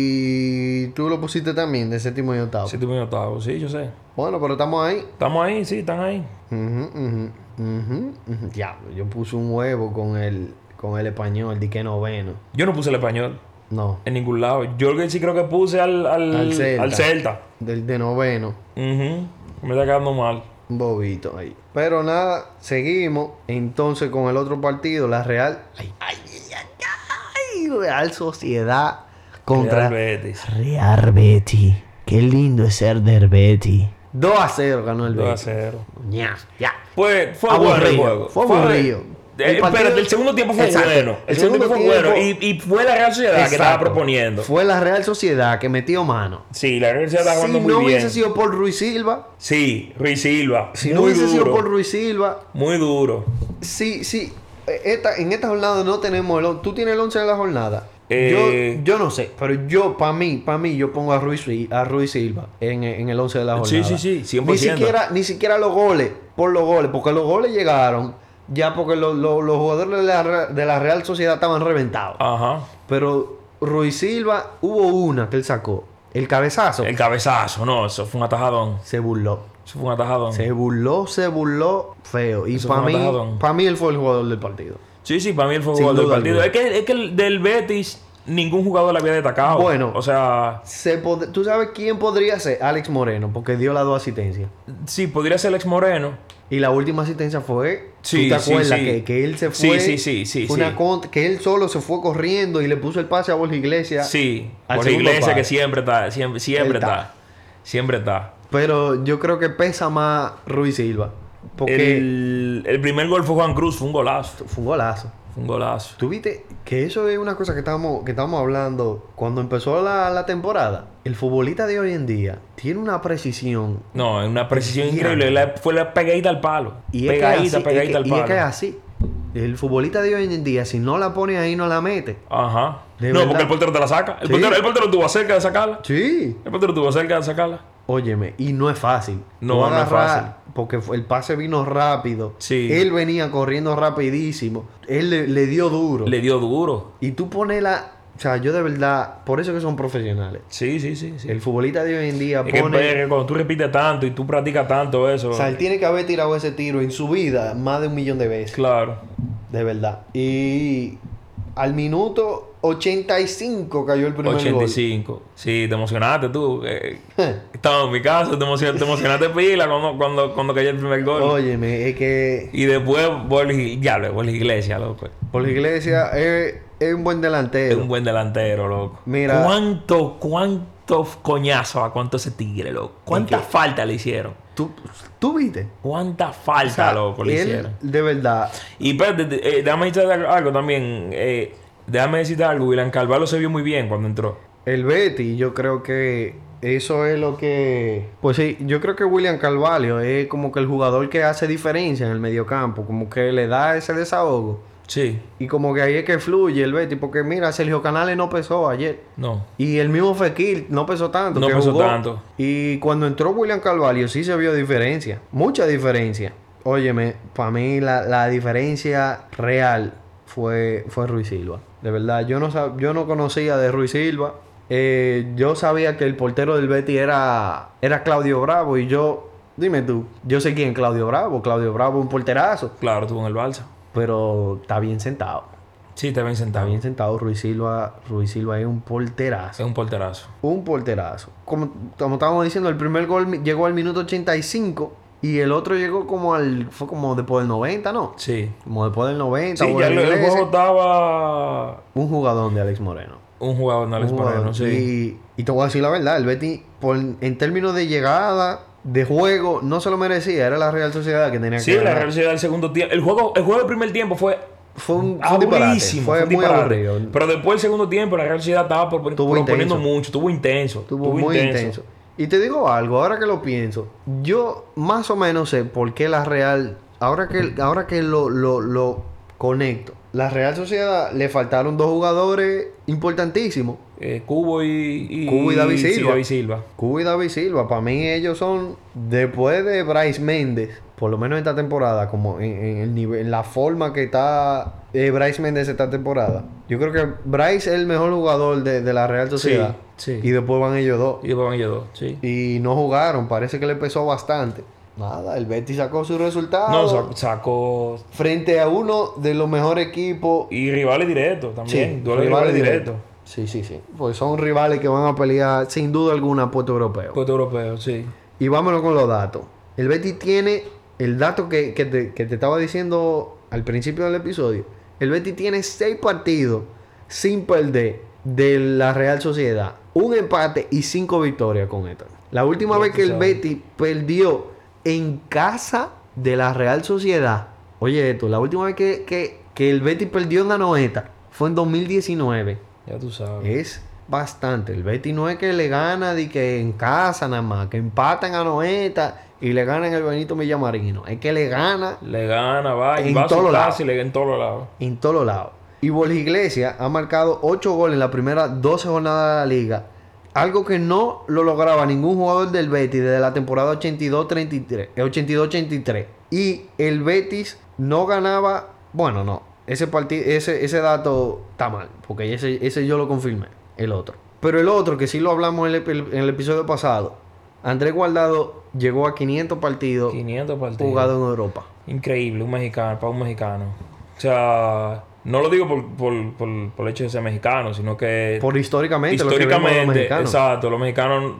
[SPEAKER 1] Y tú lo pusiste también, de séptimo y octavo.
[SPEAKER 2] Séptimo y octavo, sí, yo sé.
[SPEAKER 1] Bueno, pero estamos ahí.
[SPEAKER 2] Estamos ahí, sí, están ahí.
[SPEAKER 1] Ujú, ujú, ujú, ujú. Diablo, yo puse un huevo con el, con el español, di que noveno.
[SPEAKER 2] Yo no puse el español
[SPEAKER 1] No,
[SPEAKER 2] en ningún lado. Yo el que sí creo que puse al, al,
[SPEAKER 1] Al
[SPEAKER 2] al
[SPEAKER 1] Celta.
[SPEAKER 2] Celta.
[SPEAKER 1] del de noveno.
[SPEAKER 2] Ujú. Me está quedando mal.
[SPEAKER 1] Un bobito ahí. Pero nada, seguimos entonces con el otro partido, la Real. Ay, ay, ay, ay, Real Sociedad contra
[SPEAKER 2] Real Betis.
[SPEAKER 1] Real Betty. Qué lindo es ser del Betty. 2 a 0 ganó el
[SPEAKER 2] 2 a
[SPEAKER 1] Betty.
[SPEAKER 2] 0.
[SPEAKER 1] Ya, ya.
[SPEAKER 2] Pues fue
[SPEAKER 1] Aburrido,
[SPEAKER 2] bueno el juego.
[SPEAKER 1] fue aburrido.
[SPEAKER 2] Eh,
[SPEAKER 1] El partido-
[SPEAKER 2] Espérate, el segundo tiempo fue
[SPEAKER 1] Exacto.
[SPEAKER 2] bueno. El,
[SPEAKER 1] El
[SPEAKER 2] segundo,
[SPEAKER 1] segundo
[SPEAKER 2] tiempo fue bueno.
[SPEAKER 1] tiempo-
[SPEAKER 2] Y, y fue la Real Sociedad que estaba
[SPEAKER 1] Exacto.
[SPEAKER 2] proponiendo.
[SPEAKER 1] Fue la Real Sociedad que metió mano.
[SPEAKER 2] Sí, la Real Sociedad estaba
[SPEAKER 1] Si
[SPEAKER 2] jugando
[SPEAKER 1] no
[SPEAKER 2] muy
[SPEAKER 1] hubiese
[SPEAKER 2] bien.
[SPEAKER 1] sido por Ruiz Silva,
[SPEAKER 2] Sí, Ruiz Silva.
[SPEAKER 1] si
[SPEAKER 2] muy
[SPEAKER 1] no hubiese
[SPEAKER 2] duro.
[SPEAKER 1] sido por Ruiz Silva,
[SPEAKER 2] Muy duro.
[SPEAKER 1] sí, sí. eh, esta- en esta jornada no tenemos el on- Tú tienes el 11 de la jornada.
[SPEAKER 2] Eh,
[SPEAKER 1] yo, yo no sé, pero yo, para mí, para mí, yo pongo a Ruiz, Sil- a Ruiz Silva en, en el 11 de la
[SPEAKER 2] Sí,
[SPEAKER 1] jornada.
[SPEAKER 2] sí, sí,
[SPEAKER 1] Ni
[SPEAKER 2] 100%.
[SPEAKER 1] siquiera, ni siquiera los goles, por los goles, porque los goles llegaron ya porque lo- lo- los jugadores de la, Re- de la Real Sociedad estaban reventados.
[SPEAKER 2] Ajá.
[SPEAKER 1] Pero Ruiz Silva, hubo una que él sacó. El cabezazo.
[SPEAKER 2] El cabezazo, no, eso fue un atajadón.
[SPEAKER 1] Se burló.
[SPEAKER 2] Eso fue un atajadón. Sí,
[SPEAKER 1] Se burló, se burló feo. Y
[SPEAKER 2] Eso
[SPEAKER 1] para
[SPEAKER 2] fue
[SPEAKER 1] mí,
[SPEAKER 2] un atajadón.
[SPEAKER 1] pa' mí él fue el jugador del partido.
[SPEAKER 2] sí, para mí él fue
[SPEAKER 1] Sin
[SPEAKER 2] jugador del
[SPEAKER 1] duda
[SPEAKER 2] partido.
[SPEAKER 1] alguna.
[SPEAKER 2] Es que, es que el del Betis ningún jugador le había destacado.
[SPEAKER 1] Bueno.
[SPEAKER 2] O sea,
[SPEAKER 1] Se pod- ¿Tú sabes quién podría ser? Alex Moreno, porque dio las dos asistencias.
[SPEAKER 2] sí, podría ser el ex Moreno.
[SPEAKER 1] Y la última asistencia fue.
[SPEAKER 2] Sí,
[SPEAKER 1] ¿Tú te
[SPEAKER 2] sí,
[SPEAKER 1] acuerdas
[SPEAKER 2] sí.
[SPEAKER 1] Que, que él se
[SPEAKER 2] Sí,
[SPEAKER 1] fue?
[SPEAKER 2] sí, sí, sí,
[SPEAKER 1] fue Una
[SPEAKER 2] sí.
[SPEAKER 1] cont- que él solo se fue corriendo y le puso el pase a Borja Iglesias.
[SPEAKER 2] Sí,
[SPEAKER 1] Al
[SPEAKER 2] por
[SPEAKER 1] segundo
[SPEAKER 2] Iglesia
[SPEAKER 1] palo.
[SPEAKER 2] que siempre está, siempre, siempre
[SPEAKER 1] Él está.
[SPEAKER 2] está. Siempre está.
[SPEAKER 1] Pero yo creo que pesa más Ruiz Silva. Porque
[SPEAKER 2] El, el primer gol fue Juan Cruz, fue un golazo.
[SPEAKER 1] fue un golazo.
[SPEAKER 2] Fue un golazo.
[SPEAKER 1] ¿Tú viste que eso es una cosa que estábamos, que estábamos hablando cuando empezó la, la temporada? El futbolista de hoy en día tiene una precisión.
[SPEAKER 2] No, es una precisión
[SPEAKER 1] Diablo.
[SPEAKER 2] increíble. La- fue la pegadita al palo.
[SPEAKER 1] Y es que es
[SPEAKER 2] pegadita,
[SPEAKER 1] así,
[SPEAKER 2] pegadita
[SPEAKER 1] es que-
[SPEAKER 2] al
[SPEAKER 1] y es
[SPEAKER 2] palo.
[SPEAKER 1] que es así. El futbolista de hoy en día, si no la pone ahí, no la mete.
[SPEAKER 2] Ajá.
[SPEAKER 1] De
[SPEAKER 2] no,
[SPEAKER 1] verdad.
[SPEAKER 2] porque el portero te la saca. El,
[SPEAKER 1] Sí.
[SPEAKER 2] portero, el portero estuvo cerca de sacarla.
[SPEAKER 1] Sí.
[SPEAKER 2] El portero estuvo cerca de sacarla.
[SPEAKER 1] Óyeme, y no es fácil.
[SPEAKER 2] No,
[SPEAKER 1] Tú
[SPEAKER 2] no es
[SPEAKER 1] agarras-
[SPEAKER 2] fácil.
[SPEAKER 1] Porque fue- el pase vino rápido.
[SPEAKER 2] Sí.
[SPEAKER 1] Él venía corriendo rapidísimo. Él le, le dio duro.
[SPEAKER 2] Le dio duro.
[SPEAKER 1] Y tú pones la O sea, yo de verdad, por eso que son profesionales.
[SPEAKER 2] Sí, sí, sí. sí.
[SPEAKER 1] El futbolista de hoy en día
[SPEAKER 2] Es que
[SPEAKER 1] pone.
[SPEAKER 2] pero cuando tú repites tanto y tú practicas tanto eso.
[SPEAKER 1] O sea, él tiene que haber tirado ese tiro en su vida más de un millón de veces.
[SPEAKER 2] Claro.
[SPEAKER 1] De verdad. Y al minuto 85 cayó el primer
[SPEAKER 2] 85. Sí, te emocionaste tú. eh,
[SPEAKER 1] gol.
[SPEAKER 2] estaba en mi casa, te emocionaste, te emocionaste pila cuando, cuando, cuando cayó el primer gol.
[SPEAKER 1] Óyeme, es que
[SPEAKER 2] Y después Borges Ig- ya, lo de Borges Iglesias, loco.
[SPEAKER 1] Borja Iglesias es, es un buen
[SPEAKER 2] Es
[SPEAKER 1] delantero.
[SPEAKER 2] un buen delantero, loco.
[SPEAKER 1] Mira.
[SPEAKER 2] ¿Cuánto, cuántos coñazos a cuánto ese tigre, loco? ¿Cuántas faltas le hicieron?
[SPEAKER 1] ¿Tú, tú viste?
[SPEAKER 2] ¿Cuántas faltas, loco, le
[SPEAKER 1] él,
[SPEAKER 2] hicieron?
[SPEAKER 1] de verdad.
[SPEAKER 2] Y espérate, te- eh, déjame decirte algo también. eh, déjame decirte algo. William Carvalho se vio muy bien cuando entró.
[SPEAKER 1] El Betty, yo creo que eso es lo que. Pues sí, yo creo que William Carvalho es como que el jugador que hace diferencia en el mediocampo, como que le da ese desahogo.
[SPEAKER 2] Sí.
[SPEAKER 1] Y como que ahí es que fluye el Betty, porque mira, Sergio Canales no pesó ayer.
[SPEAKER 2] No.
[SPEAKER 1] Y el mismo Fekir no pesó tanto.
[SPEAKER 2] No
[SPEAKER 1] que
[SPEAKER 2] pesó
[SPEAKER 1] jugó.
[SPEAKER 2] tanto.
[SPEAKER 1] Y cuando entró William Carvalho sí se vio diferencia. Mucha diferencia. Óyeme, para mí la, la diferencia real fue, fue Ruiz Silva. De verdad, yo no, sab- yo no conocía de Ruiz Silva. Eh, yo sabía que el portero del Betty era, era Claudio Bravo y yo... Dime tú, yo sé quién es Claudio Bravo. Claudio Bravo es un porterazo.
[SPEAKER 2] Claro, estuvo en el Balsa.
[SPEAKER 1] Pero está bien sentado.
[SPEAKER 2] Sí, está bien
[SPEAKER 1] Está
[SPEAKER 2] sentado.
[SPEAKER 1] bien sentado Ruiz Silva. Ruiz Silva es un porterazo.
[SPEAKER 2] Es un porterazo.
[SPEAKER 1] Un porterazo. Como, como estábamos diciendo, el primer gol mi- llegó al minuto 85 y el otro llegó como al. Fue como después del 90, ¿no?
[SPEAKER 2] Sí.
[SPEAKER 1] Como después del 90.
[SPEAKER 2] Sí,
[SPEAKER 1] o
[SPEAKER 2] ya
[SPEAKER 1] el
[SPEAKER 2] el, el
[SPEAKER 1] ingreso.
[SPEAKER 2] juego estaba
[SPEAKER 1] Un jugadón de Alex Moreno.
[SPEAKER 2] un jugador en Alex
[SPEAKER 1] Un jugadón.
[SPEAKER 2] Moreno, sí.
[SPEAKER 1] y, y te voy a decir la verdad, el Betty, por- en términos de llegada, de juego, no se lo merecía. Era la Real Sociedad que tenía que
[SPEAKER 2] Sí, la
[SPEAKER 1] ganar.
[SPEAKER 2] Real Sociedad del segundo tiempo. El juego, el juego del primer tiempo fue
[SPEAKER 1] Fue un, fue un disparate.
[SPEAKER 2] aburridísimo.
[SPEAKER 1] Fue,
[SPEAKER 2] Ah, un
[SPEAKER 1] muy
[SPEAKER 2] disparate.
[SPEAKER 1] aburrido.
[SPEAKER 2] Pero después del segundo tiempo, la Real Sociedad estaba por,
[SPEAKER 1] Estuvo
[SPEAKER 2] proponiendo
[SPEAKER 1] intenso.
[SPEAKER 2] mucho. Estuvo intenso.
[SPEAKER 1] Estuvo muy intenso. Y te digo algo, ahora que lo pienso, yo más o menos sé por qué la Real, ahora que, ahora que lo, lo, lo conecto, la Real Sociedad le faltaron dos jugadores importantísimos.
[SPEAKER 2] Eh, Cubo y, y...
[SPEAKER 1] Cubo y David
[SPEAKER 2] sí,
[SPEAKER 1] Silva.
[SPEAKER 2] David Silva.
[SPEAKER 1] Cuba y David Silva, para mí ellos son, después de Bryce Méndez, por lo menos esta temporada, como en, en el nivel, en la forma que está eh, Bryce Méndez esta temporada. Yo creo que Bryce es el mejor jugador de, de la Real Sociedad.
[SPEAKER 2] sí.
[SPEAKER 1] Y después van ellos dos.
[SPEAKER 2] Y después van ellos dos, sí.
[SPEAKER 1] y no jugaron. Parece que le pesó bastante. Nada, el Betis sacó su resultado
[SPEAKER 2] No, sa- sacó...
[SPEAKER 1] frente a uno de los mejores equipos.
[SPEAKER 2] Y rivales directos también. Duelo de
[SPEAKER 1] rivales
[SPEAKER 2] rivales directos.
[SPEAKER 1] directos. Sí, sí, sí. Pues son rivales que van a pelear sin duda alguna puesto europeo.
[SPEAKER 2] Puerto Europeo, sí.
[SPEAKER 1] Y vámonos con los datos. El Betis tiene el dato que, que te, que te estaba diciendo al principio del episodio. El Betis tiene seis partidos sin perder de la Real Sociedad. Un empate y cinco victorias con esta. La última
[SPEAKER 2] Ya
[SPEAKER 1] vez
[SPEAKER 2] tú
[SPEAKER 1] que el
[SPEAKER 2] sabes.
[SPEAKER 1] Betis perdió en casa de la Real Sociedad. Oye esto, la última vez que, que- que el Betis perdió en Anoeta fue en 2019.
[SPEAKER 2] Ya tú sabes.
[SPEAKER 1] Es bastante. El Betty no es que le gana de que en casa nada más, que empatan a Noeta y le ganan el Benito Millamarino. Es que le gana
[SPEAKER 2] Le gana, va. Y
[SPEAKER 1] En
[SPEAKER 2] va a su
[SPEAKER 1] todos lados.
[SPEAKER 2] casa y le en todos lados.
[SPEAKER 1] en todos lados. Y Borja Iglesias ha marcado 8 goles en la primera 12 jornadas de la liga. Algo que no lo lograba ningún jugador del Betis desde la temporada 82-33. eh, 82-83. Y el Betis no ganaba. Bueno, no. Ese, parti- ese, ese dato está mal. Porque ese, ese yo lo confirmé. El otro. Pero el otro, que sí lo hablamos en el, epi- en el episodio pasado. Andrés Guardado llegó a 500 partidos
[SPEAKER 2] 500 partidos.
[SPEAKER 1] jugados en Europa.
[SPEAKER 2] Increíble, un mexicano, para un mexicano. O sea, no lo digo por, por, por, por el hecho de ser mexicano, sino que
[SPEAKER 1] Por históricamente, lo que vemos los
[SPEAKER 2] históricamente,
[SPEAKER 1] mexicanos.
[SPEAKER 2] exacto, los mexicanos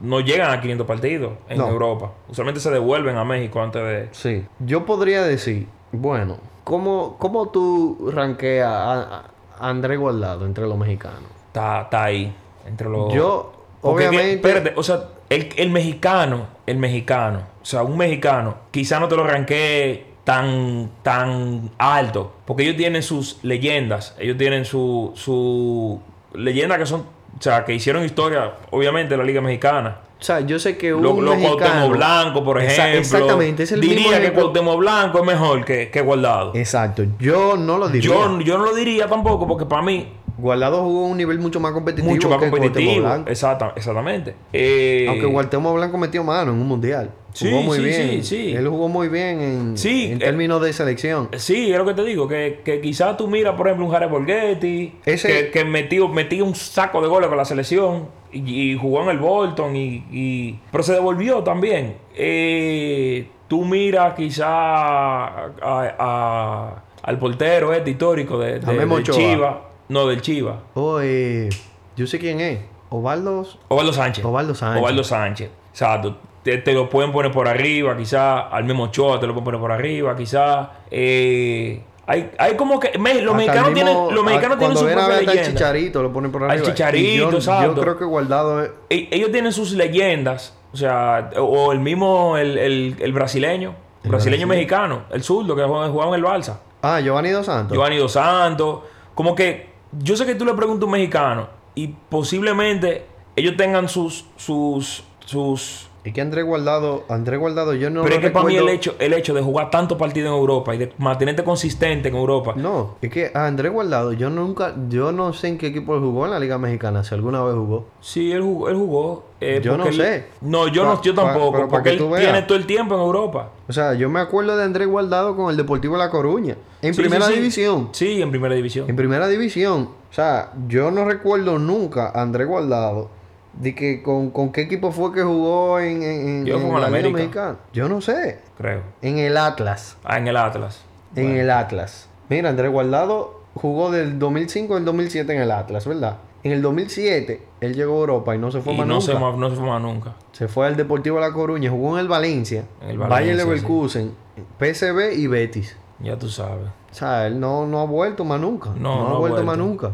[SPEAKER 2] no llegan a 500 partidos en
[SPEAKER 1] No.
[SPEAKER 2] Europa. Usualmente se devuelven a México antes de...
[SPEAKER 1] Sí. Yo podría decir, bueno, ¿cómo, cómo tú ranqueas a, a André Guardado entre los mexicanos?
[SPEAKER 2] Está, está ahí, entre los...
[SPEAKER 1] Yo,
[SPEAKER 2] Oh. Porque,
[SPEAKER 1] obviamente.
[SPEAKER 2] espérate, o sea, el, el mexicano, el mexicano, o sea, un mexicano, quizá no te lo ranquee tan, tan alto, porque ellos tienen sus leyendas, ellos tienen su, su leyenda que son, o sea, que hicieron historia, obviamente, de la Liga Mexicana.
[SPEAKER 1] O sea, yo sé que un
[SPEAKER 2] Lo, lo
[SPEAKER 1] mexicano.
[SPEAKER 2] Cuauhtémoc Blanco, por
[SPEAKER 1] Exa-
[SPEAKER 2] ejemplo.
[SPEAKER 1] exactamente, es el
[SPEAKER 2] diría
[SPEAKER 1] mismo
[SPEAKER 2] que
[SPEAKER 1] ejemplo.
[SPEAKER 2] Cuauhtémoc Blanco es mejor que, que Guardado.
[SPEAKER 1] Exacto. Yo no lo diría.
[SPEAKER 2] Yo, yo no lo diría tampoco porque para mí
[SPEAKER 1] Guardado jugó a un nivel mucho más competitivo.
[SPEAKER 2] Mucho más
[SPEAKER 1] que Cuauhtémoc
[SPEAKER 2] competitivo.
[SPEAKER 1] Blanco.
[SPEAKER 2] Exacta- exactamente. Eh,
[SPEAKER 1] Aunque Guatemoc Blanco metió mano en un mundial.
[SPEAKER 2] Sí,
[SPEAKER 1] jugó muy
[SPEAKER 2] sí,
[SPEAKER 1] bien.
[SPEAKER 2] sí, sí.
[SPEAKER 1] Él jugó muy bien en,
[SPEAKER 2] Sí,
[SPEAKER 1] en
[SPEAKER 2] eh,
[SPEAKER 1] términos de selección.
[SPEAKER 2] Sí, es lo que te digo, que, que quizás tú miras, por ejemplo, un Jared Borghetti,
[SPEAKER 1] Ese-
[SPEAKER 2] que, que metió, metió un saco de goles con la selección y, y jugó en el Bolton, y, y- pero se devolvió también. Eh, tú miras quizás a- a- al portero este histórico de, de,
[SPEAKER 1] A Memo
[SPEAKER 2] del
[SPEAKER 1] Ochoa.
[SPEAKER 2] Chivas, no del Chivas,
[SPEAKER 1] Oh, eh, yo sé quién es. Ovaldo,
[SPEAKER 2] Ovaldo Sánchez.
[SPEAKER 1] Ovaldo Sánchez.
[SPEAKER 2] Ovaldo Sánchez. Exacto. Te, te lo pueden poner por arriba, quizás. Al mismo Ochoa te lo pueden poner por arriba, quizás. Eh, hay, hay como que. me- los
[SPEAKER 1] Hasta
[SPEAKER 2] mexicanos
[SPEAKER 1] el mismo-
[SPEAKER 2] tienen, los
[SPEAKER 1] a-
[SPEAKER 2] mexicanos tienen su
[SPEAKER 1] cuando ven a
[SPEAKER 2] propia
[SPEAKER 1] ver hasta el
[SPEAKER 2] leyenda.
[SPEAKER 1] chicharito, lo ponen por
[SPEAKER 2] Al
[SPEAKER 1] arriba. Y
[SPEAKER 2] Chicharito,
[SPEAKER 1] yo- yo,
[SPEAKER 2] exacto.
[SPEAKER 1] creo que Guardado es-
[SPEAKER 2] E- Ellos tienen sus leyendas. O sea, o el mismo, el, el- el brasileño. brasileño mexicano, el zurdo que jugaba jugaba en el Balsa.
[SPEAKER 1] Ah, Giovanni Dos Santos.
[SPEAKER 2] Giovanni Dos Santos. Como que yo sé que tú le preguntas a un mexicano y posiblemente ellos tengan sus, sus, sus
[SPEAKER 1] Es que Andrés Guardado, Andrés Guardado, yo no
[SPEAKER 2] Pero
[SPEAKER 1] lo
[SPEAKER 2] es que para mí el
[SPEAKER 1] recuerdo-
[SPEAKER 2] hecho, el hecho de jugar tantos partidos en Europa y de mantenerte consistente en Europa.
[SPEAKER 1] No, es que a Andrés Guardado, yo nunca, yo no sé en qué equipo él jugó en la Liga Mexicana, si alguna vez jugó.
[SPEAKER 2] Sí, él jugó. Él jugó eh,
[SPEAKER 1] Yo
[SPEAKER 2] porque
[SPEAKER 1] no
[SPEAKER 2] él-
[SPEAKER 1] sé.
[SPEAKER 2] no, yo,
[SPEAKER 1] Pa-
[SPEAKER 2] no, yo
[SPEAKER 1] pa-
[SPEAKER 2] tampoco.
[SPEAKER 1] pero pa'
[SPEAKER 2] porque
[SPEAKER 1] que
[SPEAKER 2] él
[SPEAKER 1] tú veas.
[SPEAKER 2] tiene todo el tiempo en Europa.
[SPEAKER 1] O sea, yo me acuerdo de Andrés Guardado con el Deportivo La Coruña, en
[SPEAKER 2] Sí,
[SPEAKER 1] primera
[SPEAKER 2] sí, sí.
[SPEAKER 1] división.
[SPEAKER 2] Sí, en primera división.
[SPEAKER 1] En primera división. O sea, yo no recuerdo nunca a Andrés Guardado de que con, con qué equipo fue que jugó en, en- en-
[SPEAKER 2] Yo
[SPEAKER 1] en
[SPEAKER 2] con
[SPEAKER 1] la
[SPEAKER 2] el
[SPEAKER 1] Liga
[SPEAKER 2] América.
[SPEAKER 1] Mexicana. Yo no sé.
[SPEAKER 2] Creo.
[SPEAKER 1] En el Atlas.
[SPEAKER 2] Ah, en el Atlas.
[SPEAKER 1] En el Atlas. Mira, Andrés Guardado jugó del 2005 al 2007 en el Atlas, ¿verdad? En el 2007 él llegó a Europa y no se fue
[SPEAKER 2] Y
[SPEAKER 1] más
[SPEAKER 2] no
[SPEAKER 1] nunca.
[SPEAKER 2] se, ma- no se fue más nunca.
[SPEAKER 1] Se fue al Deportivo La Coruña, jugó en el Valencia,
[SPEAKER 2] En el
[SPEAKER 1] Bayer
[SPEAKER 2] Valencia,
[SPEAKER 1] Leverkusen, PSV y Betis.
[SPEAKER 2] Ya tú sabes.
[SPEAKER 1] O sea, él no, no ha vuelto más nunca. No, ha, vuelto, más nunca.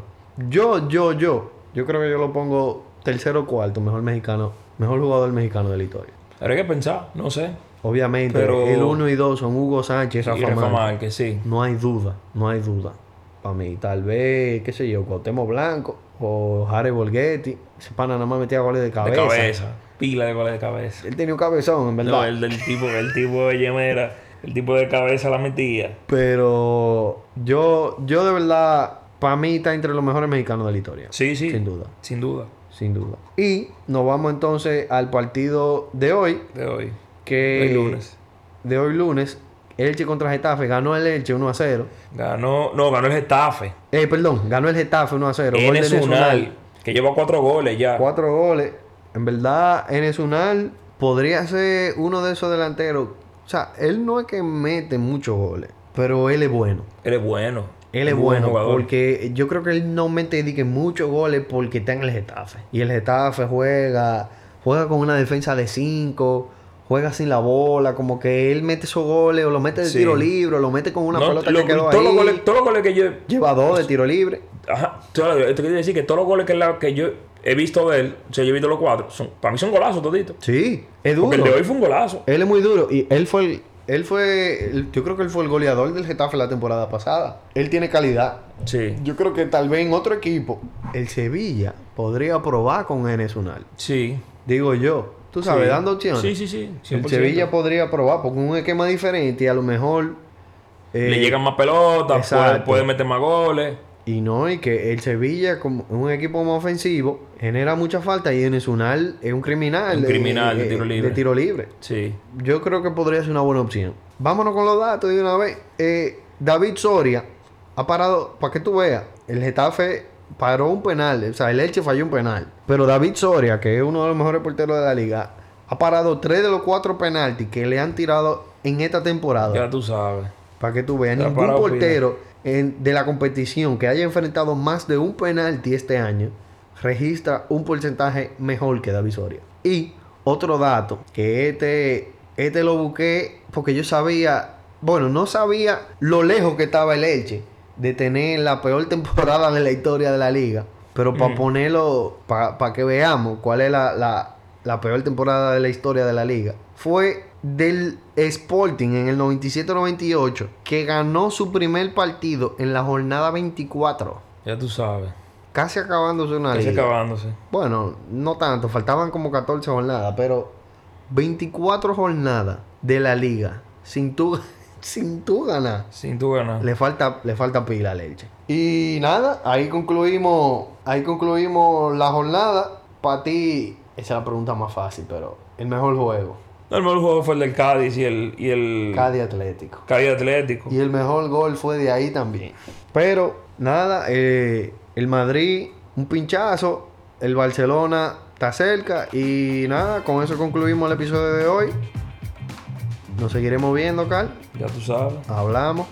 [SPEAKER 1] Yo, yo, yo. Yo creo que yo lo pongo tercero o cuarto, mejor mexicano, mejor jugador mexicano de la historia.
[SPEAKER 2] Pero hay que pensar, no sé.
[SPEAKER 1] Obviamente,
[SPEAKER 2] Pero-
[SPEAKER 1] el 1 y 2 son Hugo Sánchez,
[SPEAKER 2] Y
[SPEAKER 1] Rafa
[SPEAKER 2] Rafa
[SPEAKER 1] Márquez.
[SPEAKER 2] Márquez, sí.
[SPEAKER 1] No hay duda, no hay duda. Para mí, tal vez, qué sé yo, Cuauhtémoc Blanco o Jared Borghetti. Ese pana nada más metía goles de
[SPEAKER 2] De
[SPEAKER 1] cabeza.
[SPEAKER 2] cabeza. Pila de goles de cabeza.
[SPEAKER 1] Él tenía un cabezón, en verdad.
[SPEAKER 2] No, el del tipo, el tipo de Yemera. El tipo de cabeza la metía.
[SPEAKER 1] Pero yo, yo de verdad, para mí está entre los mejores mexicanos de la historia.
[SPEAKER 2] Sí, sí.
[SPEAKER 1] Sin duda,
[SPEAKER 2] Sin duda.
[SPEAKER 1] sin duda. Y nos vamos entonces al partido de hoy,
[SPEAKER 2] De hoy.
[SPEAKER 1] que...
[SPEAKER 2] Hoy lunes.
[SPEAKER 1] De hoy lunes. Elche contra Getafe. Ganó el Elche 1 a 0.
[SPEAKER 2] Ganó, no, ganó el Getafe.
[SPEAKER 1] Eh, perdón, ganó el Getafe 1 a 0. Gol de
[SPEAKER 2] Enes
[SPEAKER 1] Unal.
[SPEAKER 2] Unal, que lleva cuatro goles ya.
[SPEAKER 1] Cuatro goles. En verdad, Enes Unal podría ser uno de esos delanteros. O sea, él no es que mete muchos goles, pero él es bueno.
[SPEAKER 2] Él es bueno.
[SPEAKER 1] Él es
[SPEAKER 2] Un buen
[SPEAKER 1] bueno
[SPEAKER 2] jugador.
[SPEAKER 1] porque yo creo que él no mete di que muchos goles porque está en el Getafe. Y el Getafe juega, juega con una defensa de 5, juega sin la bola, como que él mete esos goles o lo mete de
[SPEAKER 2] Sí.
[SPEAKER 1] tiro libre o lo mete con una
[SPEAKER 2] No,
[SPEAKER 1] pelota
[SPEAKER 2] lo-
[SPEAKER 1] que quedó
[SPEAKER 2] todos,
[SPEAKER 1] ahí.
[SPEAKER 2] Los goles, todos los goles que yo.
[SPEAKER 1] Lleva dos de tiro libre.
[SPEAKER 2] Ajá, te te quiero decir que todos los goles que, la- que yo he visto de él, o sea, yo he visto los cuatro, son, para mí son golazos toditos.
[SPEAKER 1] Sí, es duro.
[SPEAKER 2] Porque el de hoy fue un golazo.
[SPEAKER 1] Él es muy duro y él fue el- él fue el- yo creo que él fue el goleador del Getafe la temporada pasada. Él tiene calidad.
[SPEAKER 2] Sí,
[SPEAKER 1] Yo creo que tal vez en otro equipo el Sevilla podría probar con Enes Unal.
[SPEAKER 2] sí.
[SPEAKER 1] Digo yo, tú sabes,
[SPEAKER 2] sí.
[SPEAKER 1] dando opciones.
[SPEAKER 2] Sí, sí, sí.
[SPEAKER 1] El
[SPEAKER 2] 100%.
[SPEAKER 1] Sevilla podría probar porque un esquema diferente y a lo mejor eh,
[SPEAKER 2] Le llegan más pelotas, puede,
[SPEAKER 1] Exacto.
[SPEAKER 2] puede meter más goles.
[SPEAKER 1] y no, y que el Sevilla, como es un equipo más ofensivo, genera mucha falta y Enes Unal es un criminal.
[SPEAKER 2] Un
[SPEAKER 1] eh,
[SPEAKER 2] criminal de
[SPEAKER 1] eh,
[SPEAKER 2] tiro libre.
[SPEAKER 1] De tiro libre.
[SPEAKER 2] Sí.
[SPEAKER 1] Yo creo que podría ser una buena opción. Vámonos con los datos de una vez. Eh, David Soria ha parado, para que tú veas, el Getafe paró un penal, o sea, el Elche falló un penal. Pero David Soria, que es uno de los mejores porteros de la liga, ha parado tres de los cuatro penaltis que le han tirado en esta temporada.
[SPEAKER 2] Ya tú sabes.
[SPEAKER 1] Para que tú veas,
[SPEAKER 2] Ya
[SPEAKER 1] ningún
[SPEAKER 2] parado,
[SPEAKER 1] portero en- de la competición que haya enfrentado más de un penalti este año registra un porcentaje mejor que David Soria. Y otro dato, que este, este lo busqué porque yo sabía, bueno, no sabía lo lejos que estaba el Elche de tener la peor temporada de la historia de la liga. Pero para ponerlo, para que veamos cuál es la, la- la peor temporada de la historia de la liga, fue del Sporting en el 97-98, que ganó su primer partido en la jornada 24,
[SPEAKER 2] Ya tú sabes.
[SPEAKER 1] casi acabándose una
[SPEAKER 2] Casi
[SPEAKER 1] liga.
[SPEAKER 2] acabándose.
[SPEAKER 1] Bueno, no tanto, faltaban como 14 jornadas, pero 24 jornadas de la liga, sin tú, sin tú ganar.
[SPEAKER 2] Sin tú ganar.
[SPEAKER 1] Le falta, le falta pila leche. Y nada, ahí concluimos, ahí concluimos la jornada. Para ti, esa es la pregunta más fácil, pero el mejor juego,
[SPEAKER 2] No, el mejor juego fue el del Cádiz y el, y el
[SPEAKER 1] Cádiz Atlético.
[SPEAKER 2] Cádiz Atlético.
[SPEAKER 1] Y el mejor gol fue de ahí también. Pero nada, eh, el Madrid, un pinchazo, el Barcelona está cerca y nada, con eso concluimos el episodio de hoy. Nos seguiremos viendo, Carl.
[SPEAKER 2] Ya tú sabes.
[SPEAKER 1] Hablamos.